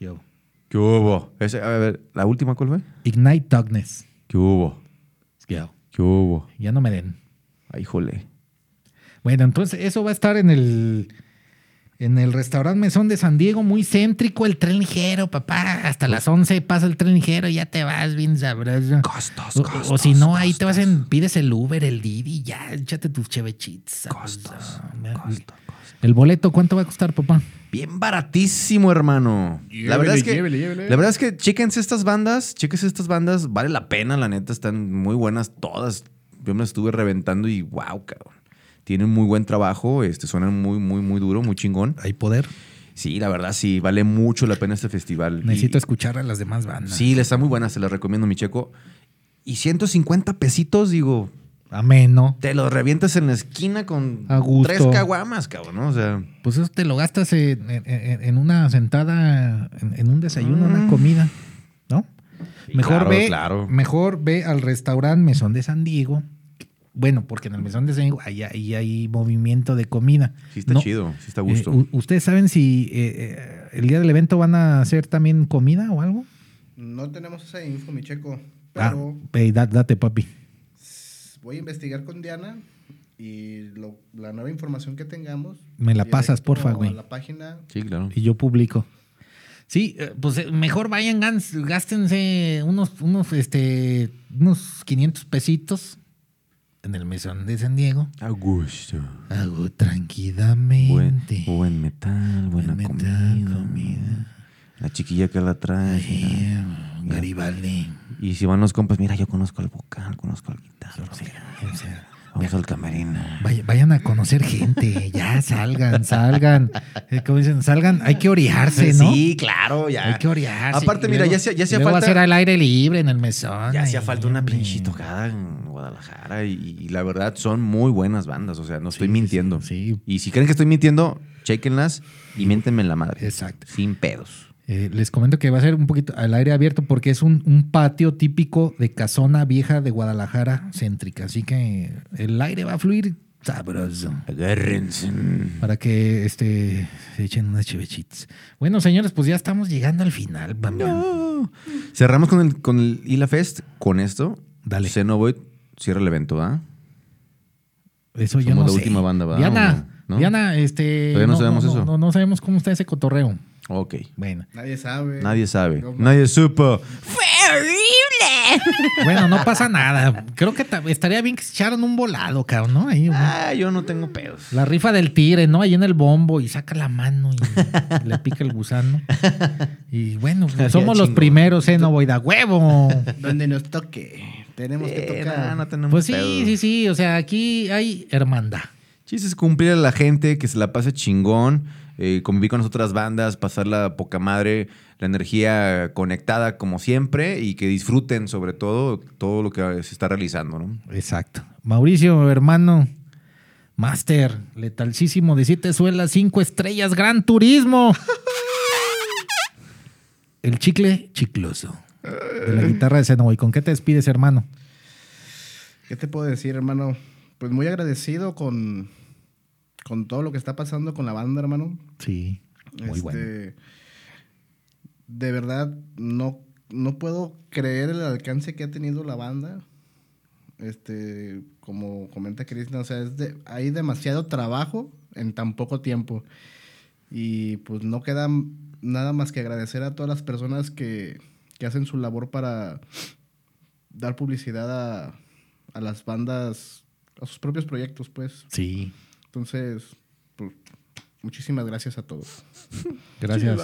Speaker 1: Yo.
Speaker 4: ¿Qué hubo? Ese- a ver, ¿la última cuál fue?
Speaker 1: Ignite Darkness.
Speaker 4: ¿Qué hubo?
Speaker 1: Yo.
Speaker 4: ¿Qué hubo?
Speaker 1: Ya no me den.
Speaker 4: Ay, híjole.
Speaker 1: Bueno, entonces eso va a estar en el en el restaurante Mesón de San Diego, muy céntrico, el tren ligero, papá. Hasta las 11 pasa el tren ligero, ya te vas bien sabroso.
Speaker 4: Costos,
Speaker 1: O- o- o, si no, ahí te vas en, pides el Uber, el Didi, ya, échate tus chevechits.
Speaker 4: Costos,
Speaker 1: El boleto, ¿cuánto va a costar, papá?
Speaker 4: Bien baratísimo, hermano. la
Speaker 5: Llévele,
Speaker 4: verdad es que
Speaker 5: llévele, llévele.
Speaker 4: la verdad es que chéquense estas bandas, chéquense estas bandas, vale la pena, la neta están muy buenas todas. Yo me las estuve reventando y wow, cabrón. Tienen muy buen trabajo, este suenan muy muy muy duro, muy chingón.
Speaker 1: Hay poder.
Speaker 4: Sí, la verdad sí vale mucho la pena este festival.
Speaker 1: Necesito
Speaker 4: Y-
Speaker 1: escuchar a las demás bandas.
Speaker 4: Sí, está muy buena, se las recomiendo, mi checo. Y 150 pesitos, digo,
Speaker 1: Ameno.
Speaker 4: te los revientas en la esquina con
Speaker 1: A gusto.
Speaker 4: tres caguamas, cabrón, ¿no? O sea,
Speaker 1: Pues eso te lo gastas en, en- en- en una sentada, en, en un desayuno,
Speaker 4: Mm.
Speaker 1: una comida, ¿no? mejor
Speaker 4: claro,
Speaker 1: ve,
Speaker 4: claro.
Speaker 1: mejor ve al restaurante Mesón de San Diego. Bueno, porque en el Mesón de San Diego ahí ahí hay, movimiento de comida.
Speaker 4: sí está
Speaker 1: No,
Speaker 4: chido, sí está a
Speaker 1: eh,
Speaker 4: gusto.
Speaker 1: u- ¿Ustedes saben si eh, eh, el día del evento van a hacer también comida o algo?
Speaker 5: No tenemos esa info, mi checo.
Speaker 1: Ah,
Speaker 5: Pero
Speaker 1: ey, da- date, papi.
Speaker 5: voy a investigar con Diana y lo- la nueva información que tengamos.
Speaker 1: Me la pasas,
Speaker 5: directo
Speaker 1: porfa,
Speaker 5: a
Speaker 1: güey.
Speaker 5: La página.
Speaker 4: Sí, claro.
Speaker 1: Y yo publico. Sí, eh, pues eh, mejor vayan, gans- gástense unos, unos, este, unos 500 pesitos en el mesón de San Diego.
Speaker 4: A gusto.
Speaker 1: Hago tranquilamente.
Speaker 4: buen metal,
Speaker 1: Buen metal, comida.
Speaker 4: La chiquilla que la trae. mira.
Speaker 1: Eh, Garibaldi.
Speaker 4: Y si van los compas, mira, yo conozco al vocal, conozco al guitarro.
Speaker 1: O sea,
Speaker 4: Vamos al camerino.
Speaker 1: Vaya- vayan a conocer gente, ya salgan, salgan. Eh, Como dicen, salgan, hay que orearse, ¿no?
Speaker 4: Sí, claro, ya.
Speaker 1: Hay que orearse.
Speaker 4: Aparte,
Speaker 1: Y
Speaker 4: mira,
Speaker 1: luego-
Speaker 4: ya hacía- ya hacía
Speaker 1: luego
Speaker 4: falta-
Speaker 1: hacer al aire libre en el mesón.
Speaker 4: Ya hacía
Speaker 1: ahí,
Speaker 4: falta una
Speaker 1: hombre.
Speaker 4: pinche tocada en Guadalajara y, y la verdad son muy buenas bandas, o sea, no estoy mintiendo.
Speaker 1: sí.
Speaker 4: Y si creen que estoy mintiendo, chequenlas y miéntenme en la madre.
Speaker 1: Exacto.
Speaker 4: Sin pedos.
Speaker 1: Eh, les comento que va a ser un poquito al aire abierto porque es un, un patio típico de casona vieja de Guadalajara céntrica. Así que el aire va a fluir sabroso.
Speaker 4: Agárrense.
Speaker 1: Para que este, se echen unas chevechitas. Bueno, señores, pues ya estamos llegando al final. papá.
Speaker 4: Uh. Cerramos con el, con el Hila Fest. Con esto,
Speaker 1: Dale.
Speaker 4: Xenoboid cierra el evento, ¿ah?
Speaker 1: Eso yo
Speaker 4: Somos
Speaker 1: no
Speaker 4: la
Speaker 1: sé.
Speaker 4: última banda, ¿verdad?
Speaker 1: Diana,
Speaker 4: ¿O no? ¿No?
Speaker 1: Diana, este.
Speaker 4: Todavía no sabemos eso.
Speaker 1: No, no sabemos cómo está ese cotorreo.
Speaker 4: Ok.
Speaker 1: Bueno.
Speaker 5: Nadie sabe.
Speaker 4: Nadie sabe.
Speaker 5: No,
Speaker 4: Nadie supo.
Speaker 1: Bueno, no pasa nada. Creo que ta- estaría bien que se echaran un volado, cabrón, ¿no? Ahí,
Speaker 4: Ah, yo no tengo pedos.
Speaker 1: La rifa del tigre, ¿no? Ahí en el bombo y saca la mano y le pica el gusano. Y bueno,
Speaker 4: Estaría
Speaker 1: somos los
Speaker 4: chingón.
Speaker 1: primeros, ¿eh? No voy da huevo.
Speaker 5: Donde nos toque. Tenemos que
Speaker 4: Eh,
Speaker 5: tocar.
Speaker 4: no, no tenemos
Speaker 1: Pues sí,
Speaker 4: pedos.
Speaker 1: sí, sí. O sea, aquí hay hermandad.
Speaker 4: Chiste es cumplir a la gente, que se la pase chingón, eh, convivir con las otras bandas, pasarla poca madre, la energía conectada como siempre y que disfruten sobre todo todo lo que se está realizando, ¿no?
Speaker 1: Exacto. Mauricio, hermano, máster, letalcísimo de siete suelas, cinco estrellas, gran turismo. El chicle chicloso. De la guitarra de Zenoboy. ¿Con qué te despides, hermano?
Speaker 5: ¿Qué te puedo decir, hermano? Pues muy agradecido con, con todo lo que está pasando con la banda, hermano.
Speaker 1: Sí, muy
Speaker 5: Este,
Speaker 1: bueno.
Speaker 5: De verdad, no, no puedo creer el alcance que ha tenido la banda. Este, como comenta Cristian, o sea, es de- hay demasiado trabajo en tan poco tiempo. Y pues no queda m- nada más que agradecer a todas las personas que, que hacen su labor para dar publicidad a, a las bandas, a sus propios proyectos, pues.
Speaker 1: Sí,
Speaker 5: Entonces, pues, muchísimas gracias a todos.
Speaker 1: gracias.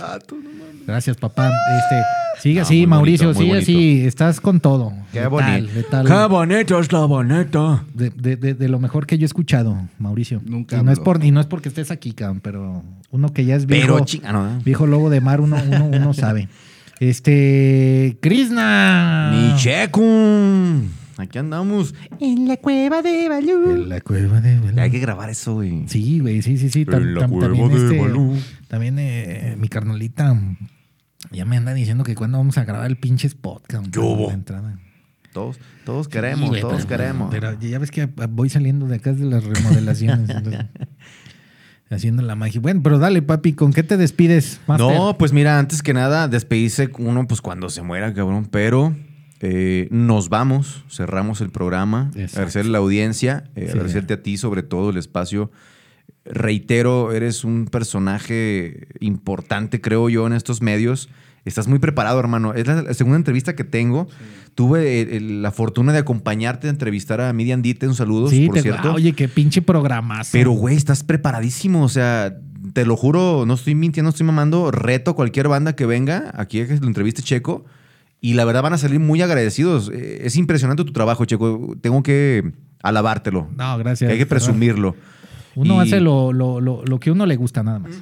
Speaker 1: Gracias, papá. Este, sigue
Speaker 4: No,
Speaker 1: así,
Speaker 4: muy
Speaker 1: Mauricio,
Speaker 4: bonito, muy
Speaker 1: sigue así. Estás con todo.
Speaker 4: Qué
Speaker 1: Letal,
Speaker 4: bonito.
Speaker 1: letal.
Speaker 4: bonito es la bonita!
Speaker 1: De, de- de- de lo mejor que yo he escuchado, Mauricio.
Speaker 5: Nunca
Speaker 1: y no, es
Speaker 5: habló.
Speaker 1: por, y no es porque estés aquí, cabrón, pero uno que ya es viejo,
Speaker 4: Pero chinga, no, ¿eh?
Speaker 1: viejo lobo de mar, uno, uno, uno sabe. Este, Krishna.
Speaker 4: ¡Ni checo! Aquí andamos.
Speaker 6: En la cueva de Balú.
Speaker 1: En la cueva de Belén.
Speaker 4: Hay que grabar eso, güey.
Speaker 1: Sí, güey, sí, sí, sí. Tam-
Speaker 2: En la
Speaker 1: tam-
Speaker 2: cueva
Speaker 1: también,
Speaker 2: de
Speaker 1: este,
Speaker 2: Balú.
Speaker 1: también eh, mi carnalita ya me anda diciendo que cuando vamos a grabar el pinche spot, cabrón.
Speaker 2: ¿Qué hubo?
Speaker 1: la entrada.
Speaker 4: Todos, todos
Speaker 1: Sí,
Speaker 4: queremos,
Speaker 1: güey,
Speaker 4: todos
Speaker 1: pero-
Speaker 4: queremos.
Speaker 1: Pero ya ves que voy saliendo de acá de las remodelaciones. entonces, haciendo la magia. Bueno, pero dale, papi, ¿con qué te despides? Master?
Speaker 4: No, pues mira, antes que nada, despedirse uno pues cuando se muera, cabrón. Pero eh, nos vamos, cerramos el programa.
Speaker 1: Exacto.
Speaker 4: Agradecerle a la audiencia, eh,
Speaker 1: Sí.
Speaker 4: agradecerte a ti sobre todo el espacio. Reitero, eres un personaje importante, creo yo, en estos medios. Estás muy preparado, hermano. Es la, la segunda entrevista que tengo. Tuve eh, el- la fortuna de acompañarte, de entrevistar a Miriam Ditten. Saludos,
Speaker 1: Sí,
Speaker 4: por
Speaker 1: te-
Speaker 4: cierto.
Speaker 1: ah, oye, qué pinche programazo.
Speaker 4: Pero, güey, estás preparadísimo. O sea, te lo juro, no estoy mintiendo, no estoy mamando. Reto a cualquier banda que venga aquí a que lo entreviste Checo. Y la verdad van a salir muy agradecidos. Eh, Es impresionante tu trabajo, Checo. Tengo que alabártelo.
Speaker 1: No, gracias.
Speaker 4: Hay que presumirlo.
Speaker 1: Uno
Speaker 4: Y-
Speaker 1: hace lo, lo, lo, lo que uno le gusta nada más.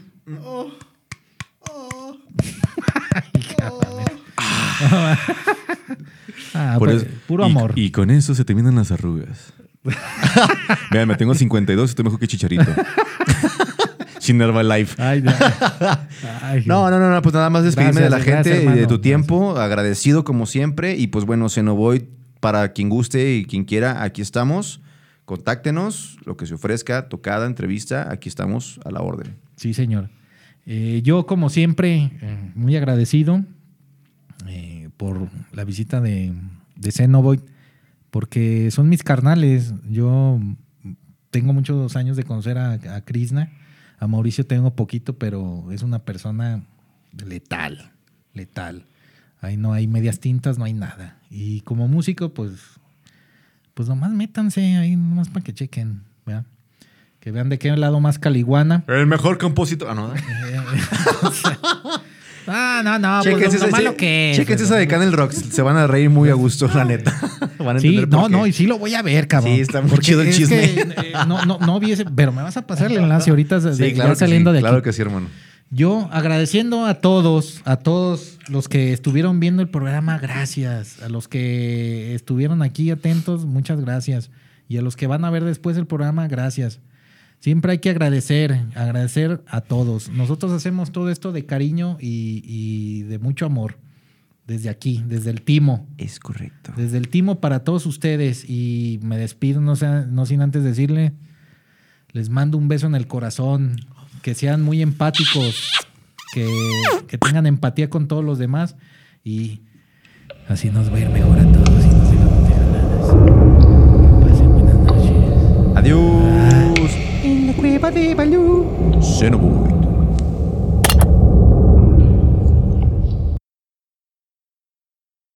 Speaker 1: Ay, cabrón. Ah,
Speaker 4: Por
Speaker 1: pues,
Speaker 4: eso-
Speaker 1: puro
Speaker 2: Y-
Speaker 1: amor.
Speaker 2: Y, con eso se terminan las arrugas. Vean, me tengo 52 y estoy mejor que Chicharito. Sin Herbalife.
Speaker 1: Ay, no. Ay,
Speaker 4: No, no, no, no, pues nada más despedirme de la
Speaker 1: Gracias,
Speaker 4: gente
Speaker 1: gracias,
Speaker 4: y de
Speaker 1: hermano.
Speaker 4: tu tiempo. Agradecido como siempre. Y pues bueno, Xenovoid, para quien guste y quien quiera, aquí estamos. Contáctenos, lo que se ofrezca, tocada, entrevista, aquí estamos a la orden.
Speaker 1: Sí, señor. Eh, yo, como siempre, eh, muy agradecido eh, por la visita de, de Xenoboid, porque son mis carnales. Yo tengo muchos años de conocer a, a Krishna. A Mauricio tengo poquito, pero es una persona letal, letal. Ahí no hay medias tintas, no hay nada. Y como músico, pues, pues nomás métanse ahí, nomás para que chequen, ¿verdad? Que vean de qué lado más caliguana.
Speaker 4: El mejor compositor. Ah, no.
Speaker 1: Eh, Ah, no, no, pues
Speaker 4: Chéquense
Speaker 1: lo, lo
Speaker 4: esa-
Speaker 1: malo que es.
Speaker 4: chéquense esa de Canel Rocks. Se van a reír muy a gusto, la neta. Van a
Speaker 1: Sí,
Speaker 4: entender por
Speaker 1: no,
Speaker 4: qué.
Speaker 1: no, y sí lo voy a ver, cabrón.
Speaker 4: Sí, está muy
Speaker 1: Porque
Speaker 4: chido el
Speaker 1: es
Speaker 4: chisme.
Speaker 1: que, eh, no, no, no vi ese, pero me vas a pasar el enlace ahorita de-
Speaker 4: Sí,
Speaker 1: de-
Speaker 4: claro
Speaker 1: ya
Speaker 4: que
Speaker 1: saliendo
Speaker 4: sí,
Speaker 1: de aquí.
Speaker 4: Claro que sí, hermano.
Speaker 1: Yo agradeciendo a todos, a todos los que estuvieron viendo el programa, gracias. A los que estuvieron aquí atentos, muchas gracias. Y a los que van a ver después el programa, gracias. Siempre hay que agradecer, agradecer a todos. Nosotros hacemos todo esto de cariño y, y de mucho amor. Desde aquí, desde el timo.
Speaker 4: Es correcto.
Speaker 1: Desde el timo para todos ustedes. Y me despido, no, sea- no sin antes decirle, les mando un beso en el corazón. Que sean muy empáticos. Que, que tengan empatía con todos los demás. Y así nos va a ir mejor a todos. y nos dejamos de jaladas. Pasen buenas noches.
Speaker 4: Adiós.
Speaker 6: En la cueva de Balú.
Speaker 2: Xenoboy.